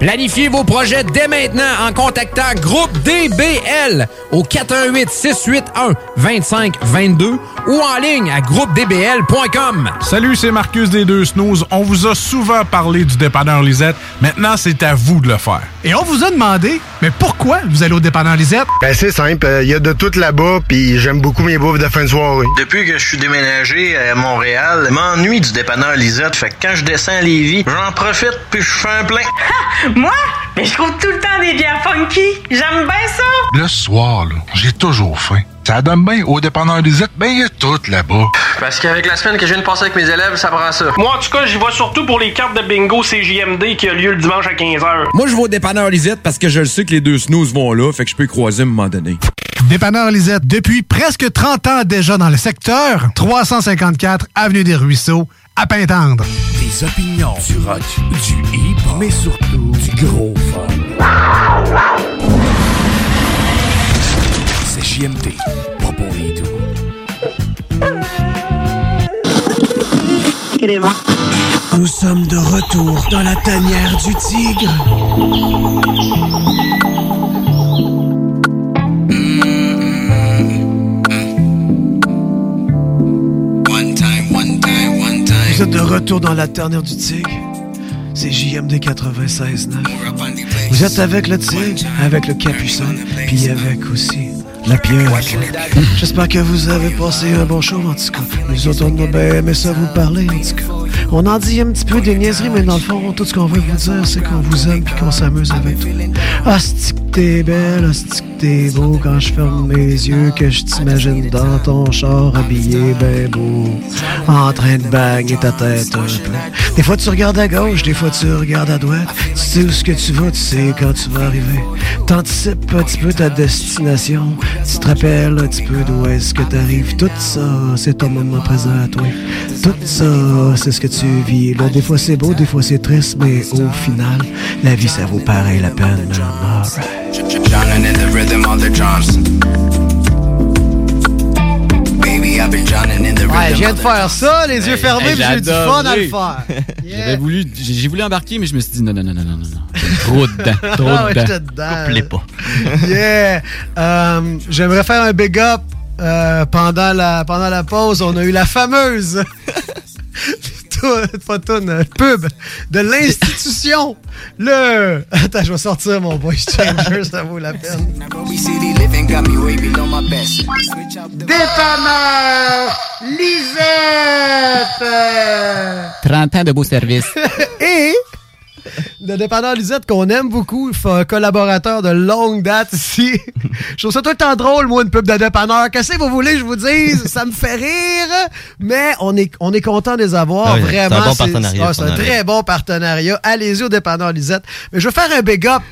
Planifiez vos projets dès maintenant en contactant Groupe DBL au 418 681 2522 ou en ligne à groupedbl.com.
Salut, c'est Marcus des Deux Snooze. On vous a souvent parlé du dépanneur Lisette. Maintenant, c'est à vous de le faire.
Et on vous a demandé.
Mais pourquoi vous allez au dépanneur Lisette?
Ben, c'est simple, il y a de tout là-bas, puis j'aime beaucoup mes bouffes de fin de soirée.
Depuis que je suis déménagé à Montréal, je m'ennuie du dépanneur Lisette. Fait que quand je descends à Lévis, j'en profite puis je fais un plein.
Moi? Mais je trouve tout le temps des bières funky. J'aime bien ça.
Le soir, là, j'ai toujours faim. Ça donne bien au dépanneur Lisette, ben il y a tout là-bas.
Parce qu'avec la semaine que je viens de passer avec mes élèves, ça prend ça. Moi, en tout cas, j'y vais surtout pour les cartes de bingo CJMD qui a lieu le dimanche à 15h.
Moi, je vais au dépanneur Lisette parce que je le sais que les deux snooze vont là, fait que je peux y croiser à un moment donné.
Dépanneur Lisette, depuis presque 30 ans déjà dans le secteur, 354 Avenue des Ruisseaux, à Pintendre.
Des opinions, du rock, du hip-hop, mais surtout du gros fun. C'est JMD, pas pour les doux.
Nous sommes de retour dans la tanière du tigre.
One time, one time, one time.
Vous êtes de retour dans la tanière du Tigre. C'est JMD 96.9. Vous êtes avec le Tigre, avec le Capucin, puis avec aussi la pierre. J'espère que vous avez passé un bon show, en tout cas. Nous autres, on a bien aimé ça vous parler, en tout cas. On en dit un petit peu des niaiseries, mais dans le fond, tout ce qu'on veut vous dire, c'est qu'on vous aime puis qu'on s'amuse avec vous. Hostie que t'es belle, hostie que t'es beau quand je ferme mes yeux, que je t'imagine dans ton char habillé ben beau, en train de bagner ta tête un peu. Des fois, tu regardes à gauche, des fois, tu regardes à droite. Tu sais où ce que tu vas, tu sais quand tu vas arriver. T'anticipes un petit peu ta destination. Tu te rappelles un petit peu d'où est-ce que t'arrives. Tout ça, c'est ton moment présent à toi. Tout ça, c'est ce que tu vis. Bon, des fois, c'est beau, des fois, c'est triste, mais au final, la vie, ça vaut pareil la peine. Ah. man. Alright.
Drowning in the rhythm on the drums. Baby, I've been drowning in the
Ouais, je
rhythm
viens
on
de
the
faire ça,
Ben,
les yeux
Hey,
fermés,
hey,
puis j'ai du fun à le
j'adore.
faire.
J'avais voulu, j'ai j'ai voulu embarquer, mais je me suis dit non, non, non, non, non, non, non. J'ai Trop dedans, trop
Ah ouais,
dedans.
j'étais dedans.
Coupe-les pas.
yeah! Euh, J'aimerais faire un big up euh, pendant, la, pendant la pause. On a eu la fameuse tou- pas toune, euh, pub de l'institution. Le. Attends, je vais sortir mon voice changer, ça vaut la peine.
Nairobi City living got me way below my best.
Dépanneur Lisette!
30 ans de beau service.
Et le dépanneur Lisette qu'on aime beaucoup, f- un collaborateur de longue date ici. je trouve ça tout le temps drôle, moi, une pub de dépanneur. Qu'est-ce que vous voulez que je vous dise? Ça me fait rire, mais on est, on est content de les avoir.
Ah oui, c'est un
Vraiment,
bon partenariat,
ah, c'est un
qu'on a
très bon partenariat. Allez-y au dépanneur Lisette. Mais je veux faire un big up.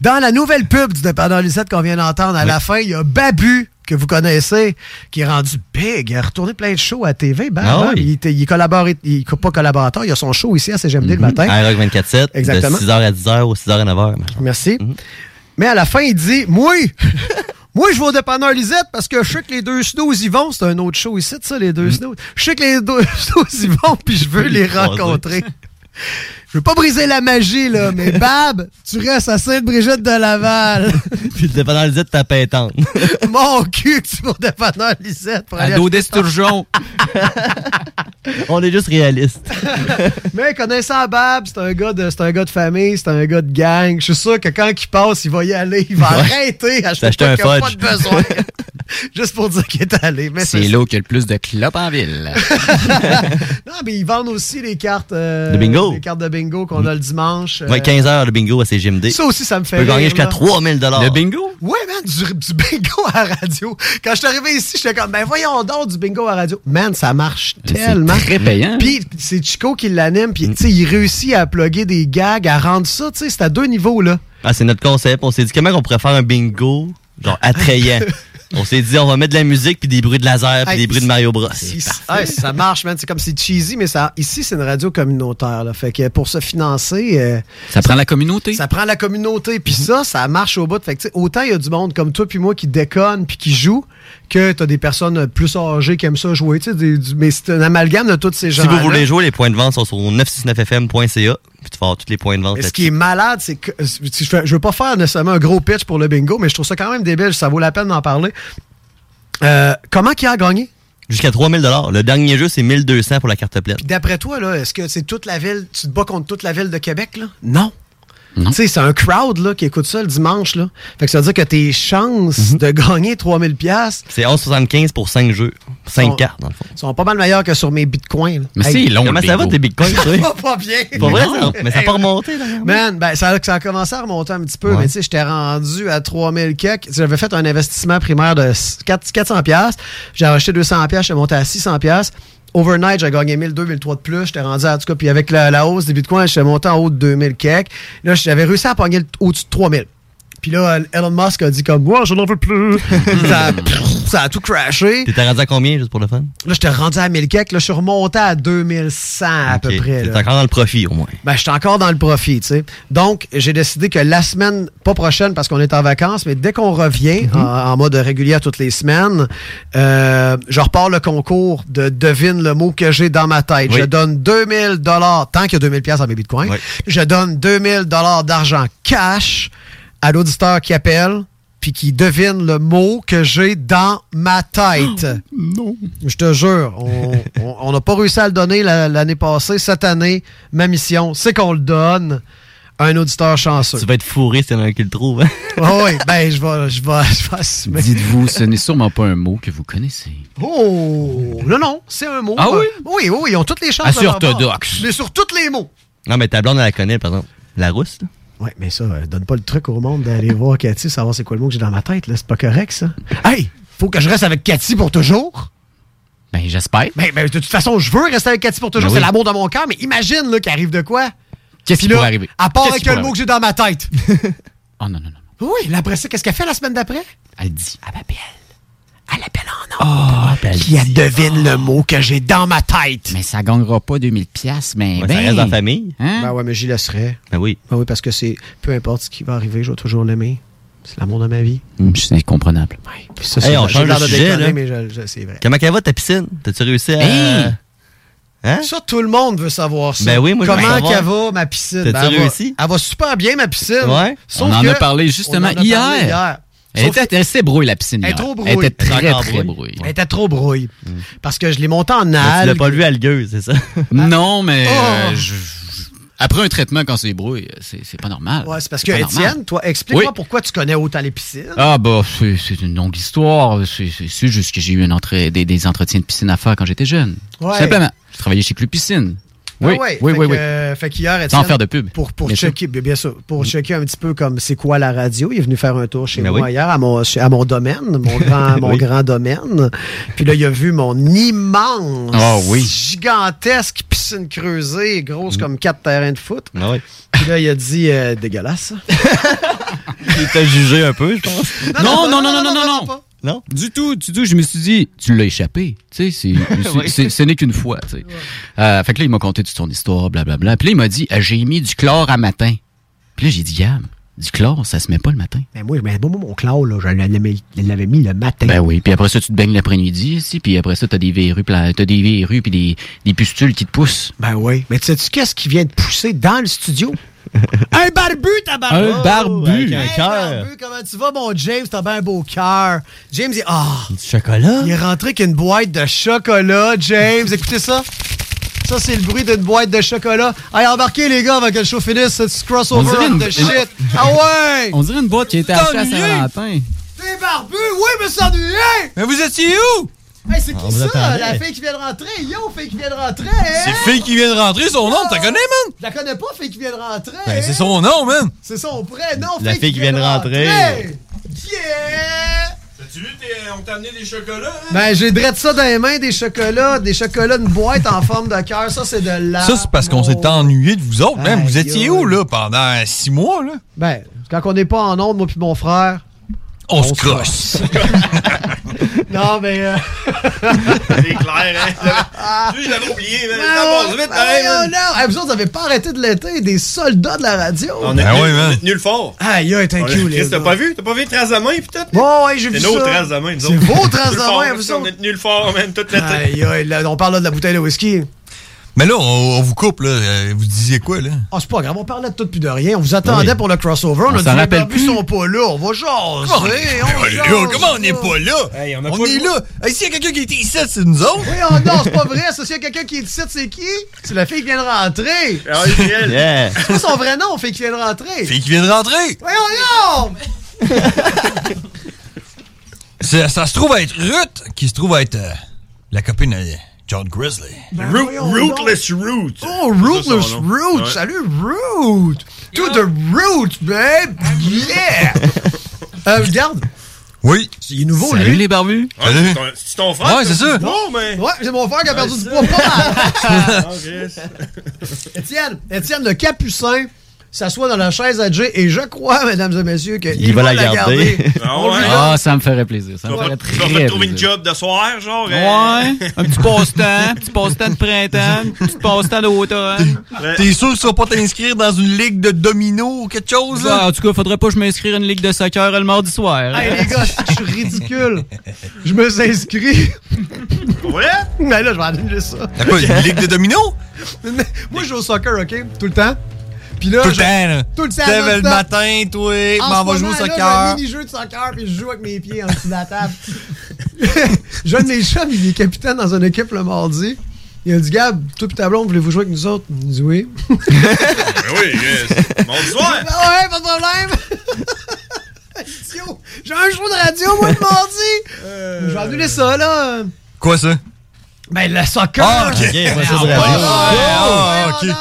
Dans la nouvelle pub du dépanneur Lisette qu'on vient d'entendre, à la fin, il y a Babu que vous connaissez, qui est rendu big. Il a retourné plein de shows à TV. Ben,
Ah
ben,
oui.
il, était- il est collabore- il est pas collaborateur. Il a son show ici à CGMD le matin.
Airlock 24-7, de
Exactement.
6h à 10h ou 6h à 9h.
Merci. Mais à la fin, il dit Moi, moi je vais au dépanneur Lisette parce que je sais que les deux snooze y vont. C'est un autre show ici, ça, les deux snooze. Je sais que les deux snooze y vont, puis je veux les
Les croiser.
rencontrer. Je veux pas briser la magie, là, mais Bab, tu restes à Sainte-Brigitte de Laval.
Puis le dépanneur Lisette, t'as pétante.
Mon cul, que tu vas au dépanneur Lisette pour
À
aller
dos
acheter-
d'esturgeon. On est juste réaliste.
Mais connaissant Bab, c'est un, gars de- c'est un gars de famille, c'est un gars de gang. Je suis sûr que quand il passe, il va y aller, il va
Ouais.
arrêter, acheter
S'acheter
pas
un
qu'il a pas
fudge.
de besoin. Juste pour dire qu'il est allé. Mais
C'est l'eau qui a le plus de clopes en ville.
Non, mais ils vendent aussi les cartes euh,
De bingo.
Les cartes de bingo qu'on a le dimanche. euh,
Ouais, 15h le bingo à CGMD.
Ça aussi, ça me fait
Tu peux gagner
rire,
jusqu'à
là.
3000
Le
bingo?
Ouais, man, du, du bingo à la radio. Quand je suis arrivé ici, j'étais comme, ben voyons donc du bingo à la radio. Man, ça marche tellement.
très payant.
Puis c'est Chico qui l'anime, puis tu sais, il réussit à plugger des gags, à rendre ça, tu sais, c'est à deux niveaux, là.
Ah, c'est notre concept. On s'est dit comment on pourrait faire un bingo, genre attrayant. on s'est dit on va mettre de la musique, puis des bruits de laser, puis
Hey,
des bruits de Mario Bros.
Ici- ouais, ça marche, man. C'est comme c'est cheesy, mais ça, ici, c'est une radio communautaire. Là. Fait que pour se financer. euh,
Ça prend la communauté.
Ça prend la communauté. Puis ça, ça marche au bout. Fait que, tu sais, autant il y a du monde comme toi puis moi qui déconne puis qui joue que t'as des personnes plus âgées qui aiment ça jouer. tu sais, des- du- mais c'est un amalgame de tous ces gens.
Si vous voulez jouer, les points de vente sont sur 969fm.ca. Puis tu vas avoir tous les points de vente.
Mais ce qui est malade, c'est que euh, je fais- je veux pas faire nécessairement un gros pitch pour le bingo, mais je trouve ça quand même débile. Ça vaut la peine d'en parler. Euh, comment qui a gagné?
Jusqu'à 3000 Le dernier jeu, c'est 1200 pour la carte pleine.
D'après toi, là, est-ce que c'est toute la ville, tu te bats contre toute la ville de Québec, là? Non. Tu sais, c'est un crowd là, qui écoute ça le dimanche. Là. Fait que ça veut dire que tes chances
Mm-hmm.
de gagner 3000 pièces
C'est 11,75 pour 5 jeux. 5 cartes, dans le fond.
sont pas mal meilleures que sur mes bitcoins. là.
Mais
Hey,
c'est long. Comment ça va tes bitcoins,
Ça
toi?
va pas bien.
Pas vrai, ça? Mais ça a pas remonté, dernièrement.
Man, ben, ça, a- ça a commencé à remonter un petit peu,
Ouais.
mais tu sais, j'étais rendu à 3000 quelques. J'avais fait un investissement primaire de s- quatre- 400 pièces. J'ai acheté 200 pièces, j'étais monté à 600 pièces. Overnight, j'ai gagné 1000, 2000, 3 de plus. J'étais rendu à, en tout cas, puis avec la, la hausse des bitcoins, j'étais monté en haut de 2000 quelques. Là, j'avais réussi à pogner le- au-dessus de 3000. Puis là, Elon Musk a dit comme, moi, je n'en veux plus. ça, a- ça a tout crashé.
T'étais rendu à combien, juste pour le fun?
Là, j'étais rendu à 1000 quelques. Là, je suis remonté à 2100 à peu
Ok.
près.
T'es
là.
encore dans le profit, au moins.
Ben, je suis encore dans le profit, tu sais. Donc, j'ai décidé que la semaine, pas prochaine parce qu'on est en vacances, mais dès qu'on revient en, en mode régulier à toutes les semaines, euh, je repars le concours de devine le mot que j'ai dans ma tête.
Oui.
Je donne 2000 dollars, tant qu'il y a 2000 pièces en bitcoin, je donne 2000 dollars d'argent cash à l'auditeur qui appelle puis qui devine le mot que j'ai dans ma tête. non. Je te jure, on- on on n'a pas réussi à le donner la- l'année passée. Cette année, ma mission, c'est qu'on le donne à un auditeur chanceux.
Tu vas être fourré s'il y en a un qui le trouve. hein?
Ah oui, ben je vais, je vais, je vais assumer.
Dites-vous, ce n'est sûrement pas un mot que vous connaissez.
Oh! Non, non, c'est un mot. euh,
Ah oui?
Oui, oui, ils ont toutes les chances
Assez
de l'avoir.
orthodoxe.
Mais sur tous les mots.
Non, mais ta blonde, elle la connaît, par exemple. La rousse, là.
Oui, mais ça, euh, donne pas le truc au monde d'aller voir Cathy, savoir c'est quoi le mot que j'ai dans ma tête. là. C'est pas correct, ça. Hey, faut que je reste avec Cathy pour toujours.
Ben, j'espère.
Ben, ben, de toute façon, je veux rester avec Cathy pour toujours.
Ben
c'est
oui.
l'amour de mon cœur, mais imagine là, qu'il arrive de quoi?
Qu'est-ce qui
Puis là,
pourrait arriver?
À part
Qu'est-ce
avec
qui
le
pourrait
mot que j'ai dans ma tête.
Oh non, non, non.
Oui, là, après ça, qu'est-ce qu'elle fait la semaine d'après?
Elle dit.
Ah,
ben,
qui elle devine le mot que j'ai dans ma tête.
Mais ça gagnera pas 2000 pièces, mais
Ouais, ça
ben,
reste dans la famille.
Hein?
Ben ouais, mais j'y laisserai.
Ben oui.
Ben oui, parce que c'est peu importe ce qui va arriver, je vais toujours l'aimer. C'est l'amour de ma vie.
Hum, C'est incomprenable.
ça,
Hey,
c'est-
on
j'ai
change
l'air
de
de
sujet,
déconner,
là.
mais je- je- c'est vrai.
Comment qu'elle va, ta piscine? T'as-tu réussi à...
Hey!
Hein?
Ça, tout le monde veut savoir ça.
Ben oui, moi, je veux
Comment
savoir.
qu'elle va, ma piscine?
T'as-tu
Ben, elle va-
réussi?
Elle va super bien, ma piscine.
Ouais.
Sauf
on en a
que-
parlé justement
on en a parlé
hier.
hier.
Elle
Sauf
était elle s'est brouille, la piscine.
Elle est
hier.
trop brouille.
Elle était
Elle est
très,
encore
très
brouille.
brouille. Mm.
Elle était trop brouille. Parce que je l'ai montée en
Mais Tu l'as
algues.
pas vu algueuse, c'est ça?
Non, mais euh,
Oh!
je- je- après un traitement quand c'est brouille, c'est c'est pas normal.
Ouais, c'est parce que,
C'est pas normal.
Étienne, toi, explique-moi
Oui.
pourquoi tu connais autant les piscines.
Ah bah c'est c'est une longue histoire. C'est c'est- c'est juste que j'ai eu un entra- des, des entretiens de piscine à faire quand j'étais jeune. Tout
Ouais.
Simplement. Je travaillais chez Club Piscine. Oui,
Ah ouais,
oui,
fait
oui,
que,
oui.
euh, fait qu'hier,
Sans
Étienne,
faire de pub.
Pour, pour
Bien sûr. Mm.
checker, bien, bien sûr, pour checker un petit peu comme c'est quoi la radio. Il est venu faire un tour chez
Ben
moi
oui.
hier à mon, chez- à mon domaine, mon grand, mon
Oui.
grand domaine. Puis là, il a vu mon immense,
Ah oui. Mm.
gigantesque piscine creusée, grosse comme quatre terrains de foot.
Ah oui.
Puis là, il a dit euh, dégueulasse.
Il t'a jugé un peu, je pense.
Non, non, non, non, non, non, non.
Non?
Du tout, du tout. Je me suis dit, tu l'as échappé. Tu sais, c'est- c'est-
Oui.
c'est- ce n'est qu'une fois. tu sais. Euh, fait que là, il m'a conté toute son histoire, blablabla. Puis là, il m'a dit, Ah, j'ai mis du chlore à matin. Puis là, j'ai dit, Gab, du chlore, ça se met pas le matin.
Mais Ben moi, mais moi, mon clown, là, je l'avais je l'avais mis le matin.
Ben oui, puis après ça, tu te baignes l'après-midi ici, puis après ça, t'as des verrues, pla- t'as des verrues, puis des, des pustules qui te poussent.
Ben oui. Mais tu sais-tu qu'est-ce qui vient de pousser dans le studio? un barbu, Oh, tabarnak!
Un barbu.
Avec un
Un
cœur! Comment tu vas, mon James? T'as bien un beau cœur. James, il... Ah!
Du chocolat?
Il est rentré avec une boîte de chocolat, James. Écoutez ça. Ça, c'est le bruit d'une boîte de chocolat. Allez, embarquez, les gars, avant que le show finisse. C'est du crossover
On dirait une-
of the shit. Ah ouais!
On dirait une boîte qui a été achetée à Saint-Valentin.
T'es barbu? Oui, mais c'est ennuyé!
Mais vous étiez où?
Hey, c'est
On
qui
vous
ça?
attendait.
La fille qui vient de rentrer? Yo, fille qui vient de rentrer! hein? Ah!
fille qui vient de rentrer, son nom, t'as connais, man?
Je la connais pas, fille qui vient de rentrer. hein?
Ben, c'est son nom, man.
C'est son prénom,
La fille qui vient de rentrer.
Yeah!
T'as-tu vu, on t'a amené des chocolats,
Ben, j'ai drette ça dans les mains, des chocolats, des chocolats, une boîte en forme de cœur. Ça, c'est de l'art.
Ça, c'est parce qu'on s'est ennuyé de vous autres, man.
Aïe,
Vous étiez où, là, pendant six mois, là?
Ben, quand on n'est pas en onde, moi puis mon frère.
On, se crosse.
Non, mais. euh,
C'est clair, hein? Je l'avais oublié,
ben, on- ben,
hein?
voyons donc. Hey, vous autres, vous avez pas arrêté de l'été, des soldats de la radio.
On
Ben
est tenu,
hein.
on est tenu le fort.
Aïe, aïe, thank
On a-
you, les
Chris, T'as
gars.
pas vu? T'as pas vu les traces de main, peut-être?
Ouais, ouais, j'ai vu
C'est nos
ça.
traces de main, nous
C'est
autres.
vos traces de
Tenu le fort,
main, vous
On a tenu le fort, man, toute l'été.
Aïe, aïe, là, on parle là de la bouteille de whisky.
Mais là, on, on vous coupe, là. Euh, Vous disiez quoi, là?
Ah, c'est pas grave, on parlait de tout puis de rien. On vous attendait
Oui.
pour le crossover. On,
On
a dit,
s'en
les
rappelle
barbus sont pas là, on va jaser.
Comment ben, on est pas là? Comment on n'est pas là?
on
on
a pas
est
le-
là! Hey, S'il y a quelqu'un qui était ici, c'est nous autres!
Oui, oh non, c'est pas vrai. Ça, s'il y a quelqu'un qui est 17, c'est qui? C'est la fille qui vient de rentrer.
Ah, c'est elle. Yeah.
C'est quoi son vrai nom, fille qui vient de rentrer?
Fille qui vient de rentrer!
Voyons, non!
Ça, ça se trouve être Ruth, qui se trouve être euh, la copine de John Grizzly.
Ben
Root- Rootless
Root!
Oh, Rootless
nom.
Root!
Ouais.
Salut, Root! To the Root, babe! Yeah! euh, regarde.
Oui.
Il est nouveau,
Salut,
lui.
les
barbus.
Ah, Salut. c'est ton- c'est ton frère, Ouais, c'est ça.
Non, mais. Ouais, c'est Ah, mon frère qui a perdu du poids.
Ah,
Pas mal. Étienne, Étienne, le capucin s'assoit dans la chaise à Jay et je crois, mesdames et messieurs, qu'il
Il va la garder.
Ah
On lui
ouais?
Ah, ça me ferait plaisir. Ça
Tu
me
vas
ferait
pas-
très
tu vas pas trouver
plaisir.
une job de soir, genre?
Ouais,
hein?
un petit passe-temps, un petit passe-temps de printemps, un petit passe-temps d'automne.
T'es sûr que tu vas pas t'inscrire dans une ligue de domino ou quelque chose?
Ouais,
Ah,
en tout cas, faudrait pas que je m'inscrire à une ligue de soccer le mardi soir.
Hey les gars, je suis ridicule. Je me suis inscrit.
Ouais?
Mais là, je vais annuler ça.
T'as quoi, une ligue de domino?
Moi, je joue au soccer, OK? Tout le temps. Puis là,
Tout le
je-
temps, là.
Tout le temps.
Te lèves
non-stop.
le matin, toi,
En
m'en
ce
vas jouer au
moment, là,
soccer.
j'ai un mini-jeu de soccer, puis je joue avec mes pieds en dessous de la table. Jeune de mes chums, il est capitaine dans une équipe le mardi. Il a dit, Gab, toi pis ta blonde, voulez-vous jouer avec nous autres? Il dit oui.
Ben oui, yes. Bon soir!
Ah ouais, pas de problème! Idiot! J'ai un show de radio, moi, le mardi! Je vais annuler ça, là!
Quoi, ça?
Ben, le soccer!
Ah, ok.
Ben,
pas ça de
ah,
radio.
ouais,
Ah,
ouais,
ok.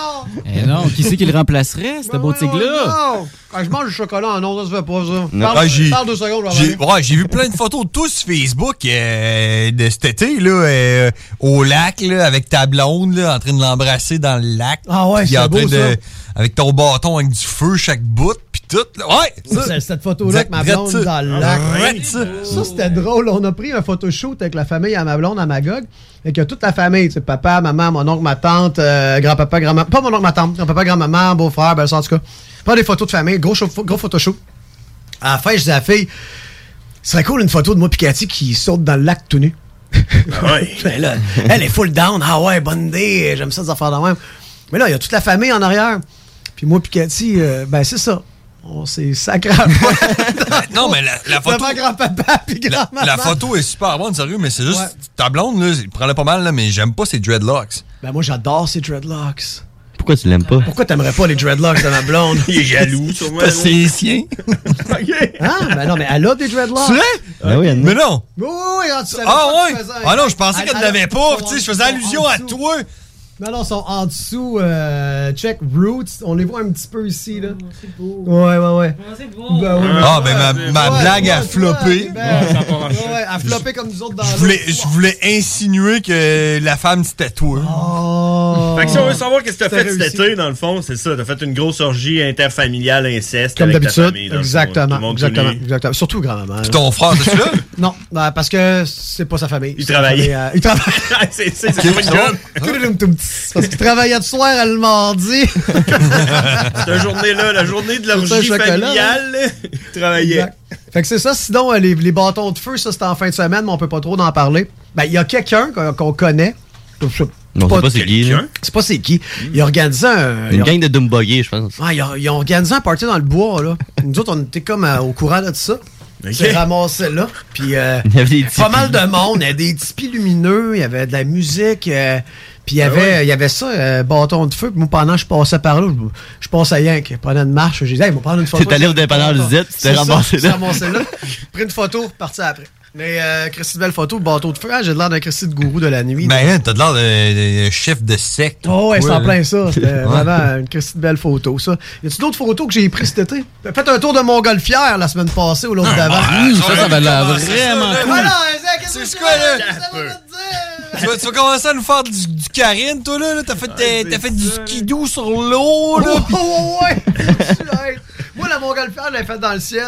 Eh non, qui c'est qui le remplacerait,
Ben
ce beau
non,
tigre-là?
non. Quand je mange du chocolat en ondes, ça se fait pas, ça.
Non,
Parle,
ah, j'ai-
parle deux secondes, je vais
J'ai ouais, j'ai vu plein de photos de tous sur Facebook euh, de cet été là, euh, au lac là, avec ta blonde là, en train de l'embrasser dans le lac.
Ah ouais,
Puis
c'est
en
beau,
train
ça.
de avec ton bâton avec du feu chaque bout puis tout. là. Ouais,
C'est cette photo-là avec ma
Direct
blonde
ça.
dans le
Ah,
lac.
direct ça.
Ça, c'était drôle. On a pris un photoshoot avec la famille à ma blonde, à Magog, et que toute la famille, tu sais, papa, maman, mon oncle, ma tante, euh, grand-papa, grand-maman, pas mon oncle, ma tante, grand-papa, grand-maman, beau-frère, belle-sœur, en tout cas. Pas des photos de famille, gros, show- gros photoshoot. À la fin, je dis à la fille, ce serait cool une photo de moi Picati qui saute dans le lac tout nu.
Ah
Ben là, elle est full down. Ah ouais, bonne idée. J'aime ça des affaires de même. Mais là, il y a toute la famille en arrière. Puis moi, Picati, euh, ben c'est ça. On s'est sacré à poil.
non mais la, la photo
Devant grand-papa puis
la,
grand-maman.
la photo est super bonne sérieux mais c'est juste
Ouais.
ta blonde là, il prend pas mal là, mais j'aime pas ses dreadlocks.
Ben moi, j'adore ces dreadlocks.
Pourquoi tu l'aimes pas?
Pourquoi t'aimerais pas les dreadlocks de ma blonde?
Il est jaloux, sûrement. là.
siens.
Ah, ben non, mais elle a des dreadlocks.
C'est vrai?
Ben oui,
Mais non.
Oui, oui, oui, ah, tu savais
Ah
pas
ouais.
que tu faisais un-
Ah non, je pensais
Elle-
qu'elle
elle a-
l'avait pas,
sont
tu sais, je
en-
faisais
sont
allusion
en
à
dessous.
toi.
Non, non, ils sont en dessous. euh, check Roots. On les voit un petit peu ici, là. Ouais, ouais, ouais. Ben ouais,
Ah
mais-
ben ma, ma
Ouais,
blague
ouais,
a
ouais,
floppé.
ben, ouais, ouais, à flopper comme nous autres dans
Je voulais, je voulais insinuer que la femme c'était toi.
Oh.
Fait que si on veut savoir qu'est-ce que t'as fait cet
réussi.
été, dans le fond, c'est ça. T'as fait une grosse orgie interfamiliale inceste.
Comme
avec ta
d'habitude.
famille, dans le fond. Tout le
Exactement,
monde
exactement,
connu.
exactement. Surtout grand-maman. Puis
ton frère, t'es là?
Non, ben, parce que c'est pas sa famille.
Il
C'est sa
travaillait.
famille, euh, il travaillait.
c'est c'est- c'est pas une job.
C'est Parce qu'il travaillait le soir, elle le mardi.
Cette journée-là, la journée de
C'est un
l'orgie
chocolat,
familiale, il travaillait.
Exact. Fait que c'est ça. Sinon, euh, les, les bâtons de feu, ça, c'était en fin de semaine, mais on peut pas trop en parler. Ben, il y a quelqu'un qu'on qu'on connaît. Je sais
On sait pas c'est qui, là.
C'est pas c'est qui. Il a organisé un. il
Une
a-
gang de Dumbogier, je pense.
Ouais, ils ont, ils ont organisé un party dans le bois, là. Nous autres, on était comme euh, au courant là, de ça. C'est ramassé là. Puis, euh,
Il y avait des
pas mal de monde. Il y avait des tipis lumineux, il y avait de la musique. euh, puis, il y, avait, il y avait ça, euh, bâton de feu. Puis moi, pendant que je passais par là, je, je passais à Yank. Je prenais une marche. J'ai dit, hey, ils vont prendre une photo.
T'es allé au dépanneur Lisette, tu t'es
C'est ça, je
ramassé
me
là.
suis ramassé là. J'ai pris une photo, reparti après. Mais, euh, Christy de belle photo, bâton de feu. Ah, j'ai l'air d'un Christy de gourou de la nuit.
Ben, hein, t'as de l'air de, de chef de secte.
Oh ouais, c'est en
là.
plein ça. C'était
Ouais.
vraiment une Christie de belle photo, ça. Y a-tu d'autres photos que j'ai prises cet été? J'ai fait un tour de Montgolfière la semaine passée ou l'autre d'avant.
Mmh, ça, ça va l'air vraiment cool.
Voilà, Zach, qu'est-ce que
C'est
tu
quoi,
fais?
là?
Ça va pas te dire.
Tu vas, tu vas commencer à nous faire du, du Karine, toi, là. là. T'as fait, des- t'as fait du skidoo sur l'eau, là.
Oh, ouais, ouais, ouais. Faut que tu aides. Moi, la Montgolfière, je l'ai faite dans le ciel.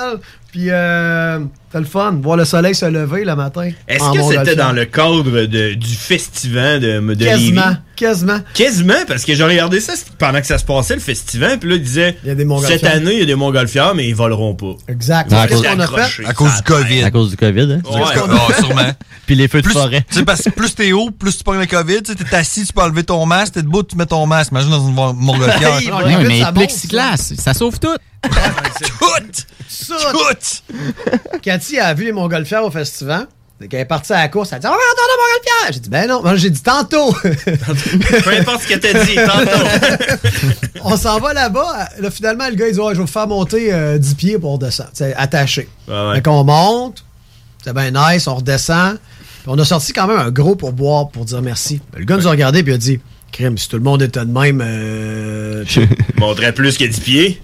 Puis, euh, t'as le fun, voir le soleil se lever le matin.
Est-ce
en
que c'était
Montgolfière.
dans le cadre de- du festival de, de Lévis?
Quasiment, quasiment.
Quasiment, parce que j'ai regardé ça c- pendant que ça se passait, le festival, puis là, il disait
Montgolfières.
Cette année, il y a des montgolfières, mais ils voleront pas.
Exact.
Non, à
Qu'est-ce
cause-
qu'on a
accroché.
fait?
À cause du COVID.
À cause du COVID, hein?
Ouais, ah, sûrement.
Puis les feux de
Plus,
forêt.
tu sais, parce que plus t'es haut, plus tu pognes le COVID. Tu sais, t'es assis, tu peux enlever ton masque, t'es debout, tu mets ton masque. Imagine dans une mor- montgolfière.
Non, mais plexiglas, ça sauve tout.
Tout! Cathy a vu les Montgolfières au festival. Quand elle est partie à la course, elle a dit Ah, On va entendre les Montgolfières! J'ai dit Ben non, Moi, j'ai dit tantôt!
Peu importe ce que t'as dit, tantôt.
on s'en va là-bas. Là, finalement, le gars, il dit Ouais, Je vais vous faire monter euh, 10 pieds pour descendre. C'est attaché.
Ah ouais.
Fait qu'on monte, c'est bien nice, on redescend. Puis on a sorti quand même un gros pourboire pour dire merci. Le gars nous a regardé et il a dit Crime, si tout le monde était de même, euh,
Montrait plus que 10 pieds.